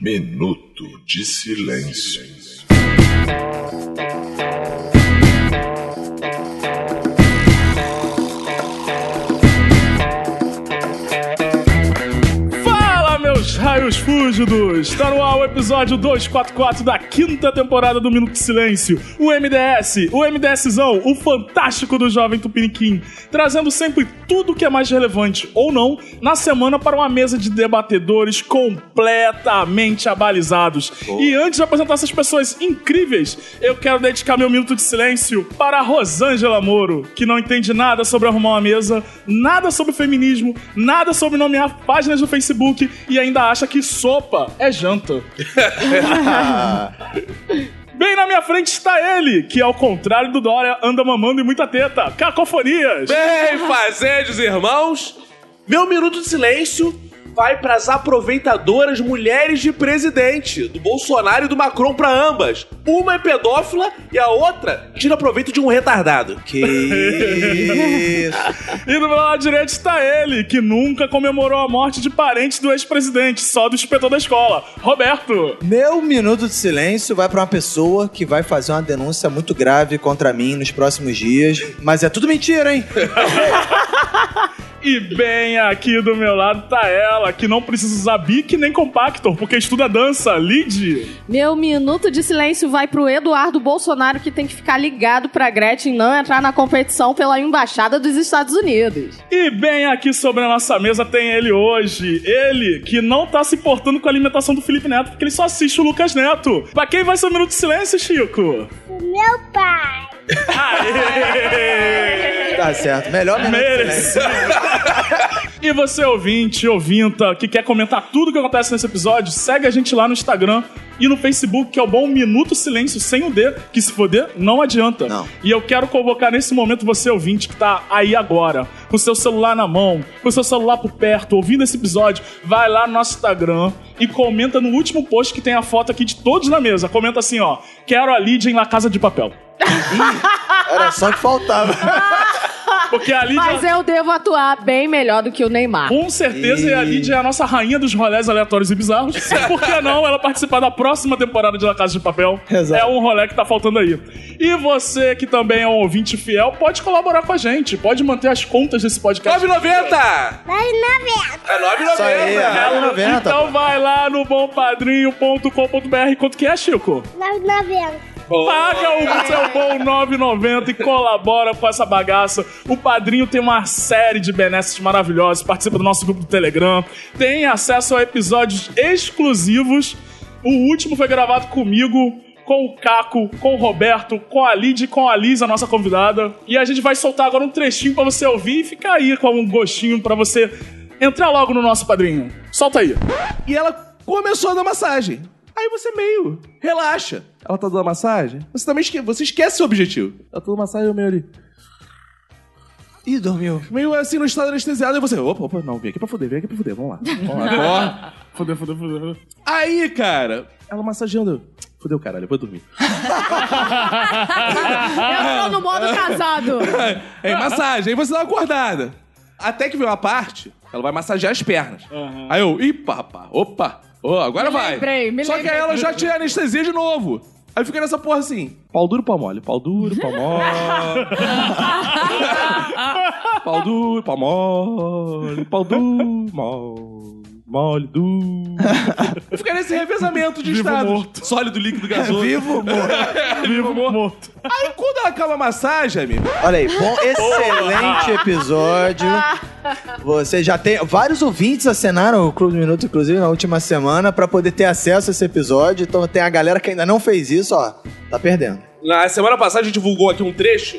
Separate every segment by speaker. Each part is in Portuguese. Speaker 1: Minuto de Silêncio.
Speaker 2: Fala, meus raios fúgidos! Está no ar o episódio 244 da quinta temporada do Minuto de Silêncio. O MDS, o MDSzão, o fantástico do Jovem Tupiniquim. Trazendo sempre tudo que é mais relevante, ou não, na semana para uma mesa de debatedores completamente abalizados. E antes de apresentar essas pessoas incríveis, eu quero dedicar meu Minuto de Silêncio para a Rosângela Moro, que não entende nada sobre arrumar uma mesa, nada sobre feminismo, nada sobre nomear páginas do Facebook e ainda acha que sopa é janta. Bem na minha frente está ele, que ao contrário do Dória anda mamando e muita teta. Cacofonias!
Speaker 3: Bem, fazejos, irmãos. Meu minuto de silêncio vai para as aproveitadoras mulheres de presidente, do Bolsonaro e do Macron para ambas. Uma é pedófila e a outra tira proveito de um retardado. Que isso.
Speaker 2: E do meu lado direito está ele, que nunca comemorou a morte de parentes do ex-presidente, só do inspetor da escola, Roberto.
Speaker 4: Meu minuto de silêncio vai pra uma pessoa que vai fazer uma denúncia muito grave contra mim nos próximos dias. Mas é tudo mentira, hein?
Speaker 2: E bem aqui do meu lado está ela, que não precisa usar bique nem compactor, porque estuda dança, Lid.
Speaker 5: Meu minuto de silêncio vai pro Eduardo Bolsonaro, que tem que ficar ligado pra Gretchen não entrar na competição pela embaixada dos Estados Unidos.
Speaker 2: E bem aqui sobre a nossa mesa tem ele hoje, ele que não tá se importando com a alimentação do Felipe Neto, porque ele só assiste o Lucas Neto. Pra quem vai ser o Minuto de Silêncio, Chico?
Speaker 6: Meu pai.
Speaker 2: Aê!
Speaker 4: Tá certo. Melhor minuto de silêncio.
Speaker 2: Merecido. E você, ouvinte, ouvinta, que quer comentar tudo que acontece nesse episódio, segue a gente lá no Instagram e no Facebook, que é o bom Minuto Silêncio sem o D, que se for D, não adianta.
Speaker 4: Não.
Speaker 2: E eu quero convocar nesse momento você, ouvinte, que tá aí agora, com seu celular na mão, com seu celular por perto, ouvindo esse episódio, vai lá no nosso Instagram e comenta no último post que tem a foto aqui de todos na mesa. Comenta assim, ó, quero a Lídia em La Casa de Papel.
Speaker 4: Era só que faltava.
Speaker 2: Porque a Lídia...
Speaker 5: Mas eu devo atuar bem melhor do que o Neymar.
Speaker 3: Um-
Speaker 2: Com certeza, e... a Lídia é a nossa rainha dos rolés aleatórios e bizarros. Por que não ela participar da próxima temporada de La Casa de Papel?
Speaker 4: Exato.
Speaker 2: É um rolê que tá faltando aí. E você, que também é um ouvinte fiel, pode colaborar com a gente. Pode manter as contas desse podcast.
Speaker 3: 9,90!
Speaker 6: Vai na venda.
Speaker 3: É
Speaker 4: Isso aí, é
Speaker 3: 9,90.
Speaker 4: 9,90.
Speaker 2: Então vai lá no bompadrinho.com.br. Quanto que é, Chico?
Speaker 6: Vai na venda.
Speaker 2: Paga o seu bom 9,90 e colabora com essa bagaça. O Padrinho tem uma série de benesses maravilhosos, participa do nosso grupo do Telegram, tem acesso a episódios exclusivos. O último foi gravado comigo, com o Caco, com o Roberto, com a Lid e com a Liz, a nossa convidada. E a gente vai soltar agora um trechinho pra você ouvir e ficar aí com um gostinho pra você entrar logo no nosso Padrinho. Solta aí.
Speaker 3: E ela começou a dar massagem. Aí você meio relaxa. Ela tá dando massagem? Você também esque... você esquece seu objetivo. Ela tá dando massagem, eu meio ali.
Speaker 4: Ih, dormiu.
Speaker 3: Meio assim, no estado anestesiado, e você, opa, opa, não, vem aqui pra fuder, vem aqui pra fuder, vamos lá. Vamos lá, corre.
Speaker 2: Fudeu, fudeu, fudeu. fudeu.
Speaker 3: Aí, cara, ela massageando. eu, Fudeu, caralho, eu vou dormir. Ah.
Speaker 5: Eu tô no modo casado.
Speaker 3: Ei, É, massagem, aí você dá uma acordada. Até que vem uma parte, ela vai massagear as pernas. Aí eu, ipa, rapá, opa, ô, agora
Speaker 5: Me
Speaker 3: vai.
Speaker 5: lembrei, me
Speaker 3: Só que aí
Speaker 5: lembrei.
Speaker 3: ela já te anestesia de novo. Aí fica nessa porra assim, pau duro, pau mole, pau duro, pau mole. pau duro, pau mole, pau duro, mole, mole duro. E fica nesse revezamento de
Speaker 2: Vivo
Speaker 3: estados.
Speaker 2: morto.
Speaker 3: Sólido, líquido, gasoso.
Speaker 4: Vivo, morto.
Speaker 2: Vivo morto.
Speaker 3: Aí quando ela acaba a massagem, amigo,
Speaker 4: Olha aí, bom, excelente episódio. Você já tem. Vários ouvintes assinaram o Clube do Minuto, inclusive, na última semana, pra poder ter acesso a esse episódio. Então tem a galera que ainda não fez isso, ó. Tá perdendo.
Speaker 3: Na semana passada a gente divulgou aqui um trecho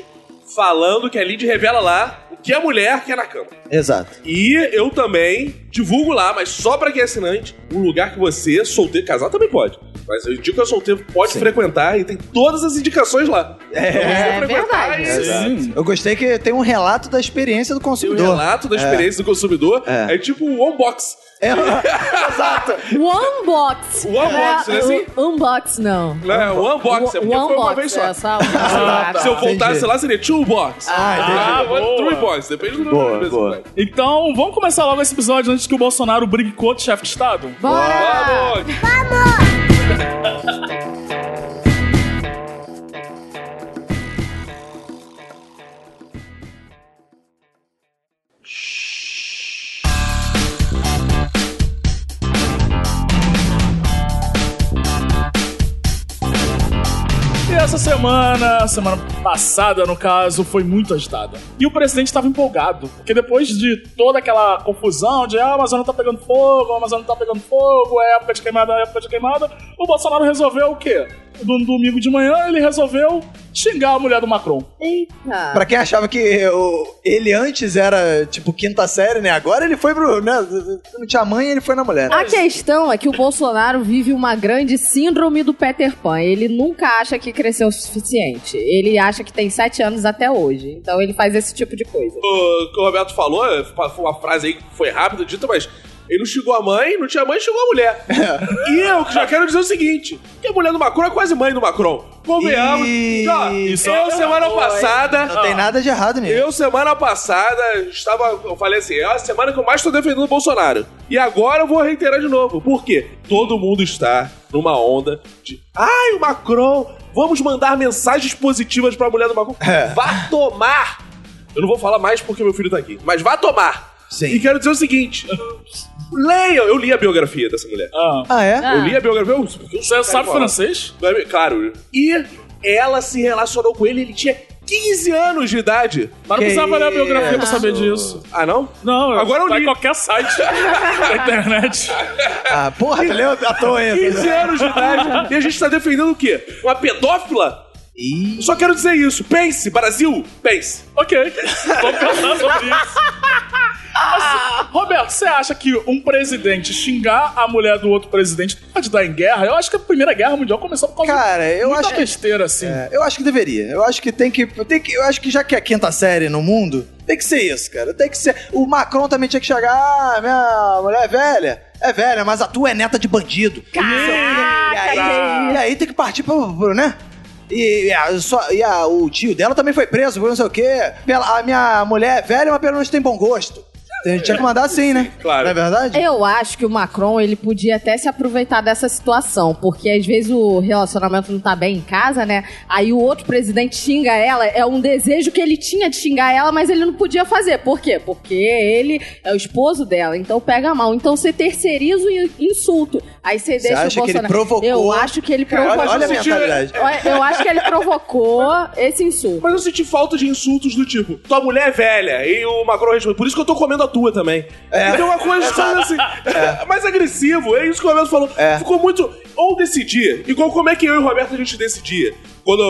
Speaker 3: falando que a Lid revela lá o que é mulher que é na cama.
Speaker 4: Exato.
Speaker 3: E eu também divulgo lá, mas só pra quem é assinante, um lugar que você, solteiro, casal também pode. Mas eu indico a solteiro pode
Speaker 4: Sim.
Speaker 3: frequentar e tem todas as indicações lá. Então,
Speaker 5: É verdade.
Speaker 2: Sim.
Speaker 4: Eu gostei que tem um relato da experiência do
Speaker 3: Tem um
Speaker 4: consumidor.
Speaker 3: relato da experiência do consumidor.
Speaker 4: É.
Speaker 3: É, tipo o unbox.
Speaker 4: É, exato.
Speaker 5: O unbox.
Speaker 3: O unbox,
Speaker 5: É,
Speaker 3: né, assim?
Speaker 5: o Unbox, não.
Speaker 3: Não, é o unbox. É
Speaker 5: o
Speaker 3: porque foi uma
Speaker 5: unbox,
Speaker 3: vez só.
Speaker 5: um é, só um. Ah,
Speaker 4: tá.
Speaker 3: Se eu voltasse
Speaker 4: Entendi.
Speaker 3: lá, seria two box.
Speaker 4: Ah, entendi.
Speaker 2: Ah,
Speaker 3: one,
Speaker 2: boa.
Speaker 3: three box. Depende do
Speaker 4: Boa,
Speaker 3: número de vezes
Speaker 4: boa.
Speaker 3: que vai.
Speaker 2: Então, vamos começar logo esse episódio antes que o Bolsonaro brigue com outro chefe de Estado?
Speaker 5: Bora!
Speaker 3: Vamos!
Speaker 2: E essa semana, semana passada no caso, foi muito agitada. E o presidente estava empolgado, porque depois de toda aquela confusão de ah, a Amazônia tá pegando fogo, a Amazônia tá pegando fogo, é época de queimada, é época de queimada, o Bolsonaro resolveu o quê? No domingo de manhã, ele resolveu xingar a mulher do Macron.
Speaker 5: Eita!
Speaker 4: Pra quem achava que o- ele antes era, tipo, quinta série, né? Agora ele foi pro... Né? Não tinha mãe, ele foi na mulher.
Speaker 5: A questão é que o Bolsonaro vive uma grande síndrome do Peter Pan. Ele nunca acha que cresceu o suficiente. Ele acha que tem sete anos até hoje. Então ele faz esse tipo de coisa.
Speaker 3: O que o Roberto falou é, foi uma frase aí que foi rápida, dita, mas ele não xingou a mãe, não tinha mãe, xingou a mulher. e eu já quero dizer o seguinte: que a mulher do Macron é quase mãe do Macron. Convenhamos.
Speaker 4: Ih,
Speaker 3: Ó,
Speaker 2: isso é
Speaker 3: eu,
Speaker 2: uma
Speaker 3: semana
Speaker 2: boa, hein? Tá
Speaker 3: passada.
Speaker 4: Não tem nada de errado nisso.
Speaker 3: Eu, semana passada, estava. Eu falei assim: é a semana que eu mais estou defendendo o Bolsonaro. E agora eu vou reiterar de novo. Por quê? Todo mundo está numa onda de. Ai, o Macron, vamos mandar mensagens positivas para a mulher do Macron.
Speaker 4: É.
Speaker 3: Vá tomar! Eu não vou falar mais porque meu filho tá aqui, mas vá tomar!
Speaker 4: Sim.
Speaker 3: E quero dizer o seguinte: leiam! Eu li a biografia dessa mulher.
Speaker 2: Ah,
Speaker 4: Ah, é?
Speaker 5: Ah.
Speaker 3: Eu li a biografia. eu- porque eu
Speaker 2: você
Speaker 3: sou
Speaker 2: sabe
Speaker 3: cara
Speaker 2: francês?
Speaker 3: igual. Claro. E ela se relacionou com ele, ele tinha 15 anos de idade.
Speaker 2: Mas não
Speaker 4: Que
Speaker 2: precisava ler a biografia pra
Speaker 4: isso.
Speaker 2: saber disso.
Speaker 3: Ah, não?
Speaker 2: Não,
Speaker 3: Agora eu
Speaker 2: tá
Speaker 3: li.
Speaker 2: em qualquer site da internet.
Speaker 4: Ah, porra, tu leu à toa ainda.
Speaker 3: 15 anos de idade. E a gente tá defendendo o quê? Uma pedófila?
Speaker 4: Ih,
Speaker 3: Eu só quero dizer isso. Pense, Brasil, pense.
Speaker 2: Ok, vamos pensar sobre isso. Mas, Roberto, você acha que um presidente xingar a mulher do outro presidente pode dar em guerra? Eu acho que a Primeira Guerra Mundial começou por causa
Speaker 4: Cara,
Speaker 2: de
Speaker 4: eu
Speaker 2: muita
Speaker 4: acho que...
Speaker 2: besteira, assim.
Speaker 4: É, eu acho que deveria. Eu acho que tem que, tem que. Eu acho que já que é quinta série no mundo, tem que ser isso, cara. Tem que ser. O Macron também tinha que chegar. Ah, minha mulher é velha. É velha, mas a tua é neta de bandido.
Speaker 5: Caraca,
Speaker 4: e, aí, e aí tem que partir pro. pro, né? E, e a, sua- e a- o tio dela também foi preso, por não sei o quê. Pela, a minha mulher é velha, mas pelo menos tem bom gosto. Tem- Tinha que mandar assim, né?
Speaker 3: Claro.
Speaker 4: Não é verdade?
Speaker 5: Eu acho que o Macron ele podia até se aproveitar dessa situação, porque às vezes o relacionamento não tá bem em casa, né? Aí o outro presidente xinga ela, é um desejo que ele tinha de xingar ela, mas ele não podia fazer. Por quê? Porque ele é o esposo dela, então pega mal. Então você terceiriza o in- insulto. Aí você deixa
Speaker 4: acha
Speaker 5: o
Speaker 4: que ele
Speaker 5: Bolsonaro.
Speaker 4: provocou?
Speaker 5: Eu acho que ele
Speaker 4: Cara,
Speaker 5: provocou.
Speaker 4: olha, olha a
Speaker 3: Sentiu-
Speaker 4: mentalidade.
Speaker 5: Eu acho que ele provocou esse insulto.
Speaker 3: Mas eu senti falta de insultos do tipo, tua mulher é velha. E o Macron responde, por isso que eu tô comendo a tua também. É. Então uma coisa sabe, assim, mais agressivo. É isso que o Roberto falou.
Speaker 4: É.
Speaker 3: Ficou muito. Ou decidir, igual como é que eu e o Roberto a gente decidia. Quando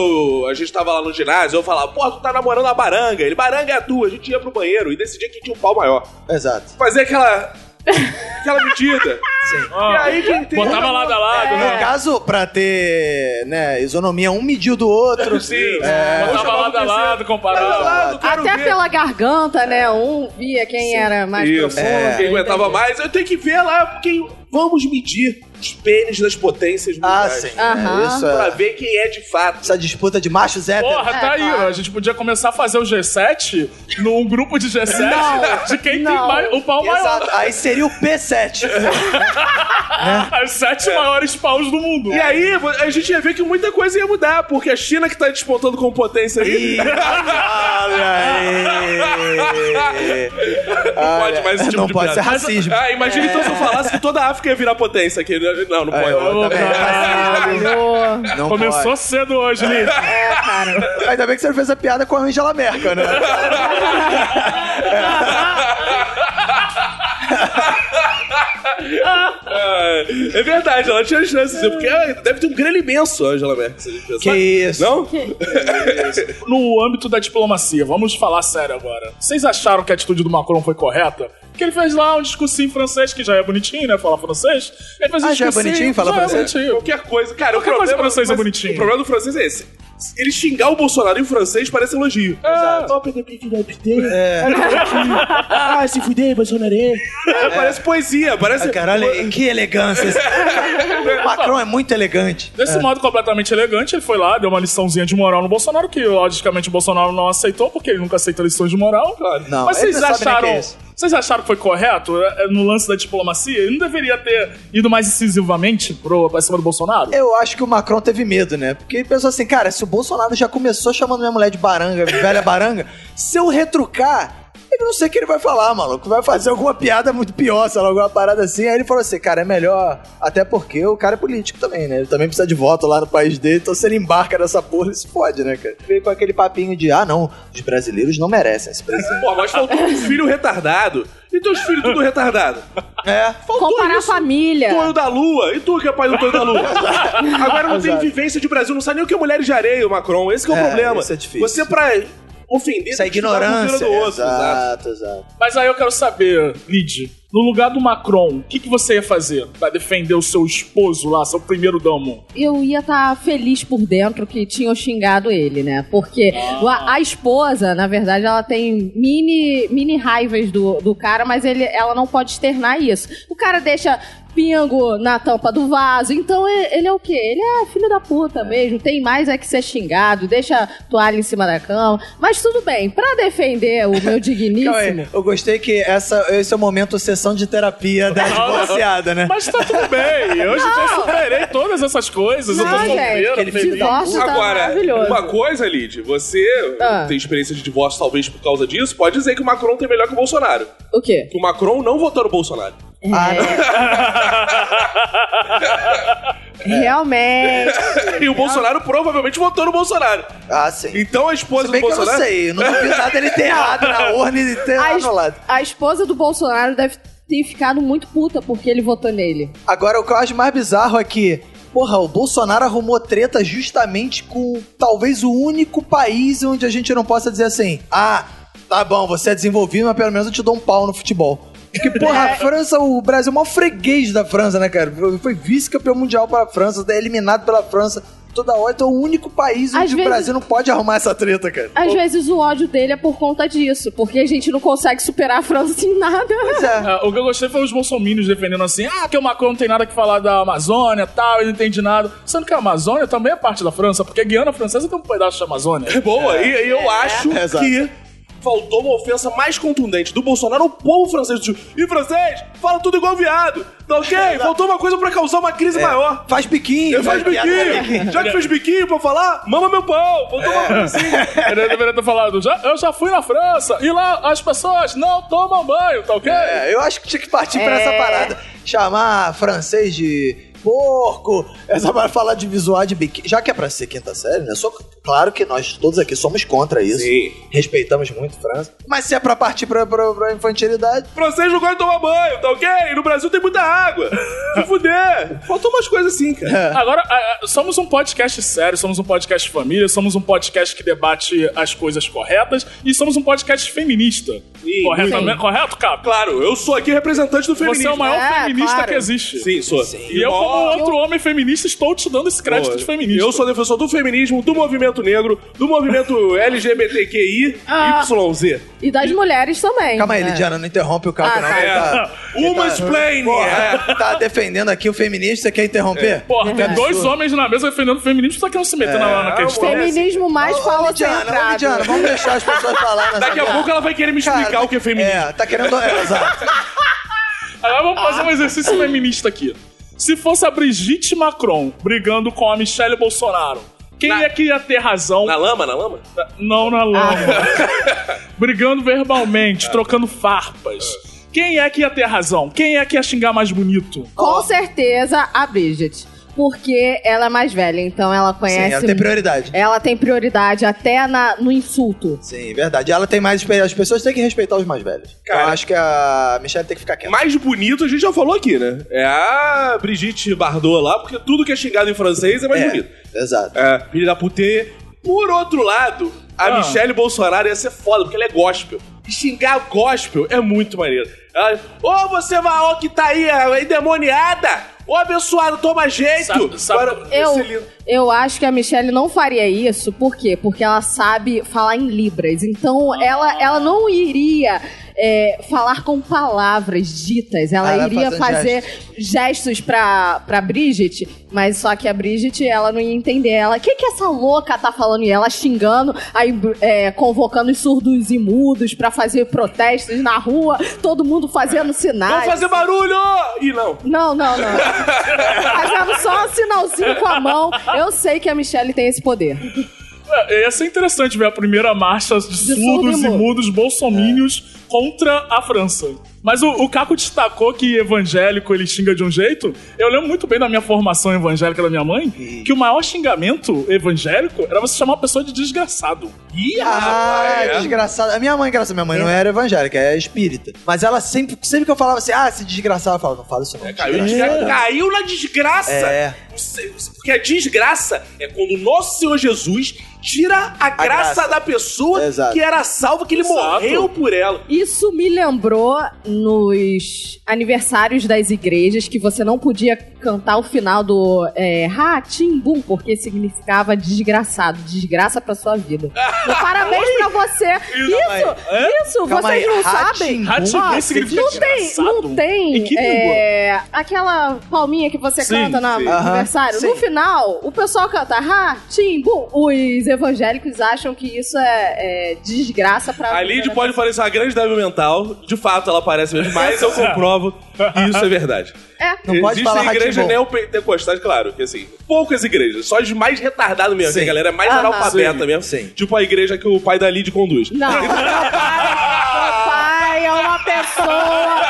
Speaker 3: eu- a gente tava lá no ginásio, eu falava, pô, tu tá namorando a baranga. Ele, baranga é a tua. A gente ia pro banheiro e decidia quem tinha um pau maior.
Speaker 4: Exato.
Speaker 3: fazer aquela. aquela medida.
Speaker 2: Ah,
Speaker 3: E aí quem tem.
Speaker 2: Botava lado a lado,
Speaker 3: É.
Speaker 2: né?
Speaker 4: No caso, pra ter, né, isonomia, um mediu do outro.
Speaker 3: Sim.
Speaker 4: É.
Speaker 3: Vou
Speaker 2: Botava lado
Speaker 3: chamar pro
Speaker 2: a lado,
Speaker 3: terceiro. Lado a
Speaker 2: comparava.
Speaker 3: lado, quero
Speaker 5: Até
Speaker 3: ver.
Speaker 5: pela garganta, né? Um via quem era mais
Speaker 3: Isso.
Speaker 4: É,
Speaker 5: profundo.
Speaker 3: Quem aguentava mais, eu tenho que ver lá quem. Vamos medir os pênis das potências
Speaker 4: Ah,
Speaker 3: mundiais.
Speaker 4: sim.
Speaker 5: Aham.
Speaker 4: É, isso
Speaker 3: Pra
Speaker 4: é.
Speaker 3: ver quem é de fato.
Speaker 4: Essa disputa de machos é héteros.
Speaker 2: Porra, tá aí.
Speaker 5: claro.
Speaker 2: A gente podia começar a fazer o G7 num grupo de G7
Speaker 5: Não,
Speaker 2: de quem tem
Speaker 5: não.
Speaker 2: mais, o pau maior.
Speaker 4: Exato. Aí seria o P7.
Speaker 2: Os sete maiores paus do mundo.
Speaker 3: E aí, a gente ia ver que muita coisa ia mudar, porque a China que tá despontando como potência aí.
Speaker 4: Ih, olha aí.
Speaker 3: Não pode mais esse tipo
Speaker 4: Não
Speaker 3: de
Speaker 4: pode
Speaker 3: piada.
Speaker 4: ser racismo. É.
Speaker 3: Ah, imagina então se eu falasse que toda a África ia virar potência aqui. né? Não, não
Speaker 4: Aí,
Speaker 3: pode.
Speaker 4: ó, tá bem.
Speaker 5: Caralho.
Speaker 4: Não
Speaker 2: Começou
Speaker 4: pode.
Speaker 2: cedo hoje, Liz.
Speaker 5: É, cara.
Speaker 4: Ainda bem que você não fez a piada com a Angela Merkel, né?
Speaker 3: Ah, É verdade, ela tinha chance, assim, porque ah, deve ter um grelho imenso, Angela Merkel. se a gente pensar.
Speaker 4: Que isso.
Speaker 3: Não?
Speaker 2: No âmbito da diplomacia, vamos falar sério agora. Vocês acharam que a atitude do Macron foi correta? Que ele fez lá um discursinho em francês, que já é bonitinho, né? Falar francês. Ele fez um
Speaker 4: Ah, já é
Speaker 2: discursinho,
Speaker 4: bonitinho falar
Speaker 2: já é
Speaker 4: francês?
Speaker 2: bonitinho.
Speaker 3: Qualquer coisa. Cara,
Speaker 2: Qualquer
Speaker 3: o
Speaker 2: coisa
Speaker 3: problema
Speaker 2: em francês é
Speaker 3: mas
Speaker 2: bonitinho.
Speaker 3: O problele do francês é esse. Ele xingar o Bolsonaro em francês parece elogio.
Speaker 2: é
Speaker 3: Exato.
Speaker 1: Ah, se fuder, Bolsonaro.
Speaker 3: É, Parece poesia, parece.
Speaker 4: Ah, Caralho, que elegância. o Macron é muito elegante.
Speaker 2: Desse modo completamente elegante, ele foi lá, deu uma liçãozinha de moral no Bolsonaro, que logicamente o Bolsonaro não aceitou, porque ele nunca aceita lições de moral.
Speaker 4: Não,
Speaker 2: Mas
Speaker 4: ele
Speaker 2: vocês
Speaker 4: não sabe nem
Speaker 2: acharam.
Speaker 4: que é isso.
Speaker 2: vocês acharam que foi correto é, é, no lance da diplomacia? Ele não deveria ter ido mais incisivamente pro, pra cima do Bolsonaro?
Speaker 4: Eu acho que o Macron teve medo, né? Porque ele pensou assim, cara, se o Bolsonaro já começou chamando minha mulher de baranga, velha baranga, se eu retrucar, ele não sei o que ele vai falar, maluco. Vai fazer alguma piada muito pior, sei lá, alguma parada assim. Aí ele falou assim, cara, é melhor, até porque o cara é político também, né? Ele também precisa de voto lá no país dele, então se ele embarca nessa porra, ele se fode, né, cara? Veio com aquele papinho de, ah, não, os brasileiros não merecem esse presidente.
Speaker 3: Pô, mas faltou um filho retardado. E teus filhos tudo retardado?
Speaker 4: É,
Speaker 3: Faltou
Speaker 5: Comparar a
Speaker 3: isso.
Speaker 5: família.
Speaker 3: Tonho da Lua. E tu que é pai do Tonho da Lua? Agora não tem
Speaker 4: Exato.
Speaker 3: vivência de Brasil, não sabe nem o que é mulheres de areia, Macron. Esse que é o
Speaker 4: É,
Speaker 3: problema.
Speaker 4: isso é difícil.
Speaker 3: Você pra ofender,
Speaker 4: essa
Speaker 3: tem que estudar com o
Speaker 4: ignorância.
Speaker 3: filho do outro, exato.
Speaker 4: exato, exato.
Speaker 2: Mas aí eu quero saber, Lid, no lugar do Macron, o que, que você ia fazer pra defender o seu esposo lá, seu primeiro damo?
Speaker 5: eu ia estar feliz por dentro que tinham xingado ele, né? Porque a, a esposa, na verdade, ela tem mini, mini raivas do, do cara, mas ele, ela não pode externar isso. O cara deixa pingo na tampa do vaso, então e- ele, é o quê? Ele é filho da puta mesmo, tem mais é que ser xingado, deixa toalha em cima da cama, mas tudo bem, pra defender o meu
Speaker 4: Calma aí,
Speaker 5: digníssimo...
Speaker 4: eu gostei que essa, esse é o momento sessão de terapia da divorciada, né?
Speaker 2: Mas tá tudo bem, hoje eu já superei todas essas coisas, eu tô
Speaker 5: Não,
Speaker 2: solteira,
Speaker 5: gente,
Speaker 2: feliz.
Speaker 5: divórcio tá
Speaker 3: Agora,
Speaker 5: maravilhoso.
Speaker 3: uma coisa, Lid, você
Speaker 5: Ah.
Speaker 3: tem experiência de divórcio talvez por causa disso, pode dizer que o Macron tem melhor que o Bolsonaro.
Speaker 5: O quê?
Speaker 3: Que o Macron não votou no Bolsonaro.
Speaker 4: Ah, não.
Speaker 5: É. Realmente...
Speaker 3: E o Bolsonaro provavelmente votou no Bolsonaro.
Speaker 4: Ah, sim.
Speaker 3: Então a esposa
Speaker 4: Se bem
Speaker 3: do
Speaker 4: que eu não
Speaker 3: Bolsonaro.
Speaker 4: sei, eu não duvido nada ele ter errado na urna e ter
Speaker 5: a, es-
Speaker 4: anulado.
Speaker 5: a esposa do Bolsonaro deve ter ficado muito puta porque ele votou nele.
Speaker 4: Agora, o que eu acho mais bizarro é que, porra, o Bolsonaro arrumou treta justamente com talvez o único país onde a gente não possa dizer assim, ah, tá bom, você é desenvolvido, mas pelo menos eu te dou um pau no futebol. Porque, porra, a França, o Brasil é o maior freguês da França, né, cara? Foi vice-campeão mundial para a França, é eliminado pela França toda hora. Então é o único país
Speaker 5: Às
Speaker 4: onde
Speaker 5: vezes-
Speaker 4: o Brasil não pode arrumar essa treta, cara.
Speaker 5: Às vezes o ódio dele é por conta disso, porque a gente não consegue superar a França em nada.
Speaker 4: Pois é.
Speaker 2: Ah, o que eu gostei foi os bolsominions defendendo assim: ah, que o Macron não tem nada que falar da Amazônia tal, ele não entende nada. Sendo que a Amazônia também é parte da França, porque a Guiana Francesa tem um pedaço da Amazônia.
Speaker 3: É boa. E, e eu acho
Speaker 4: É, exato.
Speaker 3: que faltou uma ofensa mais contundente do Bolsonaro ao povo francês. Tipo, e francês, fala tudo igual viado. Tá ok?
Speaker 4: É,
Speaker 3: Faltou uma coisa pra causar uma crise maior.
Speaker 4: Faz biquinho.
Speaker 3: Eu faz biquinho. Já que fez biquinho pra falar, mama meu pau. Faltou uma coisa assim.
Speaker 2: Ele deveria ter falado: já, eu já fui na França e lá as pessoas não tomam banho, tá ok?
Speaker 4: É, eu acho que tinha que partir pra
Speaker 5: É.
Speaker 4: essa parada. Chamar francês de porco. Essa vai falar de visual de biquíni. Já que é pra ser quinta série, né? Só, claro que nós todos aqui somos contra isso.
Speaker 3: Sim.
Speaker 4: Respeitamos muito a França. Mas se é pra partir pra, pra, pra infantilidade.
Speaker 3: Francês não gosta de tomar banho, tá ok? E no Brasil tem muita água. Se fuder. Faltou umas coisas assim, cara.
Speaker 2: Agora, a- a- somos um podcast sério, somos um podcast família, somos um podcast que debate as coisas corretas e somos um podcast feminista.
Speaker 3: Sim.
Speaker 2: Corretamente-
Speaker 5: Sim.
Speaker 2: Correto, Cap?
Speaker 3: Claro, eu sou aqui representante do
Speaker 2: Você é
Speaker 3: feminismo.
Speaker 2: o maior
Speaker 5: É,
Speaker 2: feminista
Speaker 5: claro.
Speaker 2: que existe.
Speaker 3: Sim, sou.
Speaker 2: E eu, como outro homem feminista, estou te dando esse crédito de feminista.
Speaker 3: Eu sou defensor do feminismo, do movimento negro, do movimento LGBTQI,
Speaker 5: Ah.
Speaker 3: YZ.
Speaker 5: E das mulheres também.
Speaker 4: Calma aí,
Speaker 5: né?
Speaker 4: Lidiana, não interrompe o Caco,
Speaker 5: Ah,
Speaker 4: não.
Speaker 5: tá.
Speaker 4: ele
Speaker 3: É.
Speaker 4: Tá,
Speaker 3: Uma explain!
Speaker 4: porra, tá defendendo aqui o feminista, você quer
Speaker 3: É.
Speaker 4: interromper?
Speaker 5: É
Speaker 2: Porra, tem dois homens na mesa defendendo o feminismo, só que não se metendo na, na questão.
Speaker 5: Feminismo mais
Speaker 4: Ô, ô,
Speaker 5: fala
Speaker 4: Lidiana, ô,
Speaker 5: centrado.
Speaker 4: Lidiana, vamos deixar as pessoas falarem. nessa
Speaker 3: Daqui a
Speaker 4: merda.
Speaker 3: pouco ela vai querer me explicar
Speaker 4: Cara,
Speaker 3: o que é feminismo.
Speaker 4: É, tá querendo. É, exato.
Speaker 2: Agora
Speaker 3: Ah.
Speaker 2: vamos fazer um exercício feminista aqui. Se fosse a Brigitte Macron brigando com a Michelle Bolsonaro, quem é que ia ter razão?
Speaker 3: Na lama, na lama?
Speaker 2: Não na lama. brigando verbalmente, trocando farpas. Quem é que ia ter razão? Quem é que ia xingar mais bonito?
Speaker 5: Com certeza a Bridget. porque ela é mais velha, então ela conhece.
Speaker 4: Sim, ela tem prioridade.
Speaker 5: Ela tem prioridade até na- no insulto.
Speaker 4: Sim, verdade. Ela tem mais. As pessoas têm que respeitar os mais velhos.
Speaker 3: Cara.
Speaker 4: Eu acho que a Michelle tem que ficar quieta.
Speaker 3: É Mais bonito, a gente já falou aqui, né? É a Brigitte Bardot lá, porque tudo que é xingado em francês é mais
Speaker 4: É,
Speaker 3: bonito.
Speaker 4: Exato.
Speaker 3: É, filho da putê. Por outro lado, a
Speaker 2: Ah.
Speaker 3: Michelle Bolsonaro ia ser foda, porque ela é gospel. E xingar gospel é muito maneiro. Ela, Ô, você vai, que tá aí, é endemoniada! Ô, abençoado, toma jeito!
Speaker 2: Sabe- sabe-
Speaker 3: Agora,
Speaker 5: Eu,
Speaker 3: esse lindo-
Speaker 5: eu acho que a Michelle não faria isso, por quê? Porque ela sabe falar em Libras. Então ela, ela não iria é, falar com palavras ditas. Ela
Speaker 4: Ah, ela
Speaker 5: iria
Speaker 4: fazer
Speaker 5: fazer gestos pra, pra Bridget, mas só que a Bridget ela não ia entender. Ela, o que, que essa louca tá falando? E ela xingando, aí é, convocando os surdos e mudos pra fazer protestos na rua, todo mundo fazendo sinais.
Speaker 3: Vamos fazer barulho! Ih, não.
Speaker 5: Não, não, não. Fazendo só um sinalzinho com a mão. Eu sei que a Michelle tem esse poder.
Speaker 2: É, Ia ser interessante ver a primeira marcha de, surdos
Speaker 5: surdo
Speaker 2: e
Speaker 5: e mudo.
Speaker 2: mudos bolsomínios contra a França. Mas o, o Caco destacou que evangélico ele xinga de um jeito. Eu lembro muito bem da minha formação evangélica da minha mãe que o maior xingamento evangélico era você chamar a pessoa de desgraçado.
Speaker 3: Ih,
Speaker 4: Ah,
Speaker 3: rapaz, é.
Speaker 4: desgraçada. A minha mãe, graças a minha mãe, não era evangélica, é espírita. Mas ela sempre, sempre que eu falava assim, ah, se desgraçar, ela falava, não fala isso não.
Speaker 3: Caiu, é- na
Speaker 4: desgraçada.
Speaker 3: desgra- caiu na desgraça.
Speaker 4: É.
Speaker 3: Você- você- Porque a desgraça é quando o nosso Senhor Jesus tira a, graça,
Speaker 4: graça.
Speaker 3: da pessoa
Speaker 4: Exato.
Speaker 3: que era salva, que ele
Speaker 2: Exato.
Speaker 3: morreu por ela.
Speaker 5: Isso me lembrou nos aniversários das igrejas que você não podia cantar o final do é, Ratimbum, porque significava desgraçado, desgraça pra sua vida. Então, parabéns pra você. Isso,
Speaker 4: calma
Speaker 3: É?
Speaker 5: isso,
Speaker 4: Calma
Speaker 5: vocês
Speaker 4: aí,
Speaker 5: não
Speaker 4: Rá-tim-bum?
Speaker 5: sabem.
Speaker 2: Rá-tim-bum
Speaker 5: Ó,
Speaker 2: significa
Speaker 5: não tem,
Speaker 2: desgraçado?
Speaker 5: não
Speaker 2: Em
Speaker 5: tem
Speaker 2: que
Speaker 5: é, aquela palminha que você
Speaker 2: Sim,
Speaker 5: canta na-
Speaker 2: sim.
Speaker 5: no
Speaker 4: Aham,
Speaker 5: aniversário.
Speaker 4: sim.
Speaker 5: No final, o pessoal canta Ratimbum. Os evangélicos acham que isso é, é desgraça pra
Speaker 3: A Lid pode falar isso, é uma grande débil mental. De fato, ela parece mesmo, mas eu comprovo que isso é verdade.
Speaker 5: É.
Speaker 4: Não pode
Speaker 3: Existem
Speaker 4: falar é
Speaker 3: igrejas
Speaker 4: Rá-tim-bum.
Speaker 3: neopentecostais, claro, que assim, poucas igrejas, só as mais retardadas mesmo,
Speaker 4: Sim.
Speaker 3: que a galera é mais
Speaker 5: Aham.
Speaker 3: analfabeta
Speaker 4: Sim,
Speaker 3: mesmo.
Speaker 4: sim.
Speaker 3: Tipo a igreja que o pai da Lid conduz.
Speaker 5: Não. Papai é uma pessoa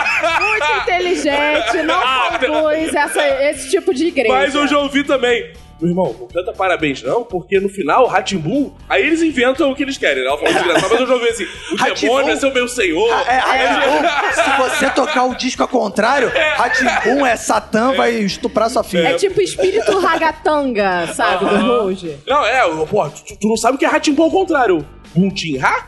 Speaker 5: muito inteligente, não conduz essa- esse tipo de igreja.
Speaker 3: Mas eu já ouvi também. Meu irmão, não canta parabéns, não, porque no final, Ratimbu, aí eles inventam o que eles querem, né? Ela falou desgraçado, mas eu já ouvi assim: o
Speaker 4: Rá-tim-bum?
Speaker 3: demônio é seu meu senhor.
Speaker 4: É, Rá-tim-bum, se você tocar o disco ao contrário, Ratimbum é Satã, vai estuprar sua filha.
Speaker 5: É tipo espírito ragatanga, sabe, do Rouge.
Speaker 3: Não, é, eu- pô, tu, tu não sabe o que é Ratimbu ao contrário. Buntim, ha?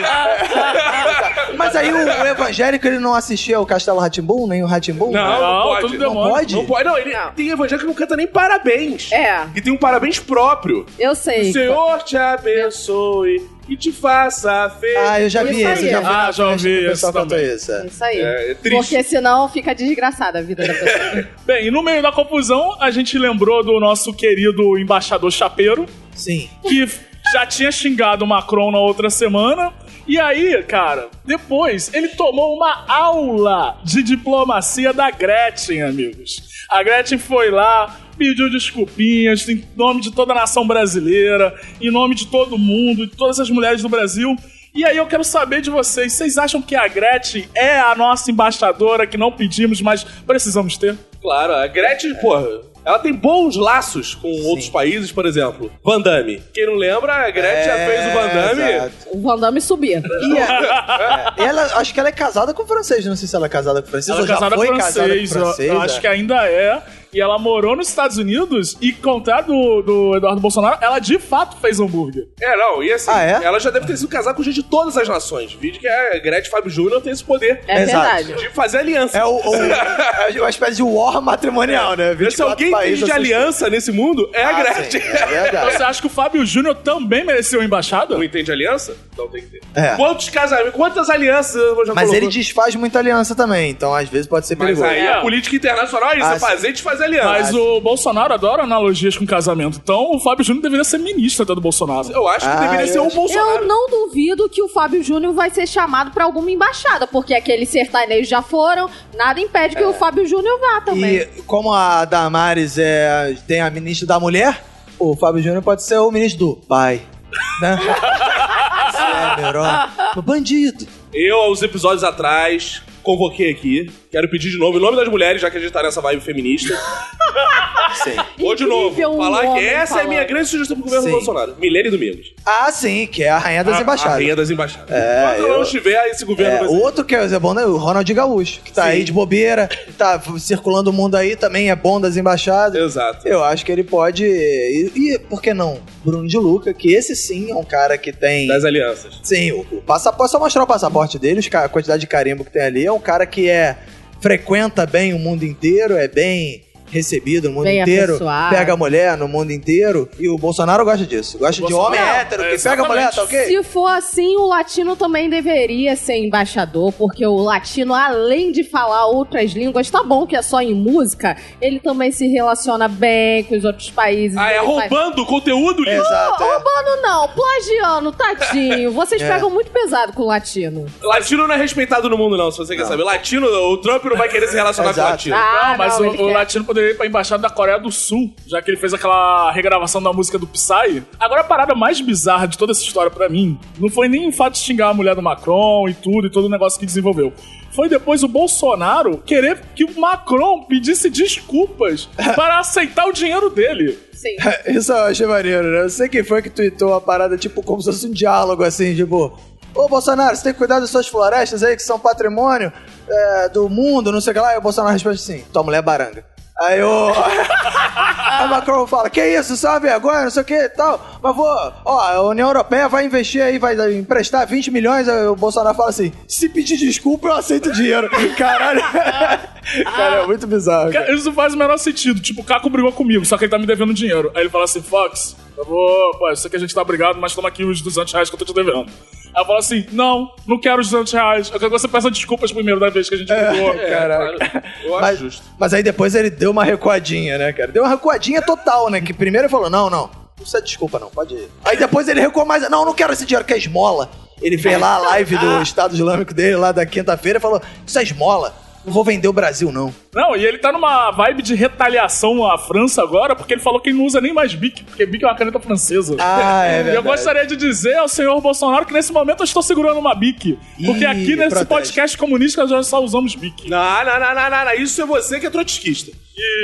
Speaker 3: É.
Speaker 4: Mas aí o, o evangélico, ele não assistia o Castelo Ratimbum, nem o Ratimbum?
Speaker 3: Não, não pode.
Speaker 2: tudo
Speaker 4: Não
Speaker 2: demônio.
Speaker 4: pode?
Speaker 3: Não pode, não. Ele tem evangelho que não canta nem parabéns.
Speaker 5: É.
Speaker 3: E tem um parabéns próprio.
Speaker 5: Eu sei.
Speaker 3: Senhor te abençoe e te faça feliz.
Speaker 4: Ah, eu já
Speaker 5: Isso
Speaker 4: vi
Speaker 5: aí.
Speaker 4: esse, eu já vi.
Speaker 2: Ah,
Speaker 4: na
Speaker 2: já
Speaker 4: festa
Speaker 2: ouvi
Speaker 4: que O
Speaker 2: esse
Speaker 4: pessoal cantou
Speaker 2: também.
Speaker 4: isso. é.
Speaker 5: Isso aí.
Speaker 3: É, é triste.
Speaker 5: Porque senão fica desgraçada a vida da pessoa.
Speaker 2: Bem, e no meio da confusão, a gente lembrou do nosso querido embaixador Chapeiro,
Speaker 4: Sim.
Speaker 2: que já tinha xingado o Macron na outra semana. E aí, cara, depois ele tomou uma aula de diplomacia da Gretchen, amigos. A Gretchen foi lá, pediu desculpinhas em nome de toda a nação brasileira, em nome de todo mundo, de todas as mulheres do Brasil. E aí eu quero saber de vocês, vocês acham que a Gretchen é a nossa embaixadora que não pedimos, mas precisamos ter?
Speaker 3: Claro, a Gretchen, porra, ela tem bons laços com outros países, por exemplo, Van Damme. Quem não lembra, a Gretchen já fez o Van Damme.
Speaker 4: É, exato.
Speaker 5: O Van Damme subia.
Speaker 4: E a- é, ela, acho que ela é casada com francês, não sei se ela é casada com francês
Speaker 2: Ela é
Speaker 4: ou já
Speaker 2: casada
Speaker 4: foi
Speaker 2: com
Speaker 4: casada com
Speaker 2: francês, eu-
Speaker 4: francês.
Speaker 2: eu acho
Speaker 4: é.
Speaker 2: que ainda é. E ela morou nos Estados Unidos e, contrário do, do Eduardo Bolsonaro, ela de fato fez hambúrguer.
Speaker 3: É, não, e assim,
Speaker 4: Ah, é?
Speaker 3: ela já deve ter sido casada com gente de todas as nações. Vídeo que a Gretchen Fábio Júnior tem esse poder
Speaker 5: É
Speaker 4: Exato.
Speaker 5: verdade.
Speaker 3: de fazer aliança.
Speaker 4: É o, o, é uma espécie de war matrimonial, né?
Speaker 3: Se
Speaker 4: 24
Speaker 3: é alguém fez de
Speaker 4: países assistindo.
Speaker 3: aliança nesse mundo, é a
Speaker 4: Ah,
Speaker 3: Gretchen.
Speaker 4: sim, é
Speaker 2: Então
Speaker 4: verdade.
Speaker 2: você acha que o Fábio Júnior também mereceu a embaixada?
Speaker 3: Não entende aliança? Então tem que ter.
Speaker 4: É.
Speaker 3: Quantos casamentos, quantas alianças eu já
Speaker 4: Mas
Speaker 3: colocou?
Speaker 4: ele desfaz muita aliança também, então às vezes pode ser
Speaker 3: Mas
Speaker 4: perigoso.
Speaker 3: aí a política internacional é isso,
Speaker 4: Ah,
Speaker 3: é fazer e desfazer aliança.
Speaker 2: Mas o Bolsonaro adora analogias com casamento. Então o Fábio Júnior deveria ser ministro até do Bolsonaro.
Speaker 3: Eu acho que
Speaker 4: Ah,
Speaker 3: deveria
Speaker 4: eu
Speaker 3: ser o
Speaker 4: acho-
Speaker 3: Bolsonaro.
Speaker 5: Eu não duvido que o Fábio Júnior vai ser chamado pra alguma embaixada, porque aqueles sertanejos já foram, nada impede
Speaker 3: É.
Speaker 5: que o Fábio Júnior vá também.
Speaker 4: E como a Damares é, tem a ministra da mulher, o Fábio Júnior pode ser o ministro do pai. Né? Isso é melhor. O bandido.
Speaker 3: Eu, há uns episódios atrás, convoquei aqui. Quero pedir de novo, em nome das mulheres, já que a gente tá nessa vibe feminista, Ou de novo,
Speaker 5: Incrível, um
Speaker 3: falar que
Speaker 5: homem
Speaker 3: essa é a minha
Speaker 5: falando.
Speaker 3: grande sugestão pro governo
Speaker 4: Sim.
Speaker 3: Bolsonaro. Milene Domingos.
Speaker 4: Ah, sim, que é a rainha das
Speaker 3: A- A
Speaker 4: embaixadas.
Speaker 3: rainha das embaixadas.
Speaker 4: É,
Speaker 3: Quando não
Speaker 4: eu-
Speaker 3: estiver, esse governo
Speaker 4: É,
Speaker 3: vai
Speaker 4: o
Speaker 3: ser...
Speaker 4: outro que é bom né, o Ronald Gaúcho, que tá
Speaker 3: Sim.
Speaker 4: aí de bobeira, tá circulando o mundo aí, também é bom das embaixadas.
Speaker 3: Exato.
Speaker 4: Eu acho que ele pode. E, e por que não? Bruno de Luca, que esse sim é um cara que tem.
Speaker 3: Das alianças.
Speaker 4: Sim, o, o passaporte, só mostrar o passaporte dele, os ca- a quantidade de carimbo que tem ali. É um cara que é frequenta bem o mundo inteiro, é bem recebido no mundo
Speaker 5: Bem
Speaker 4: inteiro,
Speaker 5: apessoado.
Speaker 4: pega mulher no mundo inteiro. E o Bolsonaro gosta disso. Gosta de homem
Speaker 2: Bolsonaro,
Speaker 4: hétero,
Speaker 2: é,
Speaker 4: que pega
Speaker 2: exatamente.
Speaker 4: mulher, tá ok?
Speaker 5: Se for assim, o latino também deveria ser embaixador, porque o latino, além de falar outras línguas, tá bom que é só em música, ele também se relaciona bem com os outros países.
Speaker 3: Ah, é
Speaker 5: Ele faz-
Speaker 3: roubando o conteúdo, Lino?
Speaker 4: Exato. é.
Speaker 5: Roubando não, plagiando, tadinho. Vocês
Speaker 4: É.
Speaker 5: pegam muito pesado com o latino.
Speaker 3: Latino não é respeitado no mundo, não, se você quer saber. Latino, o Trump não vai querer se relacionar com
Speaker 4: Exato.
Speaker 3: latino.
Speaker 5: Ah,
Speaker 2: Não, mas
Speaker 5: não,
Speaker 2: o,
Speaker 5: ele
Speaker 2: o
Speaker 5: quer.
Speaker 2: Latino poderia ir pra embaixada da Coreia do Sul, já que ele fez aquela regravação da música do Psy. Agora, a parada mais bizarra de toda essa história pra mim não foi nem o fato de xingar a mulher do Macron e tudo, e todo o negócio que desenvolveu. Foi depois o Bolsonaro querer que o Macron pedisse desculpas para aceitar o dinheiro dele.
Speaker 5: Sim.
Speaker 4: Isso eu achei maneiro, né? Eu sei quem foi que tweetou a parada, tipo, como se fosse um diálogo, assim, tipo... Ô, Bolsonaro, você tem que cuidar das suas florestas aí, que são patrimônio é, do mundo, não sei o que lá. E o Bolsonaro responde assim, tua mulher é baranga. Aí o... Aí o Macron fala, que isso, isso é uma vergonha, não sei o que e tal. Mas vou... Ó, a União Europeia vai investir aí, vai emprestar 20 milhões. Aí o Bolsonaro fala assim, se pedir desculpa, eu aceito o dinheiro. Caralho. cara, é muito bizarro, cara.
Speaker 2: Cara, Isso não faz o menor sentido. Tipo, o Caco brigou comigo, só que ele tá me devendo dinheiro. Aí ele fala assim, Fox, eu vou... Pô, eu sei que a gente tá brigado, mas toma aqui os 200 reais que eu tô te devendo. Aí eu falo assim, não, não quero os 200 reais. Eu quero que você peça desculpas primeiro da vez que a gente brigou.
Speaker 4: É, Caraca.
Speaker 3: Eu acho
Speaker 4: Mas,
Speaker 3: justo.
Speaker 4: mas aí depois ele deu uma recuadinha, né, cara? Deu uma recuadinha total, né? Que primeiro ele falou: não, não, não precisa de desculpa, não, pode ir. Aí depois ele recuou mais. Não, não quero esse dinheiro, que é esmola. Ele fez lá a live do Estado Islâmico dele, lá da quinta-feira, e falou: Isso é esmola. Não vou vender o Brasil, não.
Speaker 2: Não, e ele tá numa vibe de retaliação à França agora, porque ele falou que ele não usa nem mais Bic, porque Bic é uma caneta francesa.
Speaker 4: Ah, é
Speaker 2: E eu
Speaker 4: verdade.
Speaker 2: gostaria de dizer ao senhor Bolsonaro que nesse momento eu estou segurando uma Bic. Porque
Speaker 4: Ih,
Speaker 2: aqui nesse
Speaker 4: protege.
Speaker 2: podcast comunista nós só usamos Bic.
Speaker 3: Não, não, não, não, não, não. Isso é você que é trotskista.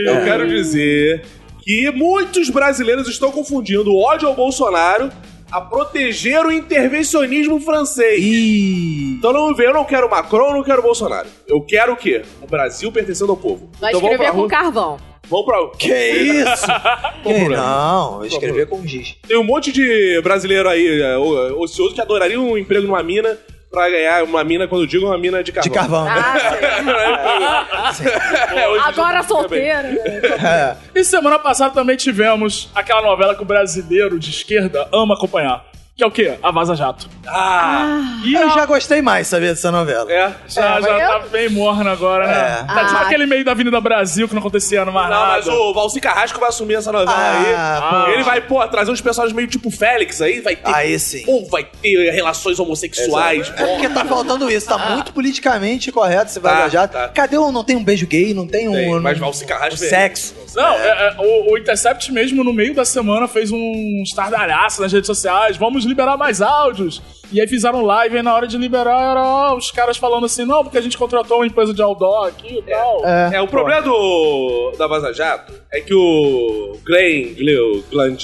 Speaker 3: Eu quero dizer que muitos brasileiros estão confundindo o ódio ao Bolsonaro a proteger o intervencionismo francês.
Speaker 4: Ih.
Speaker 3: Então não vê, eu não quero Macron, eu não quero Bolsonaro. Eu quero o quê? O Brasil pertencendo ao povo.
Speaker 5: Vai
Speaker 3: então vamos pra
Speaker 5: escrever com
Speaker 3: rua.
Speaker 5: carvão.
Speaker 3: Vamos pra rua.
Speaker 4: Que isso? Que
Speaker 3: problema.
Speaker 4: não, eu escrevi com giz.
Speaker 3: Tem um monte de brasileiro aí, é, o- ocioso, que adoraria um emprego numa mina pra ganhar uma mina, quando eu digo uma mina de
Speaker 4: De
Speaker 3: carvão.
Speaker 4: carvão, né?
Speaker 5: Ah,
Speaker 3: É, hoje em
Speaker 5: sim.
Speaker 3: dia
Speaker 5: Agora
Speaker 3: tá bem.
Speaker 5: solteiro. né?
Speaker 4: É.
Speaker 2: E semana passada também tivemos aquela novela que o brasileiro de esquerda ama acompanhar. Que é o quê? A Vaza Jato.
Speaker 3: Ah,
Speaker 2: E
Speaker 4: Eu
Speaker 2: a-
Speaker 4: já gostei mais, sabia, dessa novela.
Speaker 3: é.
Speaker 2: já, já
Speaker 5: mas
Speaker 2: tá bem morna agora, né?
Speaker 4: É.
Speaker 2: Tá tipo
Speaker 5: Ah.
Speaker 2: aquele meio da Avenida Brasil que não acontecia no mais
Speaker 3: Não,
Speaker 2: nada.
Speaker 3: mas o Valci Carrasco vai assumir essa novela
Speaker 4: Ah,
Speaker 3: aí.
Speaker 2: pô.
Speaker 3: Ele vai, pô, trazer uns personagens meio tipo Félix aí, vai ter.
Speaker 4: Aí sim.
Speaker 3: Ou vai ter relações homossexuais.
Speaker 4: É porque tá faltando isso, tá muito politicamente correto esse
Speaker 3: Ah. Tá,
Speaker 4: Vaga Jato.
Speaker 3: tá.
Speaker 4: Cadê um, não tem um beijo gay, não tem um...
Speaker 3: Tem, mas
Speaker 4: um-
Speaker 3: Valci Carrasco
Speaker 4: um
Speaker 3: é-
Speaker 4: Sexo.
Speaker 2: Não, é, é, o, o Intercept mesmo, no meio da semana, fez um estardalhaço nas redes sociais. Vamos liberar mais áudios. E aí fizeram live, e na hora de liberar era ó, os caras falando assim, não, porque a gente contratou uma empresa de outdoor aqui e tal.
Speaker 4: É.
Speaker 3: É, o problema do, da Vaza Jato é que o Glenn, Gleu, Gland,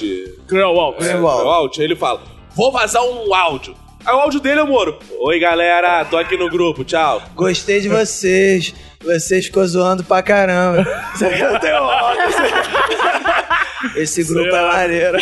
Speaker 2: Crowell.
Speaker 4: É.
Speaker 3: o áudio, ele fala: Vou vazar um áudio. Aí o áudio dele é o Moro. Oi, galera, tô aqui no grupo, tchau.
Speaker 4: Gostei de vocês. Vocês ficou zoando pra caramba. Eu tenho ódio. Esse grupo é maneiro.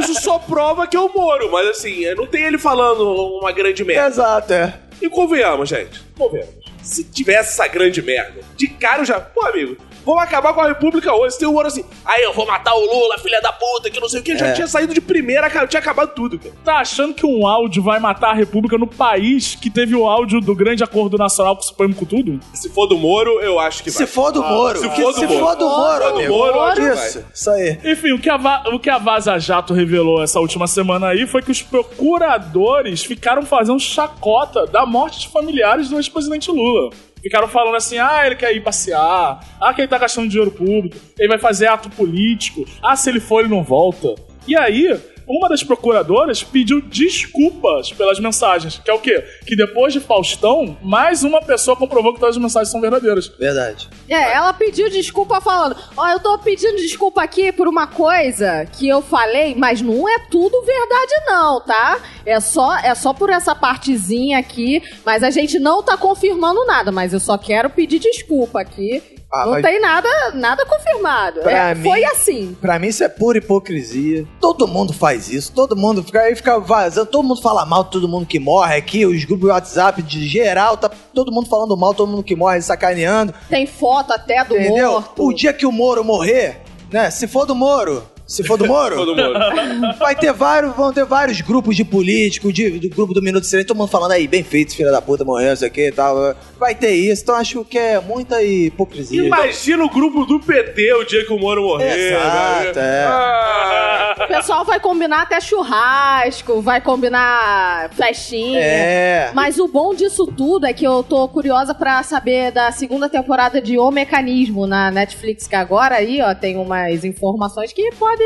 Speaker 3: Isso só prova que é o Moro, mas assim, não tem ele falando uma grande merda.
Speaker 4: Exato, é.
Speaker 3: E convenhamos, gente. Convenhamos. Se tivesse essa grande merda, de cara eu já. Pô, amigo, vamos acabar com a República hoje. Se tem um Moro assim, aí eu vou matar o Lula, filha da puta, que não sei o que. Já
Speaker 4: É.
Speaker 3: tinha saído de primeira, cara, tinha acabado tudo, cara.
Speaker 2: Tá achando que um áudio vai matar a República no país que teve o áudio do grande acordo nacional com o Supremo com tudo?
Speaker 3: Se for do Moro, eu acho que vai. Ah,
Speaker 4: Se for do Moro.
Speaker 3: se
Speaker 4: que
Speaker 3: for do
Speaker 4: se
Speaker 3: Moro.
Speaker 4: for do Moro,
Speaker 3: Se for do
Speaker 4: amigo.
Speaker 3: Moro, acho que vai.
Speaker 4: Isso, isso aí.
Speaker 2: Enfim, o que, a Va- o que a Vaza Jato revelou essa última semana aí foi que os procuradores ficaram fazendo chacota da morte de familiares do ex-presidente Lula. Ficaram falando assim, ah, ele quer ir passear, ah, que ele tá gastando dinheiro público, ele vai fazer ato político, ah, se ele for, ele não volta. E aí, uma das procuradoras pediu desculpas pelas mensagens. Que é o quê? Que depois de Faustão, mais uma pessoa comprovou que todas as mensagens são verdadeiras.
Speaker 4: Verdade.
Speaker 5: É, ela pediu desculpa falando: Ó, eu tô pedindo desculpa aqui por uma coisa que eu falei, mas não é tudo verdade, não, tá? É só, é só por essa partezinha aqui, mas a gente não tá confirmando nada, mas eu só quero pedir desculpa aqui.
Speaker 4: Ah,
Speaker 5: não
Speaker 4: mas-
Speaker 5: tem nada, nada confirmado.
Speaker 4: Pra
Speaker 5: É,
Speaker 4: mim-
Speaker 5: Foi assim.
Speaker 4: Pra mim isso é pura hipocrisia. Todo mundo faz isso. Todo mundo fica aí fica vazando. Todo mundo fala mal de todo mundo que morre aqui. Os grupos de WhatsApp de geral, tá todo mundo falando mal, todo mundo que morre sacaneando.
Speaker 5: Tem foto até do
Speaker 4: entendeu?
Speaker 5: morto.
Speaker 4: O dia que o Moro morrer, né? Se for do Moro. Se for do Moro,
Speaker 3: Todo mundo.
Speaker 4: vai ter vários, vão ter vários grupos de político, de, do grupo do Minuto Silêncio, todo mundo falando aí, bem feito, filha da puta, morreu, isso aqui e tal. Vai ter isso, então acho que é muita hipocrisia.
Speaker 3: Imagina o grupo do PT o dia que o Moro morrer.
Speaker 4: Exato,
Speaker 3: né?
Speaker 4: é.
Speaker 3: Ah,
Speaker 5: O pessoal vai combinar até churrasco, vai combinar festinha.
Speaker 4: É.
Speaker 5: Mas o bom disso tudo é que eu tô curiosa pra saber da segunda temporada de O Mecanismo na Netflix, que agora aí, ó, tem umas informações que pode,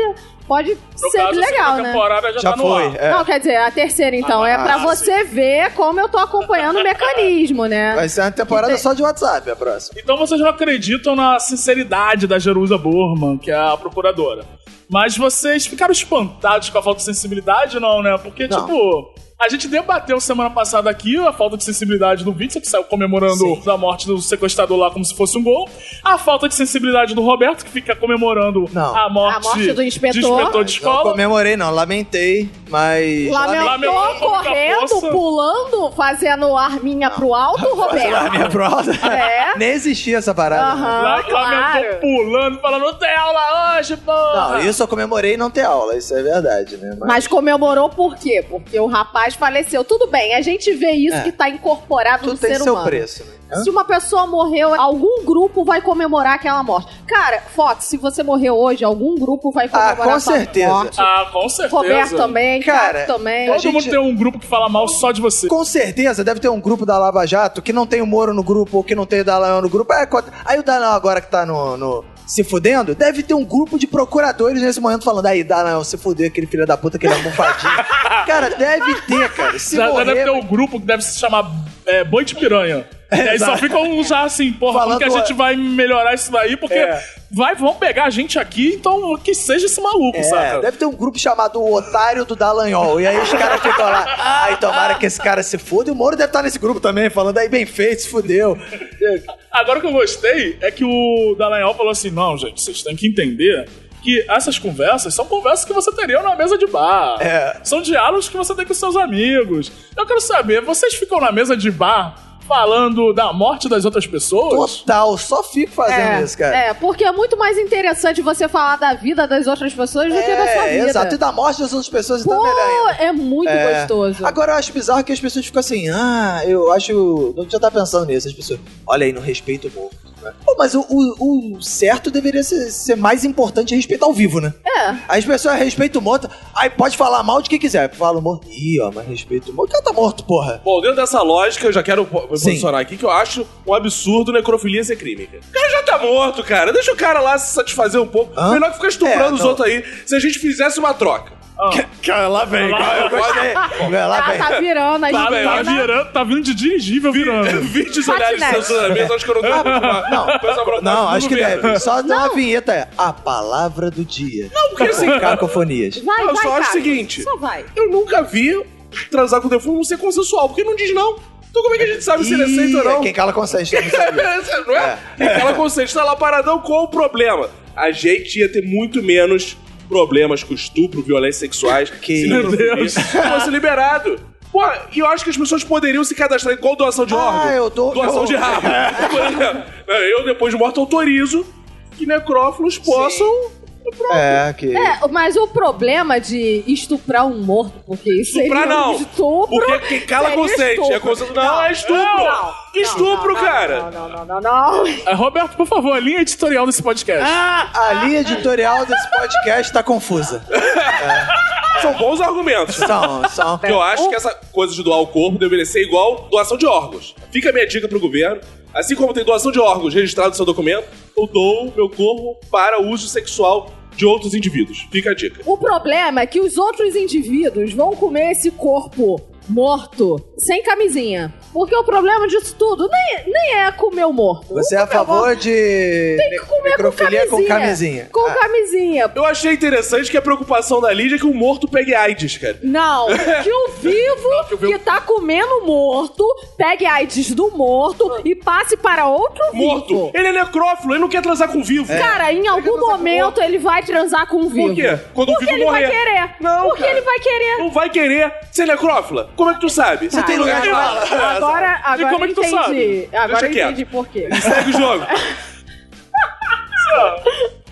Speaker 5: pode
Speaker 2: No
Speaker 5: ser
Speaker 2: caso, a
Speaker 5: legal,
Speaker 2: segunda
Speaker 5: né?
Speaker 2: temporada já,
Speaker 4: Já
Speaker 2: tá no
Speaker 4: foi.
Speaker 2: ar.
Speaker 4: é.
Speaker 5: Não, quer dizer, a terceira então. é pra
Speaker 2: ah,
Speaker 5: você ver como eu tô acompanhando o mecanismo, né?
Speaker 4: Vai ser uma temporada só de WhatsApp a próxima.
Speaker 2: Então vocês não acreditam na sinceridade da Jerusa Burman, que é a procuradora. Mas vocês ficaram espantados com a falta de sensibilidade, não, né? Porque,
Speaker 4: Não.
Speaker 2: tipo, a gente debateu semana passada aqui a falta de sensibilidade do Witzel, que saiu comemorando
Speaker 4: Sim.
Speaker 2: a morte do sequestrador lá como se fosse um gol. A falta de sensibilidade do Roberto, que fica comemorando
Speaker 4: Não.
Speaker 2: a morte,
Speaker 5: A morte do inspetor.
Speaker 2: de, inspetor de
Speaker 4: Não
Speaker 2: escola.
Speaker 4: comemorei, não, lamentei, mas.
Speaker 5: Lamentou,
Speaker 2: Lamentou como uma
Speaker 5: correndo,
Speaker 2: poça.
Speaker 5: pulando, fazendo arminha pro alto,
Speaker 4: A
Speaker 5: Roberto.
Speaker 4: minha prova.
Speaker 5: É?
Speaker 4: Nem existia essa parada.
Speaker 5: Aham,
Speaker 2: Lá
Speaker 5: claro.
Speaker 2: lamentou pulando, falando, não tem aula hoje, porra!
Speaker 4: Não, isso eu comemorei não ter aula, isso é verdade, né? Mas,
Speaker 5: Mas comemorou por quê? Porque o rapaz faleceu. Tudo bem, a gente vê isso
Speaker 4: É.
Speaker 5: que tá incorporado
Speaker 4: tudo
Speaker 5: no
Speaker 4: tem
Speaker 5: ser
Speaker 4: seu
Speaker 5: humano.
Speaker 4: preço, né? Hã?
Speaker 5: Se uma pessoa morreu, algum grupo vai comemorar aquela morte. Cara, Fox, se você morreu hoje, algum grupo vai
Speaker 4: Ah,
Speaker 5: comemorar
Speaker 4: com
Speaker 5: a sua
Speaker 4: certeza.
Speaker 5: morte.
Speaker 2: Ah, com certeza.
Speaker 5: Roberto também,
Speaker 4: Cara,
Speaker 5: Cara também.
Speaker 4: a
Speaker 2: Todo
Speaker 4: gente-
Speaker 2: mundo tem um grupo que fala mal só de você.
Speaker 4: Com certeza, deve ter um grupo da Lava Jato que não tem o Moro no grupo ou que não tem o Dallagnol no grupo. É, co- aí o Dallagnol agora que tá no, no- se fudendo, deve ter um grupo de procuradores nesse momento falando aí, Dallagnol, se fudeu, aquele filho da puta, aquele almofadinho. cara, deve ter, cara. Se
Speaker 2: Já, já
Speaker 4: morrer, né?
Speaker 2: deve ter um grupo que deve se chamar é, Boi de Piranha. e aí só
Speaker 4: Exato.
Speaker 2: fica um já assim, porra,
Speaker 4: Falando-
Speaker 2: como que a gente vai melhorar isso daí? Porque
Speaker 4: É.
Speaker 2: vai, vão pegar a gente aqui, então que seja esse maluco,
Speaker 4: É,
Speaker 2: saca?
Speaker 4: deve ter um grupo chamado o Otário do Dallagnol. E aí os caras ficam lá. Aí tomara que esse cara se foda. E o Moro deve estar nesse grupo também, falando aí, bem feito, se fudeu.
Speaker 2: Agora o que eu gostei é que o Dallagnol falou assim, não, gente, vocês têm que entender que essas conversas são conversas que você teria numa mesa de bar.
Speaker 4: É.
Speaker 2: São diálogos que você tem com seus amigos. Eu quero saber, vocês ficam na mesa de bar falando da morte das outras pessoas?
Speaker 4: Total, só fico tá fazendo
Speaker 5: é,
Speaker 4: isso, cara.
Speaker 5: é, porque é muito mais interessante você falar da vida das outras pessoas do que é da sua vida.
Speaker 4: É, exato. E da morte das outras pessoas
Speaker 5: Pô,
Speaker 4: então melhor ainda.
Speaker 5: é muito
Speaker 4: É.
Speaker 5: gostoso.
Speaker 4: Agora eu acho bizarro que as pessoas ficam assim, ah, eu acho. Não já tá pensando nisso, as pessoas. Olha aí, não respeito o morto. né? Pô, mas o, o- o certo deveria ser, ser mais importante respeitar o vivo, né?
Speaker 5: É.
Speaker 4: As pessoas respeitam o morto, aí pode falar mal de quem quiser. Fala o morto. Ih, ó, mas respeito o morto. O cara tá morto, porra.
Speaker 3: Bom, dentro dessa lógica, eu já quero po- me
Speaker 4: Sim.
Speaker 3: posicionar aqui que eu acho um absurdo necrofilia ser crime. cara. O cara já tá morto, cara. Deixa o cara lá se satisfazer um pouco.
Speaker 4: Hã?
Speaker 3: Melhor que ficar estuprando
Speaker 4: É,
Speaker 3: os
Speaker 4: não.
Speaker 3: outros aí. Se a gente fizesse uma troca.
Speaker 4: Cara, lá vem.
Speaker 2: cara,
Speaker 4: Eu gostei. Vai lá,
Speaker 5: Ah,
Speaker 4: vem.
Speaker 5: tá virando aí.
Speaker 2: Tá, tá virando, tá vindo de dirigível virando.
Speaker 3: 20 olhares de
Speaker 5: Patinete.
Speaker 3: estacionamento, acho que eu não tava acostumado com essa
Speaker 4: Não,
Speaker 5: tá
Speaker 3: bronca.
Speaker 4: não, acho que
Speaker 3: Tudo bem.
Speaker 4: deve. Só dá uma vinheta. é, A palavra do dia. Não,
Speaker 3: porque assim,
Speaker 5: é-
Speaker 4: Cacofonias.
Speaker 5: Vai,
Speaker 3: Eu
Speaker 5: vai,
Speaker 3: só acho o
Speaker 5: Caco.
Speaker 3: seguinte.
Speaker 5: Só vai.
Speaker 3: Eu nunca vi transar com o defunto não ser consensual, porque não diz não. Então como é que a gente sabe se ele aceita ou
Speaker 4: Ih, é
Speaker 3: não?
Speaker 4: Quem cala consente. eu não sabia.
Speaker 3: não é? E Aquela consciência tá lá paradão, qual o problema? A gente ia ter muito menos problemas com estupro, violências sexuais,
Speaker 4: Que
Speaker 3: se
Speaker 4: isso.
Speaker 3: não fosse- se fosse é liberado. Pô, e eu acho que as pessoas poderiam se cadastrar em qual doação de
Speaker 4: Ah,
Speaker 3: órgão?
Speaker 4: eu dou-
Speaker 3: Doação
Speaker 4: eu-
Speaker 3: de rabo.
Speaker 4: É.
Speaker 3: Por exemplo, eu, depois de morto, autorizo que necrófilos possam...
Speaker 4: É, que.
Speaker 5: É, mas o problema de estuprar um morto, porque isso
Speaker 3: Estuprar
Speaker 5: seria um
Speaker 3: não.
Speaker 5: estupro.
Speaker 3: Porque quem cala
Speaker 5: seria
Speaker 3: consente.
Speaker 5: estupro.
Speaker 3: É consente. Não, é estupro. estupro,
Speaker 5: não,
Speaker 3: cara.
Speaker 5: Não, não, não, não, não.
Speaker 2: Ah, Roberto, por favor, a linha editorial desse podcast.
Speaker 3: Ah.
Speaker 4: A linha editorial desse podcast tá confusa. um,
Speaker 3: São bons argumentos.
Speaker 4: São, são.
Speaker 3: Porque eu acho que essa coisa de doar o corpo deveria ser igual doação de órgãos. Fica a minha dica pro governo. Assim como tem doação de órgãos registrado no seu documento, eu dou meu corpo para uso sexual de outros indivíduos. Fica a dica.
Speaker 5: O problema é que os outros indivíduos vão comer esse corpo morto, sem camisinha. Porque o problema disso tudo nem, nem é comer o morto.
Speaker 4: Você
Speaker 5: O
Speaker 4: é a
Speaker 5: comer o
Speaker 4: favor
Speaker 5: morto
Speaker 4: de
Speaker 5: Tem que comer com
Speaker 4: necrofilia
Speaker 5: camisinha.
Speaker 4: com camisinha?
Speaker 5: Com
Speaker 4: Ah,
Speaker 5: camisinha.
Speaker 3: Eu achei interessante que a preocupação da Lídia é que o morto pegue AIDS, cara.
Speaker 5: Não, que o vivo que, tá comendo morto pegue a AIDS do morto e passe para outro
Speaker 3: Morto.
Speaker 5: vivo.
Speaker 3: Ele é necrófilo, ele não quer transar com vivo.
Speaker 5: Cara, em algum momento ele vai transar com um vivo.
Speaker 3: Por quê? Quando o
Speaker 5: Porque
Speaker 3: vivo
Speaker 5: ele
Speaker 3: morrer.
Speaker 5: vai querer.
Speaker 3: Não,
Speaker 5: Porque
Speaker 3: cara.
Speaker 5: ele vai querer.
Speaker 3: Não vai querer ser necrófila. Como é que tu sabe? Ah, Você
Speaker 5: tem lugar
Speaker 4: de
Speaker 3: fala.
Speaker 5: Agora, agora
Speaker 2: como é que tu
Speaker 5: entendi.
Speaker 2: sabe?
Speaker 5: Agora
Speaker 3: Deixa
Speaker 5: entendi por quê.
Speaker 3: Segue o jogo.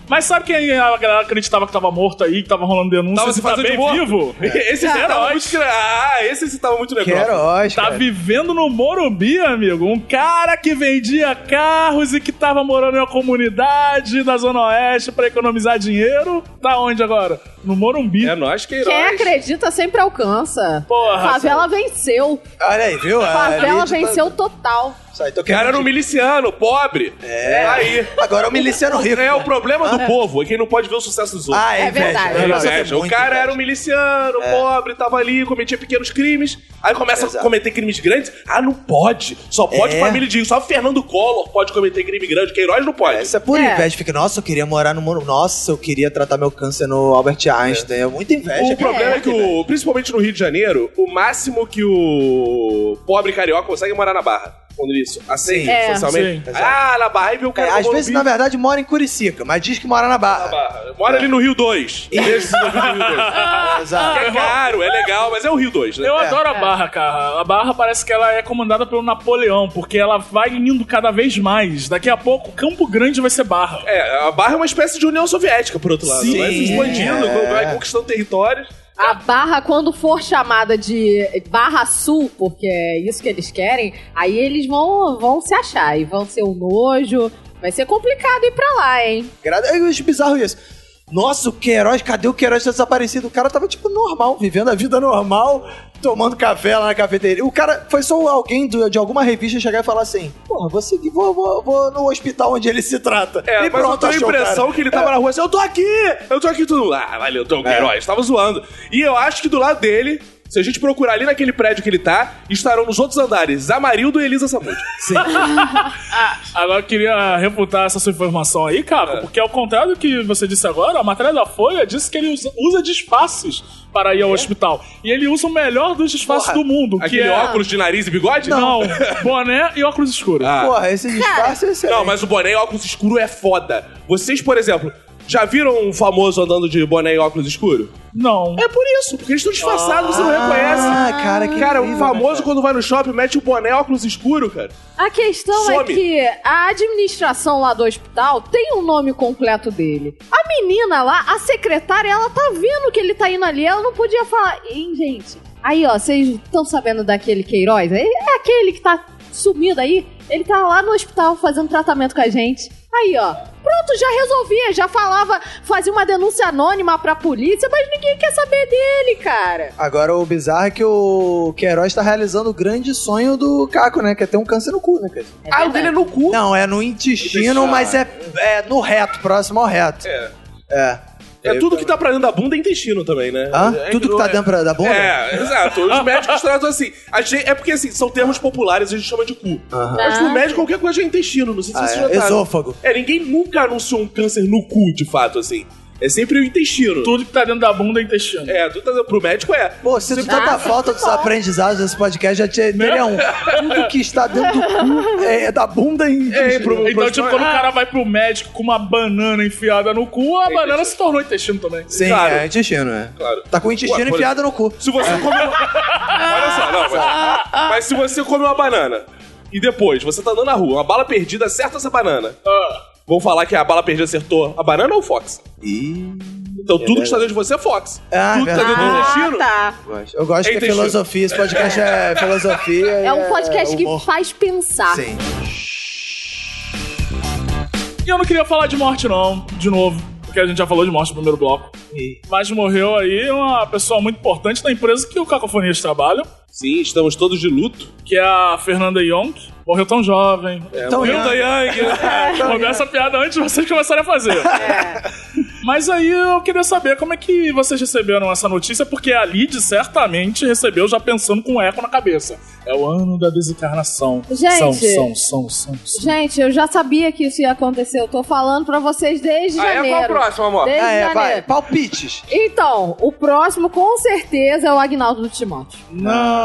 Speaker 2: Mas sabe quem é a galera acreditava que tava morto aí, que tava rolando denúncia?
Speaker 3: Tava se
Speaker 2: Esse tá
Speaker 3: fazendo de
Speaker 2: bem
Speaker 3: morto. É,
Speaker 2: vivo?
Speaker 3: Esse
Speaker 2: Tá.
Speaker 3: você tava muito... Ah, esse você tava muito
Speaker 4: que
Speaker 3: necrófilo.
Speaker 4: heróis,
Speaker 2: Tá
Speaker 4: cara.
Speaker 2: vivendo no Morumbi, amigo. Um cara que vendia carros e que tava morando em uma comunidade da Zona Oeste pra economizar dinheiro. Tá onde agora? No Morumbi.
Speaker 3: É nós que é
Speaker 5: Quem
Speaker 3: heróis.
Speaker 5: acredita sempre alcança.
Speaker 2: Porra,
Speaker 5: Favela venceu.
Speaker 4: Olha aí, viu? A
Speaker 5: Favela
Speaker 4: Lídia tá-
Speaker 5: venceu total.
Speaker 4: Isso aí, tô
Speaker 3: O cara era um
Speaker 4: querendo-
Speaker 3: miliciano, pobre. É. Aí.
Speaker 4: Agora é um miliciano rico.
Speaker 3: É o problema do povo, é quem não pode ver o sucesso dos outros.
Speaker 4: Ah, é,
Speaker 5: É
Speaker 4: inveja.
Speaker 5: verdade.
Speaker 4: Não,
Speaker 3: É
Speaker 4: não, isso
Speaker 3: inveja.
Speaker 4: é
Speaker 3: O
Speaker 4: muito
Speaker 3: cara
Speaker 4: inveja.
Speaker 3: era um miliciano, pobre, tava ali, cometia pequenos crimes. Aí começa
Speaker 4: Exato.
Speaker 3: a cometer crimes grandes. Ah, não pode. Só pode
Speaker 4: É.
Speaker 3: família de. Só Fernando Collor pode cometer crime grande. Queiroz não pode.
Speaker 4: Essa é pura
Speaker 5: É.
Speaker 4: inveja. Fica, nossa, eu queria morar no mundo. Nossa, eu queria tratar meu câncer no Albert Einstein. É, muita inveja.
Speaker 3: O problema é que,
Speaker 4: né?
Speaker 3: o, principalmente no Rio de Janeiro, o máximo que o pobre carioca consegue é morar na Barra. Quando isso, assim,
Speaker 5: É.
Speaker 3: socialmente.
Speaker 4: Sim.
Speaker 3: Ah, na Barra, e viu o
Speaker 4: É,
Speaker 3: cara.
Speaker 4: às vezes, na é. verdade, mora em Curicica, mas diz que mora na Barra.
Speaker 3: verdade. Mora ali no Rio 2. Beijo, no Rio 2.
Speaker 4: Exato.
Speaker 3: É caro, é legal, mas é o Rio 2, né?
Speaker 2: Eu adoro a Barra, cara. A Barra parece que ela é comandada pelo Napoleão, porque ela vai indo cada vez mais. Daqui a pouco, Campo Grande vai ser Barra.
Speaker 3: É, a Barra é uma espécie de União Soviética, por outro lado.
Speaker 2: Sim,
Speaker 3: vai se expandindo,
Speaker 4: É.
Speaker 3: vai conquistando territórios.
Speaker 5: A barra, quando for chamada de barra sul, porque é isso que eles querem, aí eles vão, vão se achar e vão ser um nojo. Vai ser complicado ir pra lá, hein?
Speaker 4: Gra- Eu acho bizarro isso. Nossa, o Queiroz, cadê o Queiroz tá desaparecido? O cara tava, tipo, normal, vivendo a vida normal, tomando café lá na cafeteria. O cara foi só alguém do- de alguma revista chegar e falar assim: Porra, vou seguir, vou, vou, vou no hospital onde ele se trata.
Speaker 3: É,
Speaker 4: e
Speaker 3: mas eu
Speaker 4: pronto,
Speaker 3: tenho a
Speaker 4: achou o
Speaker 3: impressão
Speaker 4: cara. É.
Speaker 3: que ele tava na rua assim, eu tô aqui! Eu tô aqui tudo. Ah, valeu, tô Queiroz, tava zoando. E eu acho que do lado dele, se a gente procurar ali naquele prédio que ele tá, estarão nos outros andares Amarildo e Elisa Samudio.
Speaker 2: Agora eu queria refutar essa sua informação aí, Caco,
Speaker 3: É.
Speaker 2: porque ao contrário do que você disse agora, a matéria da Folha disse que ele usa, usa disfarces para ir ao hospital. E ele usa o melhor dos disfarces
Speaker 4: Porra,
Speaker 2: do mundo, que
Speaker 3: É? Aquele
Speaker 2: é...
Speaker 3: óculos de nariz e bigode?
Speaker 2: Não, boné e óculos escuros.
Speaker 3: Ah.
Speaker 4: É, Porra, esse disfarce é excelente.
Speaker 3: Não, mas o boné e óculos escuro é foda. Vocês, por exemplo, já viram um famoso andando de boné e óculos escuro?
Speaker 2: Não.
Speaker 3: É por isso, porque eles estão disfarçados, você não reconhece.
Speaker 4: Ah, cara, que
Speaker 3: Cara, o
Speaker 4: incrível,
Speaker 3: famoso
Speaker 4: né, cara?
Speaker 3: quando vai no shopping mete o boné óculos escuro, cara.
Speaker 5: A questão é
Speaker 3: Some.
Speaker 5: que a administração lá do hospital tem o nome completo dele. A menina lá, a secretária, ela tá vendo que ele tá indo ali, ela não podia falar. Hein, gente? Aí, ó, vocês estão sabendo daquele Queiroz? É é aquele que tá sumido aí? Ele tá lá no hospital fazendo tratamento com a gente. Aí, ó. Pronto, já resolvia, já falava, fazia uma denúncia anônima pra polícia, mas ninguém quer saber dele, cara.
Speaker 4: Agora, o bizarro é que o Queiroz tá realizando o grande sonho do Caco, né? Que é ter um câncer no cu, né, cara?
Speaker 5: É
Speaker 3: ah, o
Speaker 5: verdade.
Speaker 3: dele é no cu.
Speaker 4: Não, é no intestino,
Speaker 3: Intestino.
Speaker 4: mas é, é no reto, próximo ao reto.
Speaker 3: É.
Speaker 4: É.
Speaker 3: É tudo que tá pra dentro da bunda é intestino também, né?
Speaker 4: Hã?
Speaker 3: É
Speaker 4: Tudo que tá dentro pra- da bunda?
Speaker 3: É, exato. Os médicos tratam assim. A gente- é porque, assim, são termos populares, a gente chama de cu.
Speaker 4: Aham.
Speaker 3: Mas pro médico, qualquer coisa é intestino, não sei se
Speaker 4: Ah,
Speaker 3: vocês
Speaker 4: é.
Speaker 3: já notaram.
Speaker 4: Esôfago.
Speaker 3: É, ninguém nunca anunciou um câncer no cu, de fato, assim. É sempre o intestino.
Speaker 2: Tudo que tá dentro da bunda é intestino.
Speaker 3: É, tudo tá dentro- pro médico é.
Speaker 4: Pô, sinto tanta falta dos aprendizados desse podcast, já tinha- teria um. Tudo que está dentro do cu é da bunda e
Speaker 3: É, pro- pro-
Speaker 2: Então, tipo, quando o cara vai pro médico com uma banana enfiada no cu,
Speaker 3: É
Speaker 2: a banana se tornou intestino também.
Speaker 4: Sim,
Speaker 3: então, claro.
Speaker 4: é intestino, é.
Speaker 3: Claro.
Speaker 4: Tá com o intestino
Speaker 3: Ué, por
Speaker 4: enfiado no cu.
Speaker 3: Se você come. Olha só, não, mas, mas se você come uma banana e depois você tá andando na rua, uma bala perdida acerta essa banana. Vão falar que a bala perdida acertou a banana ou o Fox?
Speaker 4: Ih,
Speaker 3: Então tudo que está dentro de você é Fox.
Speaker 4: Ah,
Speaker 3: tudo que está
Speaker 4: verdade.
Speaker 3: dentro do
Speaker 5: Ah,
Speaker 3: intestino.
Speaker 5: tá.
Speaker 4: gosto. Eu gosto
Speaker 3: É
Speaker 4: que é
Speaker 3: intestino.
Speaker 4: filosofia, esse podcast é filosofia.
Speaker 5: É um podcast que faz pensar.
Speaker 4: Sim.
Speaker 2: E eu não queria falar de morte, não, de novo. Porque a gente já falou de morte no primeiro bloco.
Speaker 4: E-
Speaker 2: Mas morreu aí uma pessoa muito importante da empresa que o Cacofonias trabalha,
Speaker 3: Sim, estamos todos de luto.
Speaker 2: que é a Fernanda Young. Morreu tão jovem.
Speaker 3: É,
Speaker 4: Então,
Speaker 3: Young.
Speaker 2: Começa a piada antes de vocês começarem a fazer. Mas aí eu queria saber como é que vocês receberam essa notícia, porque a Lid certamente recebeu já pensando com um eco na cabeça. É o ano da desencarnação.
Speaker 5: Gente.
Speaker 2: São, são, são, são. são.
Speaker 5: Gente, eu já sabia que isso ia acontecer. Eu tô falando pra vocês desde
Speaker 3: Ah, é
Speaker 5: janeiro.
Speaker 3: qual o próximo, amor?
Speaker 5: Desde
Speaker 4: Ah, é,
Speaker 5: janeiro.
Speaker 4: vai. Palpites.
Speaker 5: Então, o próximo com certeza é o Agnaldo do Timóteo.
Speaker 2: Não!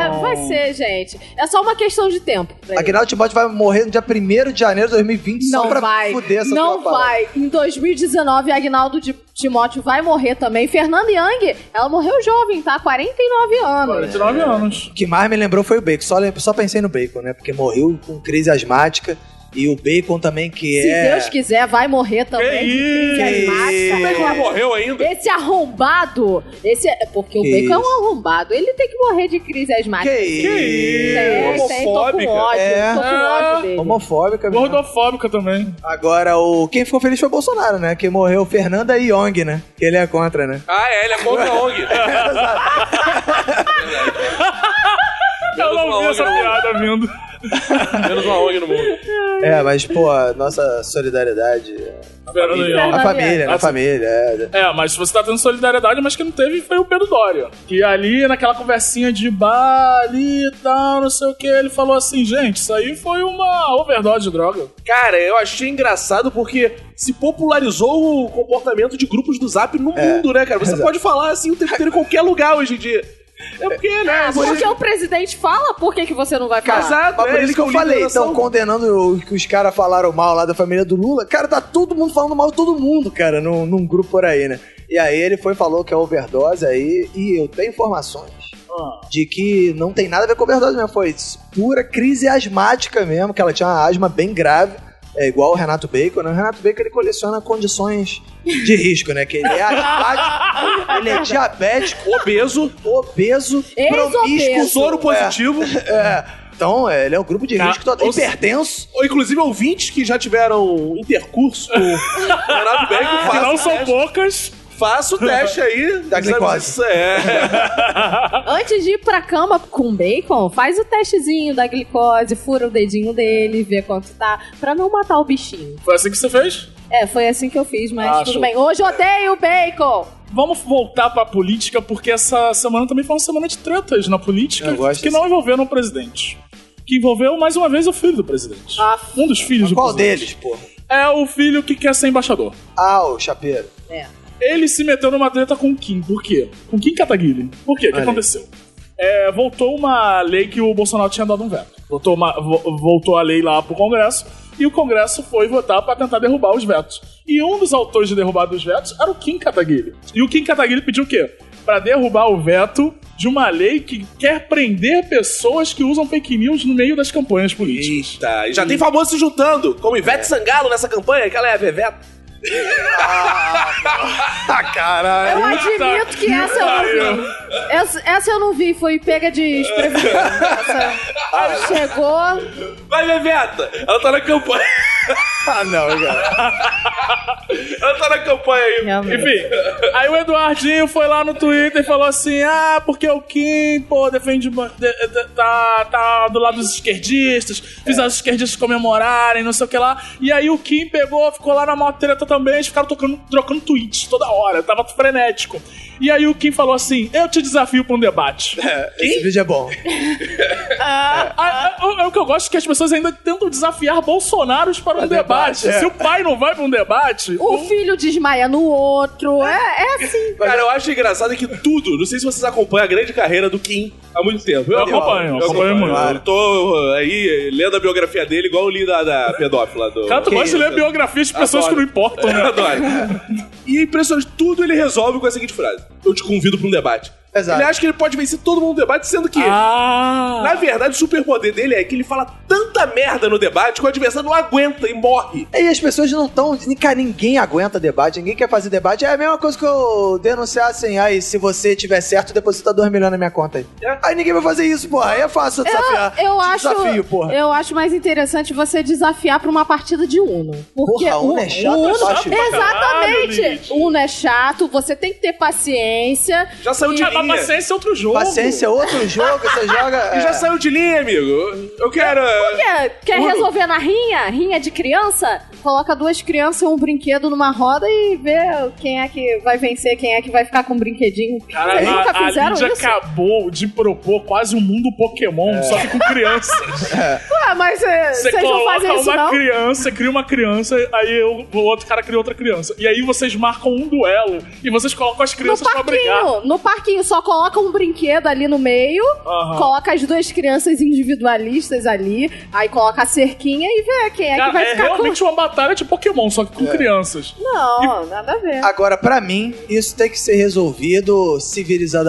Speaker 5: É, vai ser, gente. É só uma questão de tempo. pra ele.
Speaker 4: Aguinaldo Timóteo vai morrer no dia 1 de janeiro de 2020
Speaker 5: Não
Speaker 4: só pra
Speaker 5: vai.
Speaker 4: fuder essa
Speaker 5: não
Speaker 4: tua parada.
Speaker 5: vai. Em 2019, Agnaldo de Timóteo vai morrer também. Fernanda Yang, ela morreu jovem, tá? 49 anos.
Speaker 2: 49 anos.
Speaker 4: O que mais me lembrou foi o bacon. Só, lem- só pensei no bacon, né? Porque morreu com crise asmática. E o bacon também, que
Speaker 5: Se
Speaker 4: é.
Speaker 5: Deus quiser, vai morrer também. de crise
Speaker 4: isso?
Speaker 5: asmática.
Speaker 4: Como é que
Speaker 3: Ele não morreu ainda.
Speaker 5: Esse arrombado, esse é porque o
Speaker 4: Que
Speaker 5: Bacon é
Speaker 4: isso.
Speaker 5: um arrombado. Ele tem que morrer de crise
Speaker 4: Que
Speaker 5: asmática.
Speaker 4: isso?
Speaker 5: Tem, tem, tô com
Speaker 3: Homofóbica.
Speaker 5: ódio,
Speaker 4: É.
Speaker 5: tô com ódio dele.
Speaker 4: Homofóbica. mesmo.
Speaker 2: Gordofóbica também.
Speaker 4: Agora, o... quem ficou feliz foi o Bolsonaro, né? Que morreu Fernanda Young, né? Que ele é contra, né?
Speaker 3: Ah, é, ele é contra a ONG.
Speaker 2: Eu não vi
Speaker 3: Menos
Speaker 2: essa
Speaker 3: uma ONG no
Speaker 2: piada vindo.
Speaker 3: mundo. Menos uma ONG no mundo.
Speaker 4: É, mas, pô, a nossa solidariedade.
Speaker 2: Fernando Young.
Speaker 4: A
Speaker 5: Fernanda
Speaker 4: família, né?
Speaker 2: Young.
Speaker 4: A família. é.
Speaker 2: É, mas você tá tendo solidariedade, mas quem não teve foi o Pedro Doria. Que ali, naquela conversinha de bar ali e tal, não sei o que, ele falou assim, gente, isso aí foi uma overdose de droga.
Speaker 3: Cara, eu achei engraçado porque se popularizou o comportamento de grupos do Zap no mundo, né, cara? Você
Speaker 4: É, Exato.
Speaker 3: pode falar assim o tempo inteiro em qualquer lugar hoje em dia. É porque, né?
Speaker 5: Ah,
Speaker 3: por
Speaker 5: porque
Speaker 3: isso-
Speaker 5: o presidente fala, por que, que você não vai falar?
Speaker 3: Casado,
Speaker 4: Mas
Speaker 3: é,
Speaker 4: por
Speaker 3: ele
Speaker 4: isso que eu
Speaker 3: é o líder
Speaker 4: falei, então,
Speaker 3: da
Speaker 4: estão
Speaker 3: nação.
Speaker 4: condenando o que os caras falaram mal lá da família do Lula. Cara, tá todo mundo falando mal de todo mundo, cara, num, num grupo por aí, né? E aí ele foi e falou que é overdose aí, e eu tenho informações
Speaker 3: Ah.
Speaker 4: de que não tem nada a ver com overdose mesmo. Foi pura crise asmática mesmo, que ela tinha uma asma bem grave. É igual o Renato Bacon, né? O Renato Bacon ele coleciona condições de risco, né? Que ele é asmático, ele é diabético,
Speaker 3: Obeso,
Speaker 4: obeso,
Speaker 5: Ex-obeso.
Speaker 4: promíscuo,
Speaker 3: soro positivo.
Speaker 4: é. Então, é, ele é um grupo de
Speaker 2: Ah,
Speaker 4: risco total.
Speaker 2: ou se-
Speaker 4: Hipertenso.
Speaker 3: Ou, inclusive, ouvintes que já tiveram intercurso com o Renato Beck,
Speaker 2: Que não
Speaker 3: faça, o
Speaker 2: são
Speaker 3: teste-
Speaker 2: poucas.
Speaker 3: faça o teste aí.
Speaker 4: Da glicose.
Speaker 3: Isso é.
Speaker 5: Antes de ir pra cama com bacon, faz o testezinho da glicose, fura o dedinho dele, vê quanto tá, pra não matar o bichinho.
Speaker 2: Foi assim que você fez?
Speaker 5: É, foi assim que eu fiz, mas
Speaker 2: Ah,
Speaker 5: tudo
Speaker 2: show.
Speaker 5: bem. Hoje eu odeio bacon!
Speaker 2: Vamos voltar pra política, porque essa semana também foi uma semana de tretas na política
Speaker 4: Eu gosto
Speaker 2: que não envolveram o presidente. Que envolveu, mais uma vez, o filho do presidente.
Speaker 5: Ah,
Speaker 2: um dos filhos do
Speaker 4: Qual
Speaker 2: presidente.
Speaker 4: deles, porra?
Speaker 2: É o filho que quer ser embaixador.
Speaker 4: Ah, o chapeiro.
Speaker 2: ele se meteu numa treta com o Kim. Por quê? Com o Kim Kataguiri. Por quê? O que
Speaker 4: Olha aí.
Speaker 2: aconteceu? É, voltou uma lei que o Bolsonaro tinha dado um veto. Voltou, uma- vo- voltou a lei lá pro Congresso e o Congresso foi votar pra tentar derrubar os vetos. E um dos autores de derrubar dos vetos era o Kim Kataguiri. E o Kim Kataguiri pediu o quê? Pra derrubar o veto de uma lei que quer prender pessoas que usam fake news no meio das campanhas políticas.
Speaker 3: Eita, e já tem famoso se juntando, como Ivete Sangalo nessa campanha, que ela é a Veveta.
Speaker 4: Caralho.
Speaker 5: Eu admito que essa é eu não vi. Essa, essa eu não vi, foi pega de desprevenido. Essa- Chegou.
Speaker 3: Vai, Veveta! Ela tá na campanha.
Speaker 4: Ah, não, cara.
Speaker 3: Ela tá na campanha aí.
Speaker 5: Realmente.
Speaker 2: Enfim, aí o Eduardinho foi lá no Twitter e falou assim: ah, porque o Kim, pô, defende. ba- de- de- tá, tá do lado dos esquerdistas, fiz os esquerdistas comemorarem, não sei o que lá. E aí o Kim pegou, ficou lá na mó treta também, eles ficaram tocando, trocando tweets toda hora, tava frenético. E aí o Kim falou assim: eu te desafio pra um debate.
Speaker 4: Esse vídeo é bom.
Speaker 2: Ah, ah, o- É o que eu gosto que as pessoas ainda tentam desafiar Bolsonaros para um debate.
Speaker 4: debate, é.
Speaker 2: Se o pai não vai pra um debate,
Speaker 5: O filho desmaia no outro. É, é assim.
Speaker 3: Cara, eu acho engraçado que tudo, não sei se vocês acompanham a grande carreira do Kim há muito tempo.
Speaker 2: Eu acompanho, eu acompanho muito.
Speaker 3: Eu tô uh, aí eh, lendo a biografia dele, igual eu li da, da pedófila do.
Speaker 2: Cara, tu
Speaker 4: Que
Speaker 2: gosta de
Speaker 4: isso?
Speaker 2: ler biografias de pessoas
Speaker 3: Adoro.
Speaker 2: que não importam,
Speaker 3: Eu
Speaker 2: né?
Speaker 3: adoro. E impressionante, tudo ele resolve com a seguinte frase: Eu te convido pra um debate.
Speaker 4: Exato.
Speaker 3: Ele acha que ele pode vencer todo mundo no debate, sendo que.
Speaker 2: Ah!
Speaker 3: Na verdade, o superpoder dele é que ele fala tanta merda no debate que o adversário não aguenta e morre.
Speaker 4: E as pessoas não estão. Cara, ninguém aguenta debate, ninguém quer fazer debate. É a mesma coisa que eu denunciar assim, aí se você tiver certo, deposita 2 milhões na minha conta aí. Aí ninguém vai fazer isso, porra. Aí é fácil eu desafiar.
Speaker 5: Eu
Speaker 4: Te
Speaker 5: acho,
Speaker 4: Desafio, porra.
Speaker 5: eu acho mais interessante você desafiar pra uma partida de Uno. Porque
Speaker 4: Porra, Uno
Speaker 5: o-
Speaker 4: é chato,
Speaker 5: o
Speaker 4: é chato pra
Speaker 5: Exatamente.
Speaker 2: caralho, Lilith.
Speaker 5: Uno é chato, você tem que ter paciência.
Speaker 3: Já saiu de
Speaker 2: É, mas
Speaker 3: linha.
Speaker 2: paciência é outro jogo.
Speaker 4: Paciência é outro jogo, você joga.
Speaker 3: E
Speaker 4: é,
Speaker 3: já saiu de linha, amigo. Eu quero.
Speaker 5: Quer, quer
Speaker 3: Tudo.
Speaker 5: resolver na rinha? Rinha de criança? Coloca duas crianças e um brinquedo numa roda e vê quem é que vai vencer, quem é que vai ficar com o brinquedinho.
Speaker 2: Cara,
Speaker 5: Vocês nunca
Speaker 2: a, a
Speaker 5: fizeram
Speaker 2: Lídia
Speaker 5: isso?
Speaker 2: acabou de propor quase um mundo Pokémon, só que com crianças.
Speaker 5: Ué, mas é,
Speaker 2: Você
Speaker 5: vocês não
Speaker 2: coloca
Speaker 5: fazem isso,
Speaker 2: uma
Speaker 5: não?
Speaker 2: criança, cria uma criança, aí eu- o outro cara cria outra criança. E aí vocês marcam um duelo e vocês colocam as
Speaker 5: No
Speaker 2: crianças pra brigar.
Speaker 5: parquinho, no parquinho, só coloca um brinquedo ali no meio,
Speaker 2: Aham.
Speaker 5: coloca as duas crianças individualistas ali, aí coloca a cerquinha e vê quem é que
Speaker 2: Cara,
Speaker 5: vai
Speaker 2: é
Speaker 5: ficar com.
Speaker 2: realmente uma batalha de Pokémon, só que
Speaker 4: É.
Speaker 2: com crianças.
Speaker 5: Não, nada a ver.
Speaker 4: Agora, pra mim, isso tem que ser resolvido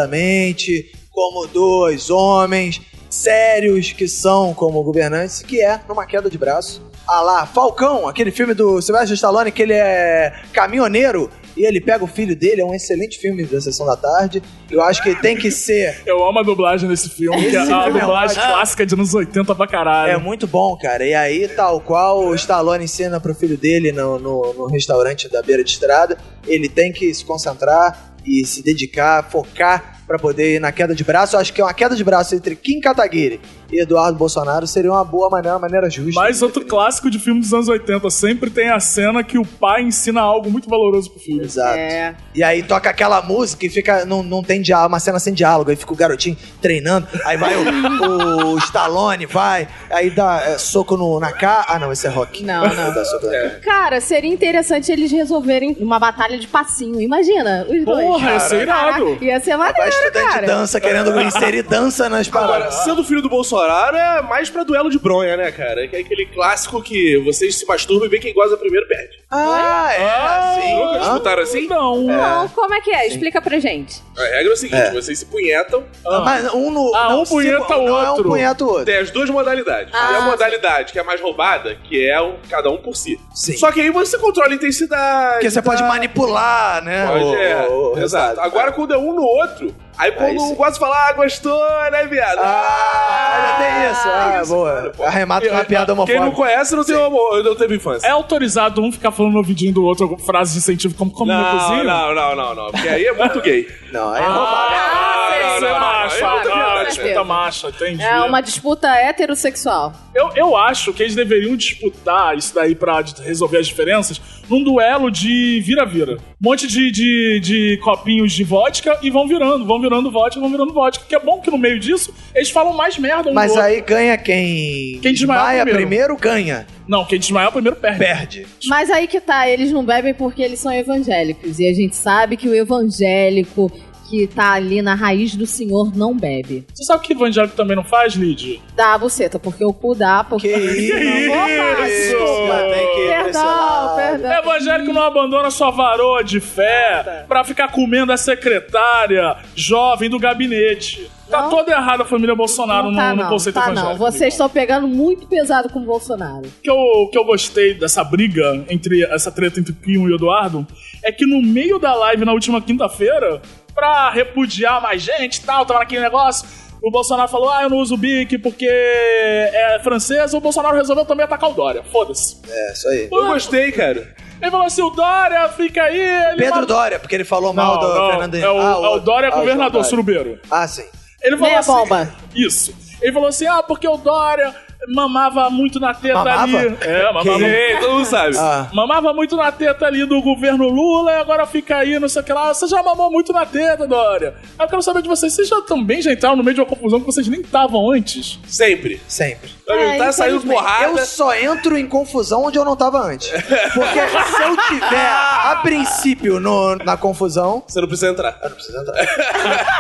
Speaker 4: civilizadamente, como dois homens sérios que são como governantes, que é numa queda de braço. Ah lá, Falcão, aquele filme do Sylvester Stallone, que ele é caminhoneiro e ele pega o filho dele, é um excelente filme da Sessão da Tarde. Eu acho que tem que ser.
Speaker 2: Eu amo a dublagem desse filme, que é
Speaker 4: Esse
Speaker 2: a
Speaker 4: filme é
Speaker 2: dublagem
Speaker 4: ótimo.
Speaker 2: clássica de anos 80 pra caralho.
Speaker 4: É muito bom, cara. E aí, tal qual o Stallone ensina pro filho dele no, no- no restaurante da beira de estrada, ele tem que se concentrar e se dedicar, focar pra poder ir na queda de braço. Eu acho que uma queda de braço entre Kim Kataguiri e Eduardo Bolsonaro seria uma boa maneira, uma maneira justa.
Speaker 2: Mais outro clássico de filme dos anos 80. Sempre tem a cena que o pai ensina algo muito valoroso pro filho.
Speaker 4: Exato.
Speaker 5: É.
Speaker 4: E aí toca aquela música e fica. Não, não tem diálogo, uma cena sem diálogo. Aí fica o garotinho treinando. Aí vai o, o Stallone, vai. Aí dá é, soco no, na cara. Ah, não, esse é rock.
Speaker 5: Não, não.
Speaker 4: Dá soco na cara.
Speaker 5: É. Cara, seria interessante eles resolverem uma batalha de passinho. Imagina, os dois.
Speaker 2: Porra, ia ser
Speaker 5: Caraca,
Speaker 2: irado.
Speaker 5: Ia ser
Speaker 4: Vai
Speaker 5: maneiro,
Speaker 4: estudante
Speaker 5: cara.
Speaker 4: dança querendo inserir dança nas
Speaker 3: Agora,
Speaker 4: paradas.
Speaker 3: sendo filho do Bolsonaro é mais pra duelo de bronha, né, cara? Que é aquele clássico que vocês se masturbam e vê quem goza primeiro perde.
Speaker 4: Ah, é
Speaker 3: Nunca
Speaker 4: assim. Hã?
Speaker 3: disputaram assim?
Speaker 2: Não. um
Speaker 5: Não, como é que é? Explica pra gente.
Speaker 3: A regra é o seguinte:
Speaker 4: É.
Speaker 3: vocês se punhetam,
Speaker 4: Ah, Mas um no.
Speaker 2: Ah,
Speaker 4: não,
Speaker 2: um punheta
Speaker 4: se-
Speaker 2: o
Speaker 4: não é um
Speaker 2: outro.
Speaker 4: punheta o outro.
Speaker 3: tem as duas modalidades.
Speaker 5: Ah.
Speaker 3: Tem a modalidade que é a mais roubada, que é o- cada um por si.
Speaker 4: Sim.
Speaker 3: Só que aí você controla a intensidade.
Speaker 4: Porque você pode manipular, né?
Speaker 3: Pode,
Speaker 4: o-
Speaker 3: é.
Speaker 4: o-
Speaker 3: Exato.
Speaker 4: o resultado.
Speaker 3: Agora, quando é um no outro, aí
Speaker 4: Aí
Speaker 3: quando
Speaker 4: sim.
Speaker 3: um gosta de falar, ah, gostou, né, viado?
Speaker 4: Ah, já tem isso.
Speaker 3: isso,
Speaker 4: Ah,
Speaker 3: cara,
Speaker 4: boa.
Speaker 3: pô.
Speaker 4: Arremata com uma piada
Speaker 3: Quem não
Speaker 4: homofóbica.
Speaker 3: conhece não, tem amor, não teve infância.
Speaker 2: É autorizado um ficar falando no ouvidinho do outro frases de incentivo como
Speaker 4: um
Speaker 2: come na
Speaker 3: Não,
Speaker 2: cozinha?
Speaker 3: não, não, não, não. Porque aí é muito gay.
Speaker 4: Não, é roubado.
Speaker 5: Ah,
Speaker 2: Ah,
Speaker 5: sim,
Speaker 2: Você é
Speaker 5: claro,
Speaker 2: macho,
Speaker 5: claro,
Speaker 2: ah,
Speaker 5: com
Speaker 2: tá,
Speaker 5: certeza.
Speaker 2: disputa macho, entendi.
Speaker 5: É uma disputa heterossexual.
Speaker 2: Eu, eu acho que eles deveriam disputar isso daí pra de- resolver as diferenças num duelo de vira-vira. Um monte de, de, de copinhos de vodka e vão virando, vão virando vodka, vão virando vodka. Que é bom que no meio disso eles falam mais merda um
Speaker 4: Mas
Speaker 2: do outro.
Speaker 4: aí ganha quem.
Speaker 2: Quem desmaia primeiro.
Speaker 4: primeiro ganha.
Speaker 2: Não, quem desmaiar é primeiro perde.
Speaker 4: Perde.
Speaker 5: Mas aí que tá, eles não bebem porque eles são evangélicos. E a gente sabe que o evangélico que tá ali na raiz do Senhor não bebe.
Speaker 2: Você sabe o que evangélico também não faz, Lid?
Speaker 5: Dá a buceta, porque o cu dá, porque.
Speaker 4: Que isso?
Speaker 5: Opa,
Speaker 2: isso?
Speaker 5: desculpa.
Speaker 4: Tem que ir
Speaker 5: Perdão,
Speaker 4: pressionado.
Speaker 5: perdão.
Speaker 2: Evangélico não abandona sua varoa de fé pra ficar comendo a secretária jovem do gabinete. Tá
Speaker 5: Não.
Speaker 2: toda errada a família Bolsonaro
Speaker 5: Não
Speaker 2: no-
Speaker 5: tá,
Speaker 2: no,
Speaker 5: não.
Speaker 2: conceito
Speaker 5: Tá,
Speaker 2: evangélico.
Speaker 5: não. Vocês estão pegando muito pesado com o Bolsonaro.
Speaker 2: que eu, que eu gostei dessa briga, entre essa treta entre Kim e o Eduardo, é que no meio da live, na última quinta-feira, pra repudiar mais gente e tal, tava naquele negócio, o Bolsonaro falou, ah, eu não uso o bique porque é francesa, o Bolsonaro resolveu também atacar o Dória, foda-se.
Speaker 4: É, isso aí.
Speaker 3: Eu gostei, cara.
Speaker 2: Ele falou assim, o Dória fica aí... Ele
Speaker 4: Pedro
Speaker 2: mata-
Speaker 4: Dória, porque ele falou
Speaker 2: Não,
Speaker 4: mal do
Speaker 2: não,
Speaker 4: Fernando
Speaker 2: é o,
Speaker 4: Ah,
Speaker 2: é o Dória
Speaker 4: ah, o
Speaker 2: governador,
Speaker 4: Dória.
Speaker 2: surubeiro.
Speaker 4: Ah, sim.
Speaker 2: Ele falou
Speaker 5: Meia
Speaker 2: assim,
Speaker 5: bomba.
Speaker 2: Isso. Ele falou assim, ah, porque o Dória mamava muito na teta
Speaker 4: Mamava?
Speaker 2: ali. É, mamava muito.
Speaker 3: Ei, todo mundo sabe.
Speaker 4: Ah.
Speaker 2: Mamava muito na teta ali do governo Lula e agora fica aí, não sei o que lá. Você já mamou muito na teta, Dória. Eu quero saber de vocês, vocês já também já entraram no meio de uma confusão que vocês nem estavam antes?
Speaker 3: Sempre.
Speaker 4: Sempre.
Speaker 5: É,
Speaker 3: tá saindo
Speaker 5: infelizmente.
Speaker 2: Ah,
Speaker 3: porrada.
Speaker 4: Eu só entro em confusão onde eu não tava antes. Porque se eu tiver a princípio no- na confusão,
Speaker 3: Você não precisa entrar.
Speaker 4: eu não preciso entrar.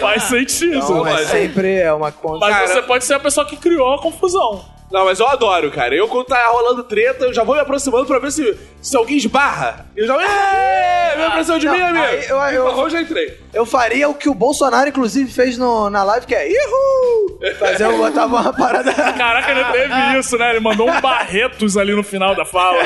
Speaker 2: Faz sentido.
Speaker 4: Então é
Speaker 3: lógico.
Speaker 4: sempre é uma conta.
Speaker 2: Mas
Speaker 3: Cara-
Speaker 2: você pode ser a pessoa que criou a confusão.
Speaker 3: Não, mas eu adoro, cara. Eu, quando tá rolando treta, eu já vou me aproximando pra ver se, se alguém esbarra. Eu já. Ê, me aproximou de
Speaker 4: Não,
Speaker 3: mim, amigo.
Speaker 4: aí eu- eu-
Speaker 3: Esbarrou, eu já entrei.
Speaker 4: Eu faria o que o Bolsonaro, inclusive, fez no- na live, que é Ihu! Fazer eu botava uma parada.
Speaker 2: Caraca, ele
Speaker 4: Ah.
Speaker 2: teve isso, né? Ele mandou um barretos ali no final da fala.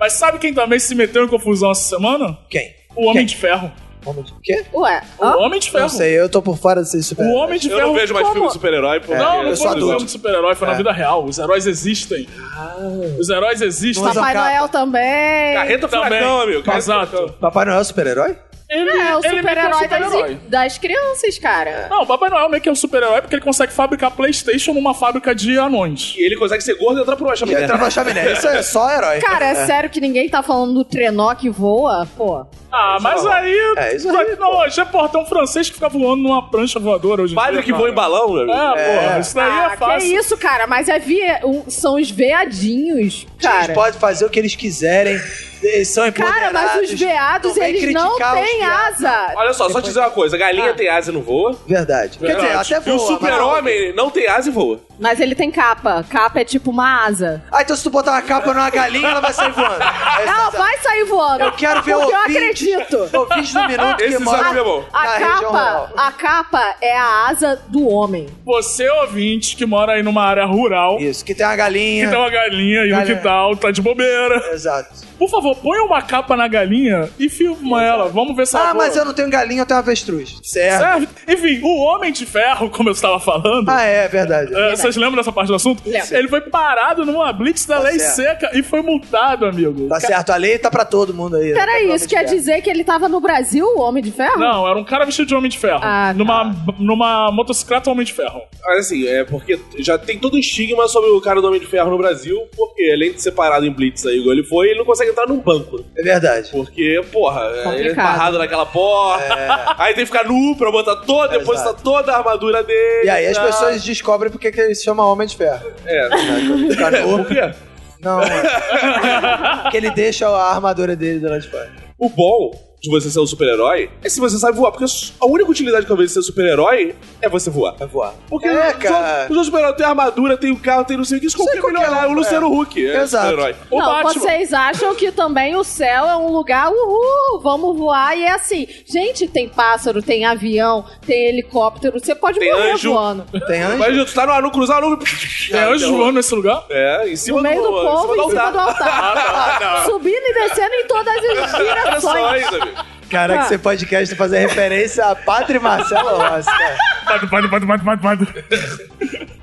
Speaker 2: Mas sabe quem também se meteu em confusão essa semana?
Speaker 4: Quem?
Speaker 2: O Homem
Speaker 4: Quem?
Speaker 2: de Ferro.
Speaker 4: Homem de quê?
Speaker 5: Ué,
Speaker 2: O
Speaker 5: hã?
Speaker 2: Homem de Ferro.
Speaker 4: Não sei, eu tô por fora desse super.
Speaker 2: O Homem de
Speaker 3: Eu
Speaker 2: Ferro.
Speaker 3: não vejo mais
Speaker 2: como?
Speaker 3: filme de super-herói, pô.
Speaker 2: Não, não
Speaker 4: um É, eu
Speaker 2: foi
Speaker 4: sou
Speaker 2: no
Speaker 4: adulto.
Speaker 2: filme de um super-herói, foi na
Speaker 4: É.
Speaker 2: vida real. Os heróis existem.
Speaker 4: Ah.
Speaker 2: Os heróis existem.
Speaker 4: Mas-
Speaker 5: Papai
Speaker 4: capa.
Speaker 5: Noel também.
Speaker 3: Carreta
Speaker 2: Também.
Speaker 3: furacão, amigo. Carreta
Speaker 2: Exato.
Speaker 3: furacão.
Speaker 4: Papai Noel é super-herói?
Speaker 2: Ele
Speaker 5: É, o
Speaker 2: ele meio que é um
Speaker 5: super-herói das,
Speaker 2: super-herói.
Speaker 5: das crianças, cara.
Speaker 2: Não, o Papai Noel meio que é um super-herói porque ele consegue fabricar Playstation numa fábrica de anões.
Speaker 3: E ele consegue ser gordo e entrar por né? uma
Speaker 2: É.
Speaker 3: chaminé.
Speaker 4: Entra pra chaminé. Isso é só herói.
Speaker 5: Cara, é sério que ninguém tá falando do trenó que voa? Pô.
Speaker 2: Ah, mas aí.
Speaker 4: É, isso
Speaker 2: só
Speaker 4: aí,
Speaker 2: que não, hoje é portão francês que fica voando numa prancha voadora hoje. em
Speaker 3: Padre
Speaker 2: dia,
Speaker 3: que
Speaker 2: cara.
Speaker 3: voa em balão, meu amigo.
Speaker 2: É,
Speaker 4: É.
Speaker 2: porra, isso daí
Speaker 5: ah,
Speaker 2: é fácil.
Speaker 5: Que isso, cara? Mas é via- um- são os veadinhos, cara.
Speaker 4: Eles podem fazer o que eles quiserem. Eles são
Speaker 5: Cara, mas
Speaker 4: empoderados.
Speaker 5: os veados,
Speaker 4: vem
Speaker 5: eles não
Speaker 4: criticar os
Speaker 5: têm
Speaker 4: veados.
Speaker 5: asa.
Speaker 3: Olha só, só te dizer uma coisa: galinha
Speaker 5: Ah.
Speaker 3: tem asa e não voa.
Speaker 4: Verdade. Quer dizer, até
Speaker 3: E
Speaker 4: voa.
Speaker 3: o super-homem não tem asa e voa.
Speaker 5: Mas ele tem capa. Capa é tipo uma asa.
Speaker 4: mas- Ah, então se tu botar uma capa numa galinha, ela vai sair voando. É isso,
Speaker 5: Ela
Speaker 4: tá-
Speaker 5: vai sair voando.
Speaker 4: Eu quero ver
Speaker 5: Porque eu
Speaker 4: ouvintes-
Speaker 5: acredito.
Speaker 4: ouvintes do minuto
Speaker 3: Esse
Speaker 4: que mora
Speaker 3: sabe é bom.
Speaker 5: A
Speaker 4: na região
Speaker 5: capa,
Speaker 4: rural.
Speaker 5: a capa é a asa do homem.
Speaker 2: Você, ouvinte, que mora aí numa área rural,
Speaker 4: Isso, que tem uma
Speaker 2: que
Speaker 3: Então-
Speaker 4: galinha.
Speaker 2: tem uma galinha aí no
Speaker 4: Galinha.
Speaker 2: quintal, tá de bobeira.
Speaker 4: Exato.
Speaker 2: Por favor, põe uma capa na galinha e filma ela. Vamos ver se ela
Speaker 4: Ah,
Speaker 2: voa.
Speaker 4: mas eu não tenho galinha, eu tenho avestruz. Certo.
Speaker 2: Certo? Enfim, o Homem de Ferro, como eu estava falando.
Speaker 4: Ah, é, verdade.
Speaker 2: é, vocês lembram dessa parte do assunto?
Speaker 5: Lembro.
Speaker 2: Ele foi parado numa blitz da
Speaker 4: Tá
Speaker 2: lei
Speaker 4: certo.
Speaker 2: seca e foi multado, amigo.
Speaker 4: Tá certo, a lei tá pra todo mundo aí.
Speaker 5: Peraí, isso quer dizer que é ele tava no Brasil, o Homem de Ferro?
Speaker 2: Não, era um cara vestido de Homem de Ferro.
Speaker 5: Ah, tá.
Speaker 2: numa, numa motocicleta Homem de Ferro.
Speaker 3: Mas assim, é porque já tem todo um estigma sobre o cara do Homem de Ferro no Brasil, porque além de ser parado em Blitz aí, igual ele foi, ele não consegue entrar num banco. né?
Speaker 4: É verdade.
Speaker 3: Porque, porra, é, ele é
Speaker 5: Complicado.
Speaker 3: barrado naquela porta, aí tem que ficar nu pra botar toda, depois tá
Speaker 4: É. Exato.
Speaker 3: toda a armadura dele.
Speaker 4: E aí as
Speaker 3: tá?
Speaker 4: pessoas descobrem porque que ele se chama Homem de Ferro.
Speaker 3: É.
Speaker 4: Fica
Speaker 3: Por
Speaker 4: nu.
Speaker 3: quê?
Speaker 4: Não, é. Porque ele deixa a armadura dele durante o fora.
Speaker 3: O bom de você ser um super-herói é se você sabe voar, porque a única utilidade que eu vejo de ser super-herói é você voar.
Speaker 4: Vai voar.
Speaker 3: Porque
Speaker 4: é,
Speaker 3: os
Speaker 4: cara.
Speaker 3: outros- os outros super-heróis têm armadura, tem o carro, tem não sei o que, isso
Speaker 4: Sei
Speaker 3: qualquer
Speaker 4: qualquer
Speaker 3: milionário,
Speaker 4: um,
Speaker 3: o Luciano Huck é
Speaker 4: Exato.
Speaker 3: super-herói.
Speaker 2: O
Speaker 5: Não,
Speaker 2: Batman.
Speaker 5: vocês acham que também o céu é um lugar, uhul, vamos voar. E é assim, gente, tem pássaro, tem avião, tem helicóptero, você pode
Speaker 3: Tem
Speaker 5: morrer
Speaker 3: anjo.
Speaker 5: voando.
Speaker 4: Tem anjo?
Speaker 3: Imagina, tu tá no, no cruzar a nuvem.
Speaker 4: Tá,
Speaker 2: Tem
Speaker 4: então.
Speaker 2: anjo voando nesse lugar?
Speaker 3: É, em cima
Speaker 5: É, No meio do
Speaker 3: do,
Speaker 5: povo, em cima do
Speaker 3: altar. Ah,
Speaker 5: altar. Subindo e descendo em todas as
Speaker 3: Olha só
Speaker 5: direções.
Speaker 3: isso, amigo.
Speaker 4: Caraca, esse podcast tá fazendo referência a Pátria e Marcelo Rossi, cara.
Speaker 2: Pode, pode, pode, pode, pode, pode.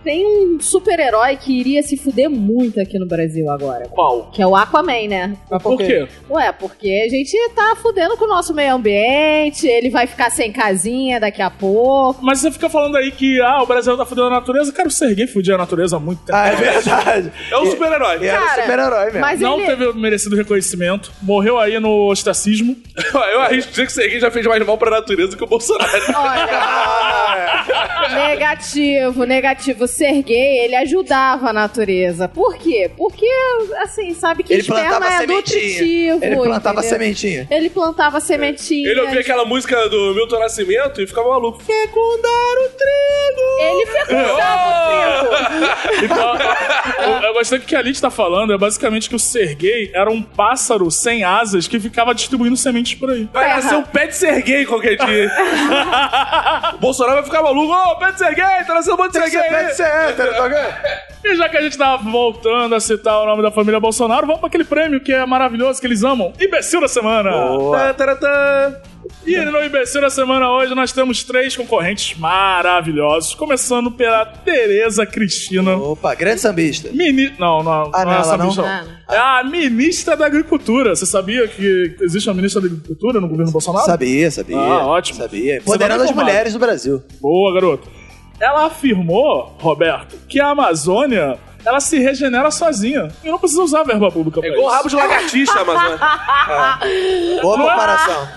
Speaker 5: Tem um super-herói que iria se fuder muito aqui no Brasil agora.
Speaker 3: Qual?
Speaker 5: Que é o Aquaman, né?
Speaker 2: Por quê?
Speaker 5: Ué, porque a gente tá fudendo com o nosso meio ambiente, ele vai ficar sem casinha daqui a pouco.
Speaker 2: Mas você fica falando aí que ah, o brasileiro tá fudendo a natureza. Cara, o Serguei fudia a natureza há muito tempo.
Speaker 4: Ah, é verdade.
Speaker 3: É um super-herói.
Speaker 4: E era um
Speaker 5: Cara,
Speaker 4: super-herói mesmo.
Speaker 5: Mas
Speaker 2: Não
Speaker 5: ele... é-
Speaker 2: teve o merecido reconhecimento. Morreu aí no ostracismo.
Speaker 3: Eu arrisco dizer que isso aqui já fez mais mal pra natureza que o Bolsonaro.
Speaker 5: Olha, negativo, negativo. Serguei, ele ajudava a natureza. Por quê? Porque, assim, sabe que
Speaker 4: Ele
Speaker 5: esperma
Speaker 4: plantava
Speaker 5: é
Speaker 4: sementinha.
Speaker 5: nutritivo.
Speaker 4: Ele plantava
Speaker 5: entendeu?
Speaker 4: sementinha.
Speaker 5: Ele plantava sementinha.
Speaker 3: Ele ouvia aquela música do Milton Nascimento e ficava maluco. Fecundar o trigo.
Speaker 5: Ele fecundava o trigo.
Speaker 2: Então, eu, eu gostei que o que a Liz tá falando é basicamente que o Serguei era um pássaro sem asas que ficava distribuindo sementes por aí.
Speaker 3: Vai
Speaker 5: Terra.
Speaker 3: nascer um pé de Serguei qualquer dia. o Bolsonaro vai ficar maluco. Ô, pé de Serguei, tá nascendo um monte de
Speaker 4: Você
Speaker 3: Serguei.
Speaker 4: pede ser hétero, tá ok?
Speaker 2: E já que a gente tá voltando a citar o nome da família Bolsonaro, vamos pra aquele prêmio que é maravilhoso, que eles amam. Imbecil da semana!
Speaker 3: Tá,
Speaker 4: Boa.
Speaker 3: tá, tá.
Speaker 2: E no Imbecil da Semana hoje nós temos três concorrentes maravilhosos, começando pela Tereza Cristina.
Speaker 4: Opa, grande sambista.
Speaker 2: Mini... Não, não,
Speaker 4: Ah,
Speaker 2: não,
Speaker 4: não,
Speaker 2: é
Speaker 4: ela
Speaker 2: essa
Speaker 4: não?
Speaker 2: bicha,
Speaker 5: Ah,
Speaker 2: É a ministra da Agricultura. Você sabia que existe uma ministra da Agricultura no governo Bolsonaro?
Speaker 4: Sabia, sabia.
Speaker 2: Ah, ótimo.
Speaker 4: Sabia.
Speaker 2: Você tá
Speaker 4: Empoderando
Speaker 2: bem
Speaker 4: as
Speaker 2: informado.
Speaker 4: mulheres do Brasil.
Speaker 2: Boa, garoto. Ela afirmou, Roberto, que a Amazônia ela se regenera sozinha. E não precisa usar verba pública pra
Speaker 3: É igual
Speaker 2: isso.
Speaker 3: rabo de lagartixa, Amazônia.
Speaker 4: Boa comparação.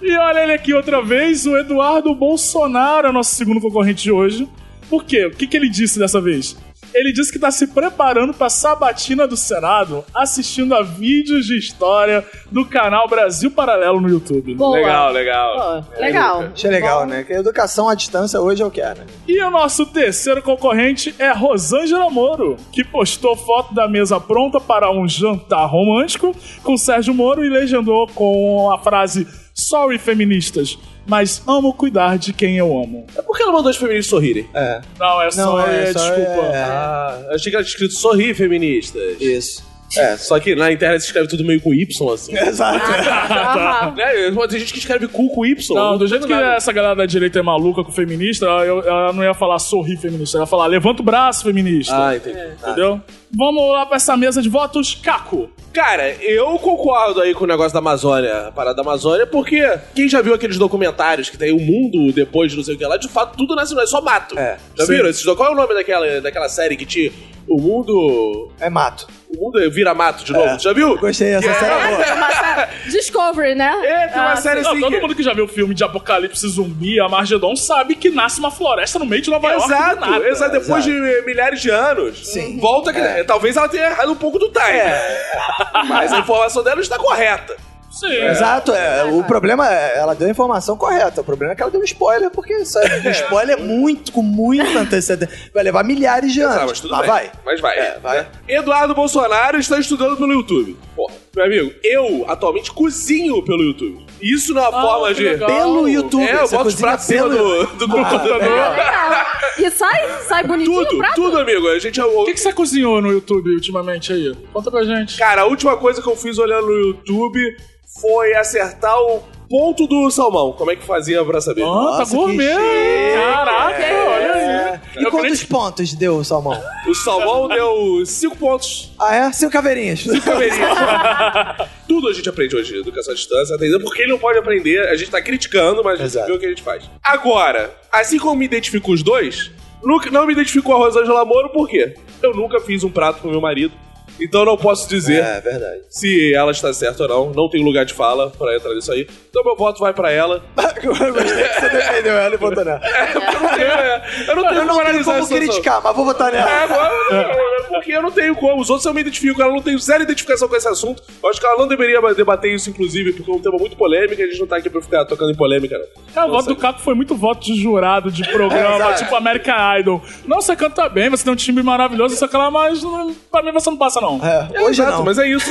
Speaker 2: E olha ele aqui outra vez, o Eduardo Bolsonaro é nosso segundo concorrente de hoje. Por quê? O que, que ele disse dessa vez? Ele disse que tá se preparando pra sabatina do Senado, assistindo a vídeos de história do canal Brasil Paralelo no YouTube.
Speaker 5: Boa.
Speaker 3: Legal, legal.
Speaker 5: Pô, legal.
Speaker 4: Achei legal, né? Que a educação à distância hoje é o que é, né?
Speaker 2: E o nosso terceiro concorrente é Rosângela Moro, que postou foto da mesa pronta para um jantar romântico com Sérgio Moro e legendou com a frase: Sorry, feministas, mas amo cuidar de quem eu amo.
Speaker 3: Por que É ela mandou as feministas sorrirem?
Speaker 4: É.
Speaker 2: Não, é só,
Speaker 4: Não, é
Speaker 2: é,
Speaker 4: só-
Speaker 2: desculpa.
Speaker 4: é.
Speaker 3: Ah, achei que era escrito sorrir, feministas.
Speaker 4: Isso. É.
Speaker 3: É, só que na internet se escreve tudo meio com Y, assim.
Speaker 4: Exato.
Speaker 5: Aham.
Speaker 3: Né? Mas Tem gente que escreve cu com Y.
Speaker 2: Tá. Não, do jeito que
Speaker 3: nada.
Speaker 2: essa galera da direita é maluca com feminista, ela, ela não ia falar sorri feminista, ela ia falar levanta o braço feminista.
Speaker 3: Ah, entendi.
Speaker 4: tá.
Speaker 3: Ah.
Speaker 2: Entendeu? Vamos lá pra essa mesa de votos, Caco.
Speaker 3: Cara, eu concordo aí com o negócio da Amazônia, a parada da Amazônia, porque quem já viu aqueles documentários que tem o mundo depois de não sei o que lá, de fato tudo nasce é só mato. É. Já
Speaker 2: Sim.
Speaker 3: viram? Esses, doc- qual é o nome daquela, daquela série que tinha o mundo.
Speaker 4: É mato.
Speaker 3: O mundo vira mato de novo? Tu Já viu?
Speaker 4: É. Gostei, essa série é boa.
Speaker 5: Discovery, né?
Speaker 3: É, tem uma
Speaker 5: Ah,
Speaker 3: série
Speaker 2: Não,
Speaker 3: assim.
Speaker 2: todo
Speaker 3: que-
Speaker 2: mundo que já viu o filme de apocalipse zumbi, a Margedon, sabe que nasce uma floresta no meio de Nova York. do
Speaker 3: Exato,
Speaker 2: nada.
Speaker 3: exato. Depois de milhares de anos,
Speaker 4: Sim. É.
Speaker 3: volta que. Talvez ela tenha errado um pouco do time. Mas a informação dela está correta.
Speaker 2: Sim.
Speaker 4: Exato, é, o problema é, ela deu a informação correta. O problema é que ela deu um spoiler, porque isso é- um spoiler é muito, com muita antecedência. Vai levar milhares de anos.
Speaker 3: Ah, mas tudo bem.
Speaker 4: vai.
Speaker 3: Mas vai.
Speaker 4: É, vai.
Speaker 3: né? Eduardo Bolsonaro está estudando pelo YouTube. Pô, meu amigo, eu atualmente cozinho pelo YouTube. Isso não é uma
Speaker 2: Ah,
Speaker 3: forma
Speaker 2: que
Speaker 3: de.
Speaker 2: legal.
Speaker 4: Pelo YouTube.
Speaker 3: É, eu
Speaker 4: você
Speaker 3: boto os
Speaker 4: cozinha
Speaker 3: pratos em cima
Speaker 4: pelo-
Speaker 3: do, do
Speaker 2: Ah, é.
Speaker 3: computador.
Speaker 5: legal. E sai, sai bonitinho
Speaker 3: tudo,
Speaker 5: o prato?
Speaker 3: tudo, amigo. A gente. é
Speaker 2: O que, que você cozinhou no YouTube ultimamente aí? Conta pra gente.
Speaker 3: Cara, a última coisa que eu fiz olhando no YouTube foi acertar o ponto do salmão. Como é que fazia pra saber?
Speaker 2: Ah, tá
Speaker 4: Nossa, que
Speaker 2: gourmet!
Speaker 4: chique.
Speaker 2: Caraca, olha aí.
Speaker 4: É. E
Speaker 2: Eu
Speaker 4: quantos pontos deu o salmão?
Speaker 3: O salmão deu 5 pontos.
Speaker 4: Ah, é? Cinco caveirinhas.
Speaker 3: Tudo a gente aprende hoje, educação à distância, atendendo, porque ele não pode aprender, a gente tá criticando, mas a gente
Speaker 4: Exato.
Speaker 3: vê o que a gente faz. Agora, assim como me identifico os dois, nunca, não me identifico com a Rosângela Moro, por quê? Eu nunca fiz um prato pro meu marido, então não posso dizer
Speaker 4: É verdade.
Speaker 3: se ela está certa ou não, não tem lugar de fala pra entrar nisso aí, então meu voto vai pra ela.
Speaker 4: Eu gostei que você defendeu ela e botou nela.
Speaker 3: É, Eu não tenho, é, eu não tenho
Speaker 4: Eu não
Speaker 3: como
Speaker 4: tenho
Speaker 3: analisar
Speaker 4: como
Speaker 3: essa situação.
Speaker 4: criticar, mas vou votar
Speaker 3: É,
Speaker 4: nela.
Speaker 3: agora eu não- né? porque eu não tenho como. Os outros eu me identifico, ela não tem zero identificação com esse assunto. Eu acho que ela não deveria debater isso, inclusive, porque é um tema muito polêmico e a gente não tá aqui pra ficar tocando em polêmica, né? não.
Speaker 2: Cara, É, o voto Tá, do Caco foi muito voto de jurado, de programa, tipo American Idol. Não, você canta bem, você tem um time maravilhoso, só que lá, mas não, pra mim você não passa, não.
Speaker 4: É, hoje
Speaker 3: Exato,
Speaker 4: não.
Speaker 3: mas é isso.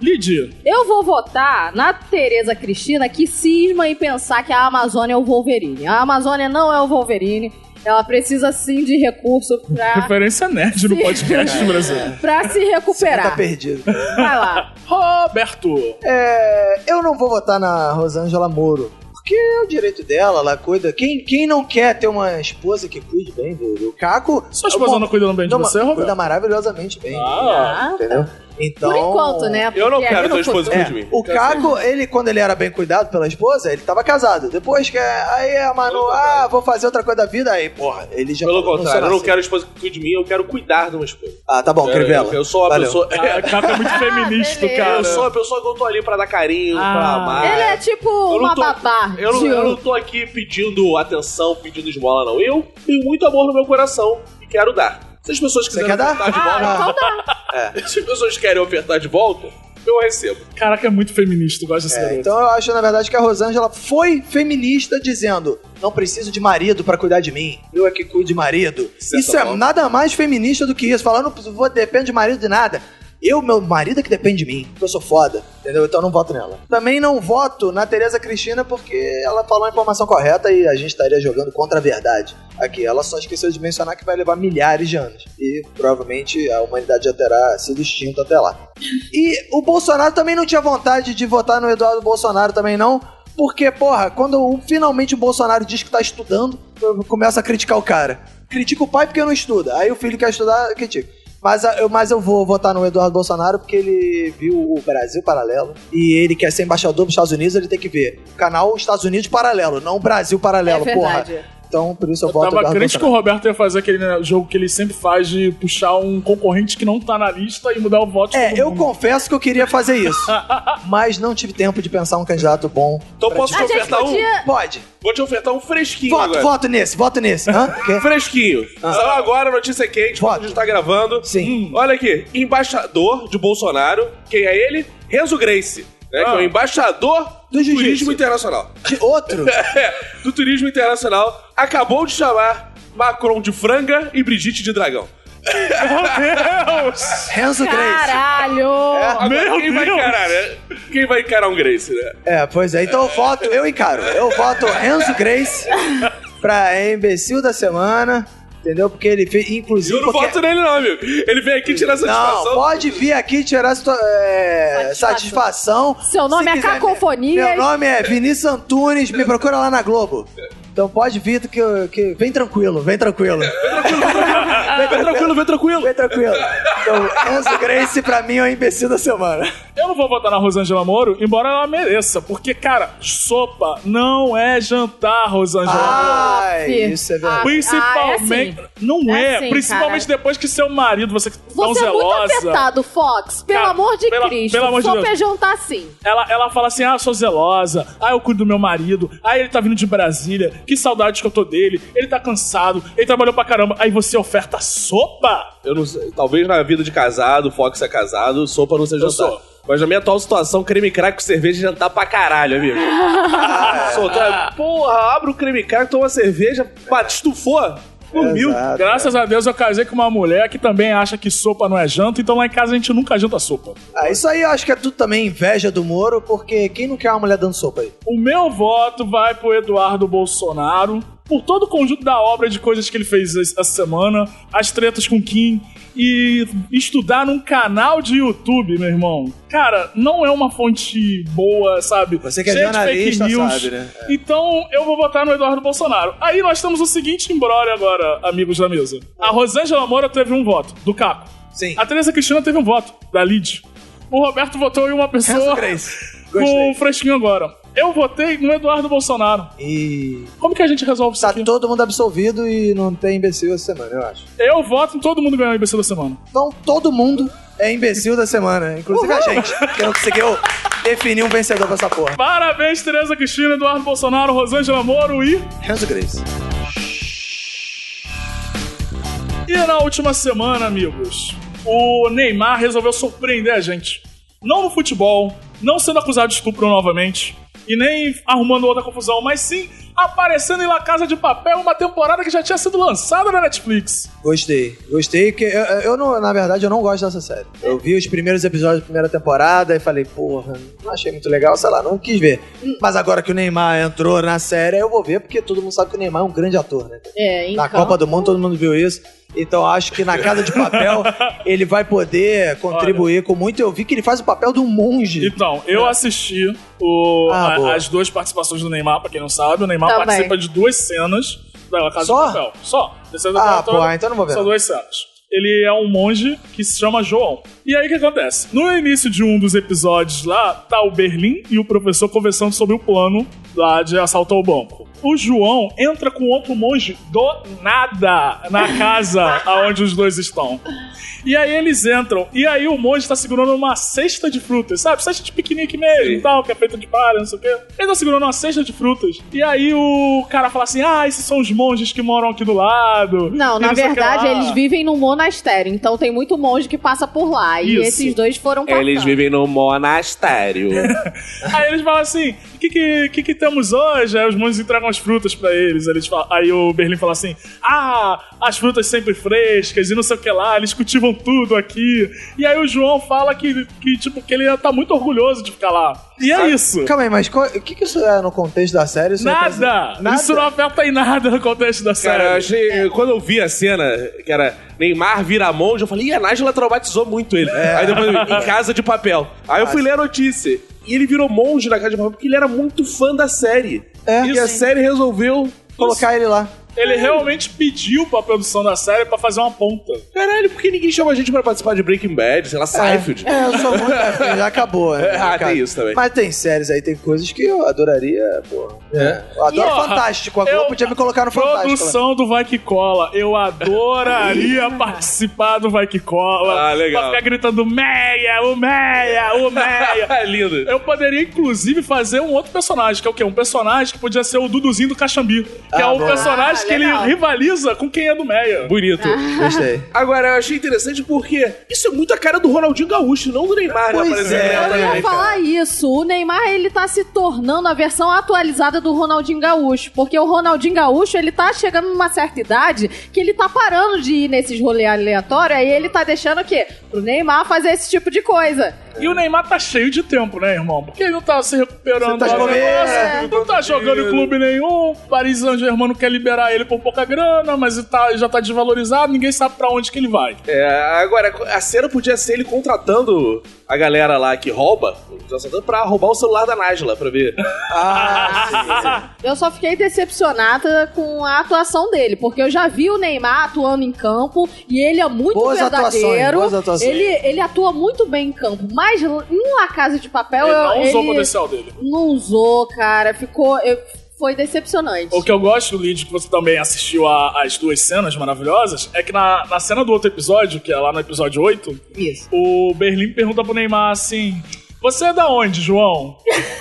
Speaker 2: Lidia,
Speaker 5: Eu vou votar na Tereza Cristina que cisma em pensar que a Amazônia é o Wolverine. A Amazônia não é o Wolverine. Ela precisa sim de recurso pra,
Speaker 2: referência nerd no podcast do Brasil.
Speaker 5: pra se
Speaker 4: Você tá
Speaker 5: recuperar.
Speaker 4: perdido.
Speaker 5: Vai lá.
Speaker 2: Roberto,
Speaker 4: É, eu não vou votar na Rosângela Moro. Porque é o direito dela, ela cuida. Quem, quem não quer ter uma esposa que cuide bem do, do Caco.
Speaker 2: sua esposa não cuidando bem de
Speaker 4: Não,
Speaker 2: você,
Speaker 4: mas
Speaker 2: Roberto?
Speaker 4: Cuida maravilhosamente bem.
Speaker 2: Ah.
Speaker 4: Entendeu? Então.
Speaker 5: Tá? Por enquanto, né?
Speaker 3: Eu não
Speaker 5: Porque
Speaker 3: quero
Speaker 5: aí
Speaker 3: tua
Speaker 5: no futuro-
Speaker 3: esposa
Speaker 4: É,
Speaker 3: cuide de mim.
Speaker 4: o Caco, ele, quando ele era bem cuidado pela esposa, ele tava casado. Depois que. Aí a Manu, ah, vou fazer outra coisa da vida. Aí, porra, ele já.
Speaker 3: Pelo
Speaker 4: funciona
Speaker 3: contrário, eu não
Speaker 4: assim.
Speaker 3: quero esposa que cuide de mim, eu quero cuidar de uma esposa.
Speaker 4: Ah, tá bom, Crivella.
Speaker 3: Eu, eu sou uma
Speaker 4: Valeu.
Speaker 3: pessoa.
Speaker 2: Ah, Caco é muito feminista,
Speaker 5: beleza.
Speaker 2: cara. Ah.
Speaker 3: eu sou a pessoa que eu tô ali pra dar carinho, pra amar.
Speaker 5: Ele é tipo
Speaker 3: Eu não
Speaker 5: uma
Speaker 3: tô-
Speaker 5: babá.
Speaker 3: Eu não,
Speaker 5: de
Speaker 3: eu
Speaker 5: ouro.
Speaker 3: não tô aqui pedindo atenção, pedindo esmola, não. Eu tenho muito amor no meu coração e quero dar. Se as pessoas quiserem
Speaker 4: quer dar?
Speaker 3: ofertar de
Speaker 5: Ah,
Speaker 3: volta,
Speaker 5: então dá.
Speaker 3: se as pessoas querem ofertar de volta, eu recebo.
Speaker 2: Caraca, é muito feminista, eu gosto dessa
Speaker 4: É,
Speaker 2: garota.
Speaker 4: então eu acho, na verdade, que a Rosângela foi feminista dizendo: não preciso de marido pra cuidar de mim, eu é que cuido de marido.
Speaker 3: Certa
Speaker 4: isso é
Speaker 3: forma.
Speaker 4: nada mais feminista do que isso. Falar, não preciso- vou, depende de marido de nada. Eu, meu marido é que depende de mim, porque eu sou foda, entendeu? Então eu não voto nela. Também não voto na Tereza Cristina porque ela falou a informação correta e a gente estaria jogando contra a verdade. Aqui, ela só esqueceu de mencionar que vai levar milhares de anos. E provavelmente a humanidade já terá sido extinta até lá. E o Bolsonaro também não tinha vontade de votar no Eduardo Bolsonaro também não, porque, porra, quando o- finalmente o Bolsonaro diz que tá estudando, eu começo a criticar o cara. Critica o pai porque não estuda, aí o filho quer estudar, eu critico. Mas, a- eu, mas eu vou votar no Eduardo Bolsonaro porque ele viu o Brasil Paralelo e ele quer ser embaixador dos Estados Unidos, ele tem que ver o canal Estados Unidos Paralelo, não Brasil
Speaker 5: É
Speaker 4: Paralelo, porra.
Speaker 5: verdade.
Speaker 4: Então, por isso eu,
Speaker 2: Eu
Speaker 4: voto no
Speaker 2: tava
Speaker 4: Eduardo
Speaker 2: crente que o
Speaker 4: Bolsonaro.
Speaker 2: Roberto ia fazer aquele né, jogo que ele sempre faz de puxar um concorrente que não tá na lista e mudar o voto. de todo
Speaker 4: É, eu
Speaker 2: mundo.
Speaker 4: confesso que eu queria fazer isso, mas não tive tempo de pensar um candidato bom.
Speaker 3: Então posso te
Speaker 5: A gente
Speaker 3: ofertar um?
Speaker 5: podia...
Speaker 4: Pode.
Speaker 3: Vou te ofertar um fresquinho
Speaker 4: Voto,
Speaker 3: agora. Um
Speaker 4: voto nesse, voto nesse. Hã? Quê?
Speaker 3: Fresquinho. Saiu agora, a notícia quente,
Speaker 4: Voto.
Speaker 3: quando a gente tá gravando.
Speaker 4: Ah. Sim.
Speaker 3: Hum. Olha aqui, embaixador de Bolsonaro, quem é ele? Renzo Grace, né? Que é o embaixador do
Speaker 4: Do jiu-jitsu.
Speaker 3: turismo internacional.
Speaker 4: De outro?
Speaker 3: É, do turismo internacional, acabou de chamar Macron de franga e Brigitte de dragão.
Speaker 2: É,
Speaker 4: Renzo Grace.
Speaker 5: Caralho!
Speaker 3: Agora,
Speaker 2: Meu
Speaker 3: quem Vai
Speaker 2: Deus!
Speaker 3: encarar, né? Quem vai encarar um Grace, né?
Speaker 4: É, pois é. Então eu voto, eu encaro. Eu voto Renzo Grace pra imbecil da semana. Entendeu? Porque ele fez. Inclusive.
Speaker 3: Eu não
Speaker 4: porque-
Speaker 3: voto nele, não, amigo. Ele veio aqui tirar satisfação.
Speaker 4: Não, pode vir aqui tirar situa- é,
Speaker 5: Satisfação.
Speaker 4: satisfação.
Speaker 5: Seu nome
Speaker 4: Se
Speaker 5: é
Speaker 4: quiser. né?
Speaker 5: Cacofonias.
Speaker 4: Meu nome é Vinícius Antunes, me procura lá na Globo. Então pode vir que, eu- que vem tranquilo, vem tranquilo.
Speaker 3: Vem tranquilo, vem tranquilo.
Speaker 4: Vem tranquilo. Então, Enzo Grace pra mim é o imbecil da semana.
Speaker 2: Eu não vou votar na Rosângela Moro, embora ela mereça, porque, cara, sopa não é jantar, Rosângela Moro.
Speaker 4: Ai,
Speaker 5: Fih.
Speaker 4: isso é verdade.
Speaker 2: Principalmente.
Speaker 5: Ah, é Ah, assim.
Speaker 2: Não é,
Speaker 5: É assim,
Speaker 2: principalmente depois que seu marido, você que é tão
Speaker 5: Você é muito
Speaker 2: zelosa.
Speaker 5: afetado, Fox. Pelo
Speaker 2: Cara,
Speaker 5: amor de
Speaker 2: pela-
Speaker 5: Cristo.
Speaker 2: pelo amor de
Speaker 5: Só
Speaker 2: Deus.
Speaker 5: feijão tá assim.
Speaker 2: Ela, ela fala assim: ah, eu sou zelosa, ah, eu cuido do meu marido, ah, ele tá vindo de Brasília, que saudade que eu tô dele, ele tá cansado, ele trabalhou pra caramba, aí você oferta sopa?
Speaker 3: Eu não sei, talvez na vida de casado, Fox é casado, sopa não seja
Speaker 2: Eu
Speaker 3: jantar.
Speaker 2: sou.
Speaker 3: Mas na minha atual situação, creme crack com cerveja é jantar pra caralho, amigo. Sou, tá- porra, abre o creme crack, toma uma cerveja, bate, estufou, dormiu.
Speaker 4: Exato.
Speaker 2: Graças
Speaker 5: é.
Speaker 2: a Deus eu casei com uma mulher que também acha que sopa não é janta, então lá em casa a gente nunca janta sopa.
Speaker 4: Ah, isso aí eu acho que é tudo também inveja do Moro, porque quem não quer uma mulher dando sopa aí?
Speaker 2: O meu voto vai pro Eduardo Bolsonaro por todo o conjunto da obra de coisas que ele fez essa semana, as tretas com Kim e estudar num canal de YouTube, meu irmão. Cara, não é uma fonte boa, sabe?
Speaker 4: Você que é
Speaker 2: Cheia de
Speaker 4: jornalista, sabe, né?
Speaker 2: Então eu vou votar no Eduardo Bolsonaro. Aí nós temos o seguinte embrólio agora, amigos da mesa. A Rosângela Moura teve um voto, do Caco.
Speaker 4: Sim.
Speaker 2: A Teresa Cristina teve um voto, da Lid. O Roberto votou em uma pessoa
Speaker 4: Enzo Grace.
Speaker 2: com
Speaker 4: Gostei.
Speaker 2: o fresquinho agora. Eu votei no Eduardo Bolsonaro.
Speaker 4: E
Speaker 2: Como que a gente resolve isso
Speaker 4: tá
Speaker 2: aqui?
Speaker 4: todo mundo absolvido e não tem imbecil essa semana, eu acho.
Speaker 2: Eu voto em todo mundo ganhar o imbecil da semana.
Speaker 4: Então todo mundo é imbecil da semana, inclusive a gente, que não conseguiu definir um vencedor pra essa porra.
Speaker 2: Parabéns, Tereza Cristina, Eduardo Bolsonaro, Rosângela Moro e...
Speaker 4: Enzo Grace.
Speaker 2: E na última semana, amigos, o Neymar resolveu surpreender a gente. Não no futebol, não sendo acusado de estupro novamente, e nem arrumando outra confusão, mas sim aparecendo em La Casa de Papel, uma temporada que já tinha sido lançada na Netflix.
Speaker 4: Gostei, gostei, porque eu, eu- eu não, na verdade eu não gosto dessa série. Eu vi os primeiros episódios da primeira temporada e falei, porra, não achei muito legal, sei lá, não quis ver. Mas agora que o Neymar entrou na série, eu vou ver, porque todo mundo sabe que o Neymar é um grande ator, né?
Speaker 5: É, então.
Speaker 4: Na Copa do Mundo todo mundo viu isso. Então acho que na Casa de Papel ele vai poder contribuir com muito. Eu vi que ele faz o papel de um monge.
Speaker 2: Então, eu assisti o-
Speaker 4: É. Ah,
Speaker 2: a-
Speaker 4: boa.
Speaker 2: as duas participações do Neymar, pra quem não sabe. O Neymar
Speaker 5: Também.
Speaker 2: participa de duas cenas da La Casa
Speaker 4: Só?
Speaker 2: de Papel. Só. Dessa temporada
Speaker 4: Ah,
Speaker 2: toda,
Speaker 4: pô, então não vou ver.
Speaker 2: São
Speaker 4: não.
Speaker 2: duas cenas. Ele é um monge que se chama João. E aí o que acontece? No início de um dos episódios lá, tá o Berlim e o professor conversando sobre o plano lá de assalto ao banco. O João entra com outro monge do nada na casa aonde os dois estão. E aí eles entram. E aí o monge tá segurando uma cesta de frutas, sabe? Cesta de piquenique mesmo e tal, que é feita de palha, não sei o quê. Ele tá segurando uma cesta de frutas. E aí o cara fala assim: ah, esses são os monges que moram aqui do lado.
Speaker 5: Não,
Speaker 2: E
Speaker 5: na
Speaker 2: sei o que
Speaker 5: verdade,
Speaker 2: lá.
Speaker 5: eles vivem num monastério. Então tem muito monge que passa por lá. E
Speaker 2: Isso.
Speaker 5: esses dois foram passando.
Speaker 3: Eles vivem no monastério.
Speaker 2: Aí eles falam assim: o que que, que que temos hoje? Aí os monges entregam as frutas pra eles. Eles falam- aí o Berlim fala assim: ah, as frutas sempre frescas e não sei o que lá, eles cultivam tudo aqui. E aí o João fala que, que tipo, que ele tá muito orgulhoso de ficar lá. E é isso.
Speaker 4: Calma aí, mas qual- o que, que isso é no contexto da série? Isso
Speaker 2: Nada.
Speaker 4: representa- Nada?
Speaker 2: Isso não é afeta em nada no contexto da série.
Speaker 3: é Cara, eu achei, quando eu vi a cena, que era Neymar vira monge, eu falei, Ih, a Nájila traumatizou muito ele.
Speaker 4: É.
Speaker 3: Aí depois, eu vi, em Casa de Papel. Aí eu fui ler a notícia. E ele virou monge na Casa de Papel porque ele era muito fã da série.
Speaker 4: É.
Speaker 3: e a
Speaker 4: Sim.
Speaker 3: série resolveu colocar...
Speaker 4: Colocar ele lá.
Speaker 2: Ele realmente pediu pra produção da série pra fazer uma ponta.
Speaker 3: Caralho, por que ninguém chama a gente pra participar de Breaking Bad, sei lá, Seinfeld?
Speaker 4: É, eu sou muito. é, porque já acabou, né?
Speaker 3: Ah,
Speaker 4: Acaba.
Speaker 3: tem isso também.
Speaker 4: Mas tem séries aí, tem coisas que eu adoraria, porra. Eu adoro
Speaker 2: Porra,
Speaker 4: Fantástico. A Globo
Speaker 2: eu-
Speaker 4: podia me colocar no
Speaker 3: né?
Speaker 4: Fantástico. né?
Speaker 2: Produção do Vai Que Cola. Eu adoraria participar do Vai Que Cola.
Speaker 3: Ah, legal.
Speaker 2: Pra ficar gritando meia, o meia, o
Speaker 4: É.
Speaker 2: meia.
Speaker 3: É Lindo.
Speaker 2: Eu poderia, inclusive, fazer um outro personagem, que é o quê? Um personagem que podia ser o Duduzinho do Caxambi. Que é
Speaker 4: Ah,
Speaker 2: o
Speaker 4: boa.
Speaker 2: personagem
Speaker 5: Ah,
Speaker 2: que ele
Speaker 5: legal. Ah.
Speaker 2: rivaliza com quem é do meia.
Speaker 3: Bonito.
Speaker 4: Gostei.
Speaker 3: Agora, eu achei interessante porque isso é muito a cara do Ronaldinho Gaúcho, não do Neymar,
Speaker 4: Pois
Speaker 3: né? por exemplo.
Speaker 4: é. Eu
Speaker 5: Eu ia falar isso. O Neymar, ele tá se tornando a versão atualizada do Ronaldinho Gaúcho. Porque o Ronaldinho Gaúcho, ele tá chegando numa certa idade que ele tá parando de ir nesses rolês aleatórios e ele tá deixando o quê? Pro Neymar fazer esse tipo de coisa.
Speaker 2: E o Neymar tá cheio de tempo, né, irmão? Porque ele não tá se recuperando.
Speaker 4: Você tá
Speaker 2: lá no
Speaker 4: comendo,
Speaker 2: negócio, não tá jogando em clube nenhum. Paris Saint-Germain não quer liberar ele por pouca grana, mas ele tá- já tá desvalorizado, ninguém sabe pra onde que ele vai.
Speaker 3: É, agora, a cena podia ser ele contratando a galera lá que rouba, o João Santana, pra roubar o celular da Nájila, pra ver.
Speaker 4: Ah,
Speaker 5: Ah, Eu só fiquei decepcionada com a atuação dele, porque eu já vi o Neymar atuando em campo e ele é muito
Speaker 4: Boas atuações,
Speaker 5: verdadeiro.
Speaker 4: boas atuações.
Speaker 5: Ele, ele atua muito bem em campo, mas em La Casa de Papel
Speaker 2: Ele
Speaker 5: Então, eu-
Speaker 2: não
Speaker 5: ele
Speaker 2: usou o potencial dele.
Speaker 5: não usou, cara. Ficou. eu- foi decepcionante.
Speaker 2: O que eu gosto, Lid, que você também assistiu a- as duas cenas maravilhosas, é que na, na cena do outro episódio, que é lá no episódio 8,
Speaker 5: Isso.
Speaker 2: o Berlim pergunta pro Neymar assim: Você é da onde, João?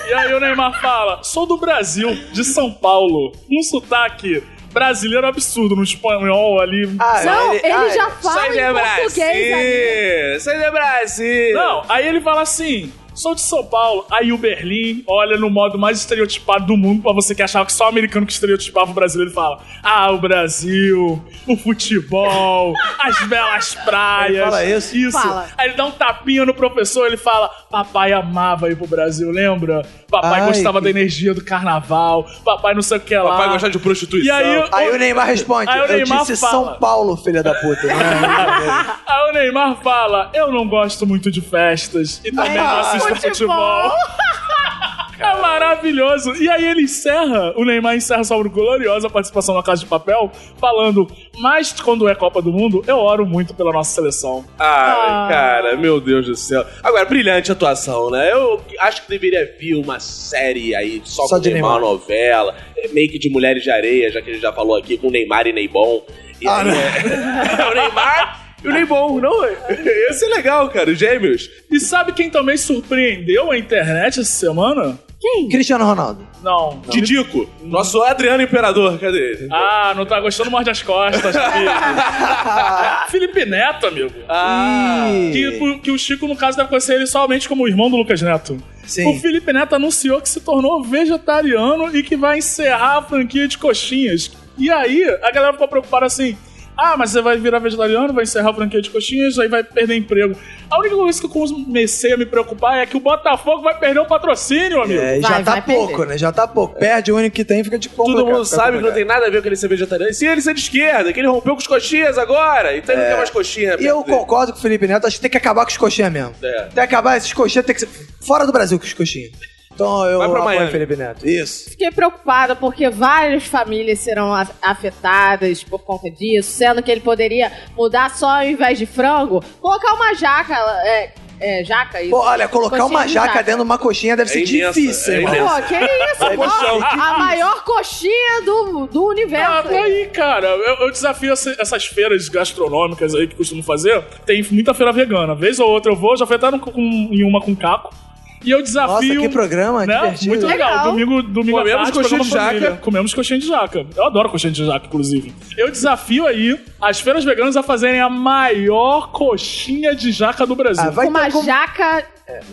Speaker 2: E aí o Neymar fala: Sou do Brasil, de São Paulo. Um sotaque brasileiro absurdo no espanhol ali.
Speaker 4: Ah,
Speaker 5: Não, ele, já
Speaker 3: Sai
Speaker 5: fala
Speaker 3: de
Speaker 5: em
Speaker 2: né?
Speaker 5: português ali.
Speaker 3: Brasil! Sai de Brasil!
Speaker 2: Não, aí ele fala assim. Sou de São Paulo, aí o Berlim olha no modo mais estereotipado do mundo pra você que achava que só americano que estereotipava o brasileiro e fala: Ah, o Brasil, o futebol, as belas praias.
Speaker 4: Ele fala isso?
Speaker 2: Isso.
Speaker 5: Fala.
Speaker 2: Aí ele dá um tapinha no professor, ele fala: Papai amava ir pro Brasil, lembra? Papai
Speaker 4: Ai,
Speaker 2: gostava
Speaker 4: que-
Speaker 2: da energia do carnaval, papai não sei o que lá.
Speaker 3: Papai gostava de prostituição.
Speaker 2: Ah. E aí, o-
Speaker 4: Aí o Neymar responde:
Speaker 2: Aí o
Speaker 4: Eu
Speaker 2: Neymar
Speaker 4: disse
Speaker 2: fala.
Speaker 4: São Paulo, filha da puta. né?" Não,
Speaker 2: Aí Ah, o Neymar fala: Eu não gosto muito de festas e também não
Speaker 4: Ah,
Speaker 2: assisto futebol.
Speaker 5: futebol.
Speaker 2: É maravilhoso. E aí ele encerra, o Neymar encerra sua gloriosa participação na Casa de Papel, falando: Mas quando é Copa do Mundo, eu oro muito pela nossa seleção.
Speaker 3: Ai,
Speaker 2: Ah.
Speaker 3: cara, meu Deus do céu. Agora, brilhante atuação, né? Eu acho que deveria vir uma série aí só,
Speaker 4: Só
Speaker 3: com
Speaker 4: de
Speaker 3: Neymar,
Speaker 4: Neymar.
Speaker 3: novela, é, make de Mulheres de Areia, já que ele já falou aqui, com Neymar e Neybon. E aí, é- é o Neymar e o Neybon, não? é? Ia ser legal, cara, os gêmeos.
Speaker 2: E sabe quem também surpreendeu a internet essa semana?
Speaker 4: Cristiano Ronaldo.
Speaker 2: Não.
Speaker 3: Didico, nosso Adriano Imperador, cadê ele?
Speaker 2: Ah, não tá gostando, morde as costas, filho. Felipe Neto, amigo.
Speaker 3: Ah,
Speaker 2: Que, que o Chico, no caso, deve conhecer ele somente como o irmão do Lucas Neto.
Speaker 4: Sim.
Speaker 2: O Felipe Neto anunciou que se tornou vegetariano e que vai encerrar a franquia de coxinhas. E aí, a galera ficou preocupada assim. Ah, mas você vai virar vegetariano, vai encerrar a franquia de coxinhas, aí vai perder emprego. A única coisa que eu comecei a me preocupar é que o Botafogo vai perder o patrocínio, amigo.
Speaker 4: É, e
Speaker 5: Vai,
Speaker 4: já tá
Speaker 5: vai
Speaker 4: pouco,
Speaker 5: perder.
Speaker 4: né? Já tá pouco. Perde o único que tem fica de complicado.
Speaker 3: Todo mundo
Speaker 4: fica
Speaker 3: sabe que não
Speaker 4: complicado.
Speaker 3: tem nada a ver com ele ser vegetariano. E se ele ser de esquerda, que ele rompeu com os coxinhas agora, então ele não quer mais coxinha.
Speaker 4: É. E
Speaker 3: perto
Speaker 4: eu
Speaker 3: dele.
Speaker 4: concordo com o Felipe Neto, acho que tem que acabar com os coxinhas mesmo.
Speaker 3: É.
Speaker 4: Tem que acabar, esses coxinhas tem que ser fora do Brasil com os coxinhas. Então eu
Speaker 3: Vai pra
Speaker 4: apoio
Speaker 3: Miami.
Speaker 4: o Felipe Neto. Isso.
Speaker 5: Fiquei preocupada porque várias famílias serão af- afetadas por conta disso, sendo que ele poderia mudar só ao invés de frango, colocar uma jaca. É, é, jaca isso.
Speaker 4: Pô, olha, colocar
Speaker 5: Coxinha
Speaker 4: uma
Speaker 5: de
Speaker 4: jaca
Speaker 5: jaca.
Speaker 4: dentro de uma coxinha deve
Speaker 3: É
Speaker 4: ser
Speaker 3: imensa,
Speaker 4: difícil,
Speaker 3: é
Speaker 4: irmão.
Speaker 3: imensa.
Speaker 5: Pô, que isso,
Speaker 4: Vai,
Speaker 5: pô,
Speaker 4: coxão.
Speaker 5: A maior coxinha do, do
Speaker 2: Ah,
Speaker 5: universo.
Speaker 2: tá aí, cara. Eu, eu desafio essa- essas feiras gastronômicas aí que costumo fazer. Tem muita feira vegana. Vez ou outra eu vou, já fui até no- com- em uma com caco. E eu
Speaker 4: Nossa,
Speaker 2: desafio.
Speaker 4: que programa
Speaker 2: né?
Speaker 4: divertido.
Speaker 2: Muito legal.
Speaker 5: Legal.
Speaker 2: Domingo, domingo à
Speaker 3: Comemos
Speaker 2: tarde,
Speaker 3: coxinha de
Speaker 2: programa
Speaker 3: jaca.
Speaker 2: família. Comemos coxinha de jaca. Eu adoro coxinha de jaca, inclusive. Eu desafio aí as feiras veganas a fazerem a maior coxinha de jaca do Brasil.
Speaker 4: Ah, vai,
Speaker 5: com
Speaker 4: ter
Speaker 5: uma
Speaker 4: algum- É,
Speaker 5: jaca.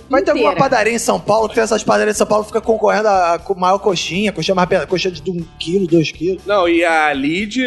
Speaker 4: vai ter alguma
Speaker 5: inteira.
Speaker 4: padaria em São Paulo, que tem essas padarias em São Paulo que fica concorrendo a, a com maior coxinha, coxinha mais pesada, coxinha de 1 quilo, 2 quilos.
Speaker 3: Não, e a Lid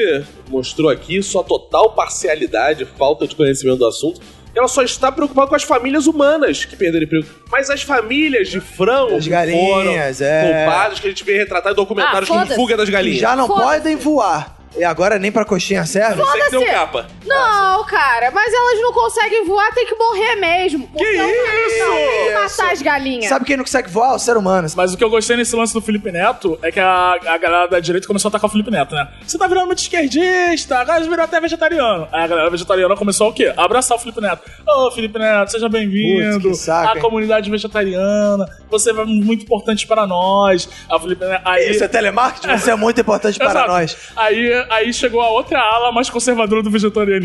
Speaker 3: mostrou aqui sua total parcialidade, falta de conhecimento do assunto. Ela só está preocupada com as famílias humanas que perderam emprego. Mas as famílias de frango
Speaker 4: As
Speaker 3: que
Speaker 4: galinhas,
Speaker 3: foram
Speaker 4: é.
Speaker 3: roubadas, que a gente vê retratado em documentários
Speaker 5: Ah,
Speaker 3: como
Speaker 5: foda-se.
Speaker 3: fuga das galinhas.
Speaker 4: Já não
Speaker 5: Foda-se.
Speaker 4: podem voar. E agora nem pra coxinha serve?
Speaker 3: Sei que tem um
Speaker 5: Foda-se.
Speaker 3: capa.
Speaker 5: Não, cara, mas elas não conseguem voar, tem que morrer mesmo. Porque eu não tem que matar as galinhas.
Speaker 4: Sabe quem não consegue voar? O ser humano.
Speaker 2: Mas o que eu gostei nesse lance do Felipe Neto é que a, a galera da direita começou a atacar o Felipe Neto, né? Você tá virando muito esquerdista, agora virou até vegetariano. Aí a galera vegetariana começou a o quê? A abraçar o Felipe Neto. Ô, Felipe Neto, seja
Speaker 4: Putz,
Speaker 2: bem-vindo
Speaker 4: que saco,
Speaker 2: à
Speaker 4: hein?
Speaker 2: comunidade vegetariana. Você é muito importante para nós. A Felipe Neto... Aí...
Speaker 4: Isso é telemarketing? Isso é muito importante para
Speaker 2: Exato.
Speaker 4: nós.
Speaker 2: Aí, aí chegou a outra ala mais conservadora do vegetarianismo.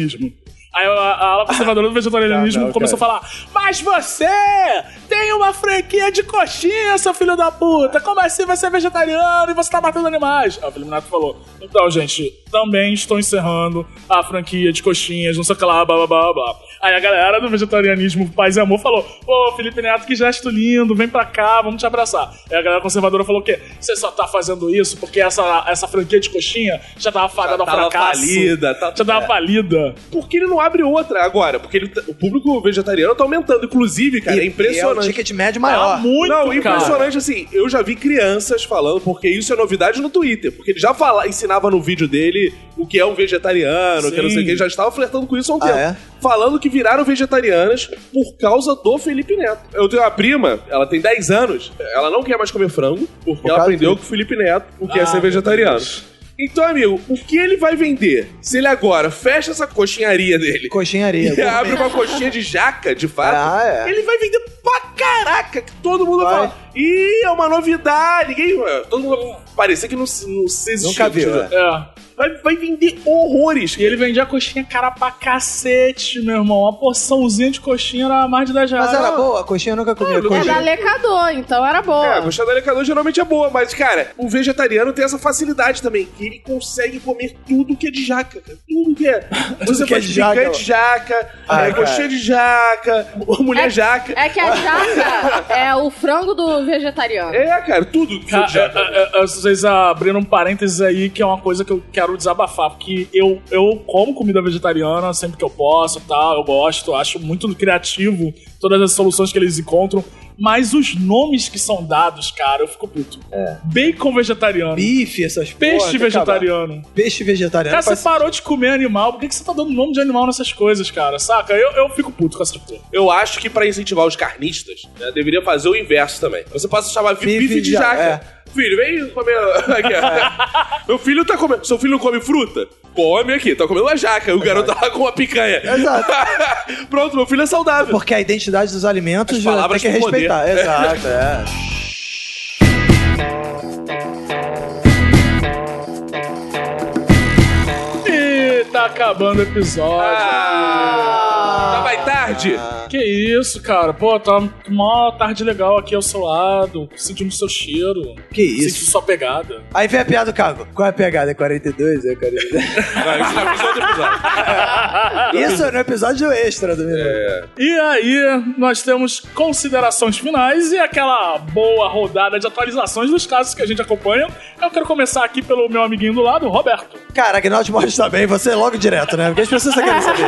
Speaker 2: Aí a, a ala conservadora do vegetarianismo
Speaker 4: Ah, não,
Speaker 2: começou a falar: Mas você tem uma franquia de coxinha, seu filho da puta! Como assim você é vegetariano e você tá matando animais? Aí o Felipe Neto falou: Então, gente, também estou encerrando a franquia de coxinhas, não sei o que lá, blá blá blá blá. Aí a galera do vegetarianismo Paz e Amor falou: Pô, Felipe Neto, que gesto lindo, vem pra cá, vamos te abraçar. Aí a galera conservadora falou: O quê? Você só tá fazendo isso porque essa, essa franquia de coxinha já tava fadada ao
Speaker 3: tava
Speaker 2: fracasso.
Speaker 3: falida, tá-
Speaker 2: já tava
Speaker 3: é.
Speaker 2: falida.
Speaker 3: Porque ele não abre outra agora. Porque ele tá- o público vegetariano tá aumentando. Inclusive, cara, é
Speaker 4: E é um
Speaker 3: impressionante. Ah,
Speaker 4: ticket médio maior.
Speaker 2: Tá muito,
Speaker 3: não,
Speaker 2: cara.
Speaker 3: impressionante assim. Eu já vi crianças falando, porque isso é novidade no Twitter. Porque ele já fala, ensinava no vídeo dele o que é um vegetariano, que não sei o que. Ele já estava flertando com isso há um
Speaker 4: Ah,
Speaker 3: tempo.
Speaker 4: é?
Speaker 3: Falando que viraram vegetarianas por causa do Felipe Neto. Eu tenho uma prima, ela tem 10 anos, ela não quer mais comer frango, porque ela
Speaker 4: causa
Speaker 3: aprendeu
Speaker 4: do-
Speaker 3: com o Felipe Neto o que é
Speaker 2: Ah,
Speaker 3: ser
Speaker 2: meu
Speaker 3: vegetariano. Então, amigo, o que ele vai vender se ele agora fecha essa coxinharia dele
Speaker 4: Coxinharia.
Speaker 3: e abre uma coxinha de jaca, de fato,
Speaker 4: Ah, é.
Speaker 3: ele vai vender pra caraca, que todo mundo vai
Speaker 4: Vai.
Speaker 3: falar. Ih, é uma novidade, ninguém. Todo mundo vai parecer que não, não se existiu.
Speaker 4: Nunca viu, é.
Speaker 2: É.
Speaker 3: Vai, vai vender horrores.
Speaker 2: E ele vendia coxinha cara pra cacete, meu irmão. Uma porçãozinha de coxinha era mais de 10 reais.
Speaker 4: Mas era boa, a coxinha eu nunca comia.
Speaker 5: É da
Speaker 4: Coxinha.
Speaker 5: Lecador, então era boa.
Speaker 3: É, gostar da alecador geralmente é boa, mas, cara, o vegetariano tem essa facilidade também, que ele consegue comer tudo que é de jaca, cara. Tudo que é. Você
Speaker 4: que é
Speaker 3: faz
Speaker 4: de jaca,
Speaker 3: picante de jaca,
Speaker 4: Ah,
Speaker 3: é,
Speaker 4: cara.
Speaker 3: coxinha de jaca, mulher jaca.
Speaker 5: É que a jaca é o frango do vegetariano.
Speaker 3: É, cara, tudo que é
Speaker 2: Ca-
Speaker 3: de
Speaker 2: é,
Speaker 3: jaca.
Speaker 2: é, é, Vocês abriram um parênteses aí que é uma coisa que eu quero desabafar, porque eu, eu como comida vegetariana sempre que eu posso e tal, eu gosto, acho muito criativo todas as soluções que eles encontram, mas os nomes que são dados, cara, eu fico puto. Bacon vegetariano,
Speaker 4: Bife, essas porra,
Speaker 2: peixe
Speaker 4: É. tem que
Speaker 2: vegetariano.
Speaker 4: acabar. É, Peixe vegetariano.
Speaker 2: Cara, você
Speaker 4: parece-
Speaker 2: parou de comer animal, por que, que você tá dando nome de animal nessas coisas, cara? Saca? Eu, eu fico puto com essa porra.
Speaker 3: Eu acho que pra incentivar os carnistas, né, deveria fazer o inverso também. Você passa a chamar bife,
Speaker 4: Bife
Speaker 3: bife de
Speaker 4: de ja-
Speaker 3: jaca. Filho, vem comer. Aqui, ó.
Speaker 4: É.
Speaker 3: Meu filho tá comendo. Seu filho não come fruta? Come aqui, tá comendo uma jaca. O garoto tá com uma picanha.
Speaker 4: Exato.
Speaker 3: Pronto, meu filho é saudável.
Speaker 4: Porque a identidade dos alimentos
Speaker 3: As
Speaker 4: tem
Speaker 3: palavras
Speaker 4: que
Speaker 3: com poder.
Speaker 4: respeitar. Exato, é.
Speaker 2: E tá acabando o episódio.
Speaker 3: Ah, já vai tarde.
Speaker 4: Ah.
Speaker 2: Que isso, cara? Pô, tá uma tarde legal aqui ao seu lado, sentindo seu cheiro,
Speaker 4: Que isso.
Speaker 2: sentindo sua pegada.
Speaker 4: Aí vem a piada do cargo. Qual é a pegada? É 42? É 42?
Speaker 3: Vai, isso já foi outro episódio.
Speaker 4: isso é no episódio extra do Minuto.
Speaker 3: É.
Speaker 2: E aí, nós temos considerações finais e aquela boa rodada de atualizações dos casos que a gente acompanha. Eu quero começar aqui pelo meu amiguinho do lado, Roberto.
Speaker 4: Cara, Agnaldo Timóteo está bem, você logo direto, né? Porque as pessoas só querem saber.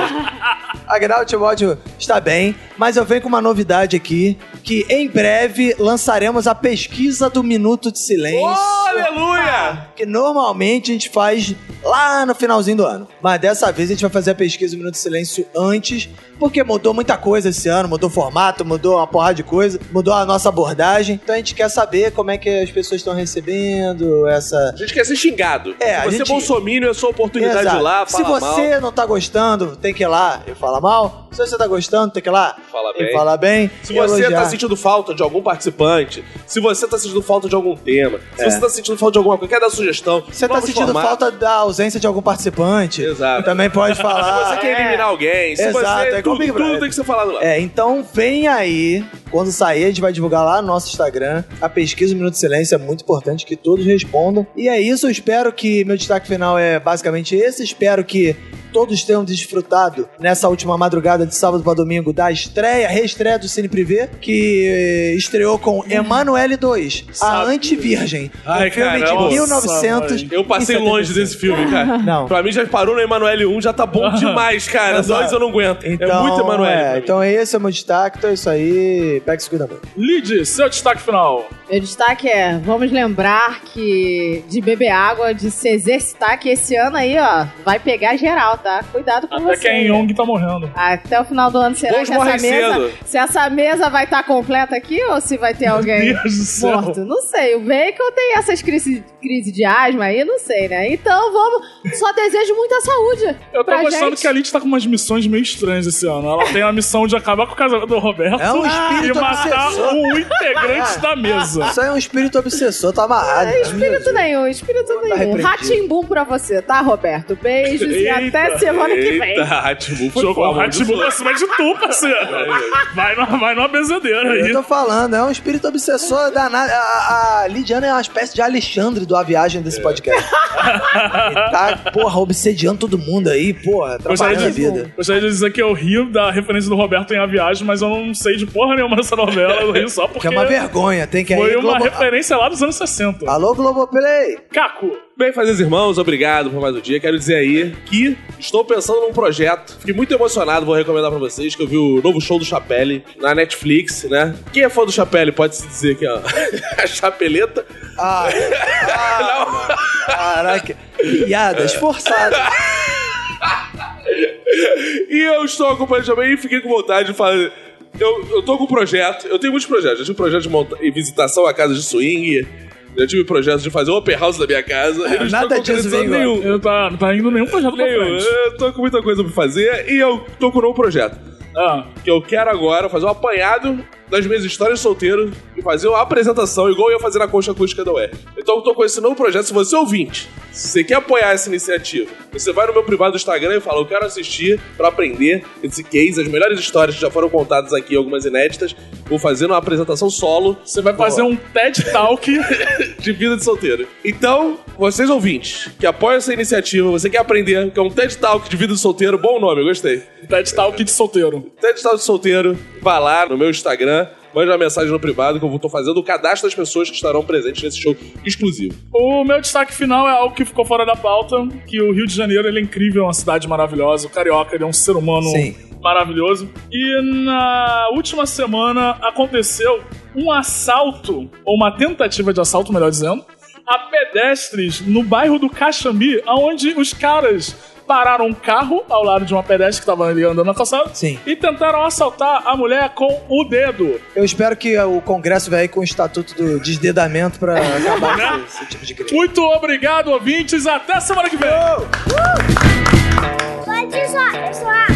Speaker 4: Agnaldo Timóteo está bem, mas eu venho com uma novidade aqui, que em breve lançaremos a pesquisa do Minuto de Silêncio.
Speaker 3: Oh, aleluia!
Speaker 4: Que normalmente a gente faz lá no finalzinho do ano. Mas dessa vez a gente vai fazer a pesquisa do Minuto de Silêncio antes, porque mudou muita coisa esse ano, mudou formato, mudou uma porrada de coisa, mudou a nossa abordagem. Então a gente quer saber como é que as pessoas estão recebendo essa
Speaker 3: A gente quer ser xingado.
Speaker 4: É,
Speaker 3: Se
Speaker 4: a
Speaker 3: você é
Speaker 4: gente-
Speaker 3: bolsominion, é sua oportunidade
Speaker 4: Exato.
Speaker 3: de ir lá,
Speaker 4: Se
Speaker 3: fala
Speaker 4: você não tá gostando, tem que ir lá e falar mal. Se você tá gostando, tem que ir lá
Speaker 3: Fala
Speaker 4: e
Speaker 3: bem.
Speaker 4: falar bem.
Speaker 3: Se
Speaker 4: e
Speaker 3: você
Speaker 4: elogiar.
Speaker 3: tá sentindo falta de algum participante, se você tá sentindo falta de algum tema, se
Speaker 4: É.
Speaker 3: você tá sentindo falta de alguma coisa, quer dar sugestão,
Speaker 4: Se você tá
Speaker 3: novos
Speaker 4: sentindo
Speaker 3: formatos,
Speaker 4: falta da ausência de algum participante,
Speaker 3: Exato.
Speaker 4: também pode
Speaker 3: Ah, Se
Speaker 4: falar.
Speaker 3: você quer
Speaker 5: É.
Speaker 3: eliminar alguém, se
Speaker 4: Exato,
Speaker 3: você.
Speaker 4: é igual
Speaker 3: tudo,
Speaker 4: Big
Speaker 3: tudo
Speaker 4: Brother.
Speaker 3: tem que ser falado lá.
Speaker 4: É, então vem aí. Quando sair, a gente vai divulgar lá no nosso Instagram. A pesquisa do Minuto de Silêncio é muito importante que todos respondam. E é isso, eu espero que meu destaque final é basicamente esse. Espero que todos tenham desfrutado nessa última madrugada de sábado para domingo da estreia, reestreia do Cine Privé, que eh, estreou com Emanuele 2, A
Speaker 2: Sabe.
Speaker 4: Antivirgem.
Speaker 3: Ai,
Speaker 4: um filme
Speaker 3: cara, nossa,
Speaker 4: de 1900.
Speaker 3: Eu passei
Speaker 4: e
Speaker 3: longe
Speaker 4: 75.
Speaker 3: desse filme, cara.
Speaker 4: é Não.
Speaker 3: Pra mim já parou no Emanuele 1, já tá bom demais, cara.
Speaker 4: Exato.
Speaker 3: Dois eu não aguento.
Speaker 4: Então,
Speaker 3: é muito Emanuele. pra
Speaker 4: é,
Speaker 3: mim.
Speaker 4: então esse é o meu destaque, então é isso aí. Pega e segura a mão.
Speaker 2: Lid, seu destaque final.
Speaker 5: Meu destaque é, vamos lembrar que de beber água, de se exercitar, que esse ano aí, ó, vai pegar geral, tá? Cuidado com
Speaker 2: Até
Speaker 5: você. né?
Speaker 2: que a Young tá morrendo.
Speaker 5: Até o final do ano, será
Speaker 3: Bons
Speaker 5: que essa
Speaker 3: morrem
Speaker 5: mesa...
Speaker 3: cedo.
Speaker 5: Se essa mesa vai estar completa aqui ou se vai ter alguém...
Speaker 2: Deus do céu.
Speaker 5: Morto, não sei. O bacon tem essas crises crise de asma aí, não sei, né? Então vamos. Só desejo muita saúde.
Speaker 2: Eu tô
Speaker 5: pra
Speaker 2: gostando
Speaker 5: gente.
Speaker 2: que a Lid tá com umas missões meio estranhas esse ano. Ela tem a missão de acabar com o casamento do Roberto
Speaker 4: É um
Speaker 2: e
Speaker 4: espírito
Speaker 2: matar
Speaker 4: obsessor.
Speaker 2: o integrante da mesa.
Speaker 4: Isso aí é um espírito obsessor, tá
Speaker 5: É
Speaker 4: amarrado.
Speaker 5: Espírito nenhum, espírito nenhum.
Speaker 4: repreendido.
Speaker 5: Ratimbum pra você, tá, Roberto? Beijos e
Speaker 2: Eita.
Speaker 5: até semana que vem.
Speaker 3: Eita, Ratibu foi
Speaker 2: Jogou o
Speaker 3: foda.
Speaker 2: Hatibu
Speaker 4: né?
Speaker 2: pra cima de tu, parceiro. Vai numa, vai numa benzedeira
Speaker 4: Eu
Speaker 2: aí.
Speaker 4: tô falando, é um espírito obsessor danado. A, a- a Lidiana é uma espécie de Alexandre do A Viagem
Speaker 2: É.
Speaker 4: desse podcast. E tá, porra, obsediando todo mundo aí, porra,
Speaker 2: Gostaria
Speaker 4: atrapalhando a
Speaker 2: de,
Speaker 4: vida.
Speaker 2: gostaria de dizer que eu rio da referência do Roberto em A Viagem, mas eu não sei de porra nenhuma dessa novela. Eu rio só
Speaker 4: Que
Speaker 2: porque
Speaker 4: é uma vergonha, tem que
Speaker 2: foi
Speaker 4: aí.
Speaker 2: uma
Speaker 4: Globo... Ah.
Speaker 2: referência lá dos anos 60.
Speaker 4: Alô, Globoplay!
Speaker 2: Caco,
Speaker 3: Bem, fazeres irmãos, obrigado por mais um dia. Quero dizer aí que estou pensando num projeto. Fiquei muito emocionado, vou recomendar pra vocês que eu vi o novo show do Chapelle na Netflix, né? Quem é fã do Chapelle pode se dizer que é uma- a chapeleta.
Speaker 4: Ah, ah, caraca,
Speaker 2: É.
Speaker 4: piadas forçadas.
Speaker 3: E eu estou acompanhando também e fiquei com vontade de fazer. Eu, eu tô com um projeto, eu tenho muitos projetos. Já tive projeto de monta... e visitação a casa de swing, já tive projeto de fazer open house da minha casa. Eu não estou
Speaker 4: nada disso
Speaker 3: concretizando
Speaker 4: vem
Speaker 3: nenhum.
Speaker 2: eu tá, não tá indo nenhum projeto pra
Speaker 3: Nenhum.
Speaker 2: frente.
Speaker 3: Eu tô com muita coisa pra fazer e eu tô com um novo projeto.
Speaker 2: Ah,
Speaker 3: que eu quero agora fazer um apanhado das minhas histórias de solteiro e fazer uma apresentação igual eu ia fazer na Concha Acústica da UER. Então eu tô com esse novo projeto. Se você é ouvinte, se você quer apoiar essa iniciativa, você vai no meu privado do Instagram e fala: Eu quero assistir pra aprender esse case, as melhores histórias que já foram contadas aqui, algumas inéditas. Vou fazer uma apresentação solo. Você vai
Speaker 2: fazer
Speaker 3: fazer um
Speaker 2: um TED Talk.
Speaker 3: de vida de solteiro. Então, vocês ouvintes que apoiam essa iniciativa, você quer aprender, que é um TED Talk de vida de solteiro, bom nome, eu gostei.
Speaker 2: TED Talk de solteiro.
Speaker 3: Até de estado solteiro, vá lá no meu Instagram, mande uma mensagem no privado que eu tô fazendo o cadastro das pessoas que estarão presentes nesse show exclusivo.
Speaker 2: O meu destaque final é algo que ficou fora da pauta, que o Rio de Janeiro ele é incrível, é uma cidade maravilhosa. O carioca ele é um ser humano
Speaker 4: Sim.
Speaker 2: maravilhoso. E na última semana aconteceu um assalto, ou uma tentativa de assalto, melhor dizendo, a pedestres no bairro do Caxambi, onde os caras pararam um carro ao lado de uma pedestre que estava ali andando na calçada
Speaker 4: Sim.
Speaker 2: e tentaram assaltar a mulher com o dedo.
Speaker 4: Eu espero que o Congresso venha aí com o estatuto do desdedamento pra acabar com esse, esse tipo de crime.
Speaker 2: Muito obrigado, ouvintes. Até semana que vem.
Speaker 6: Pode zoar, pessoal.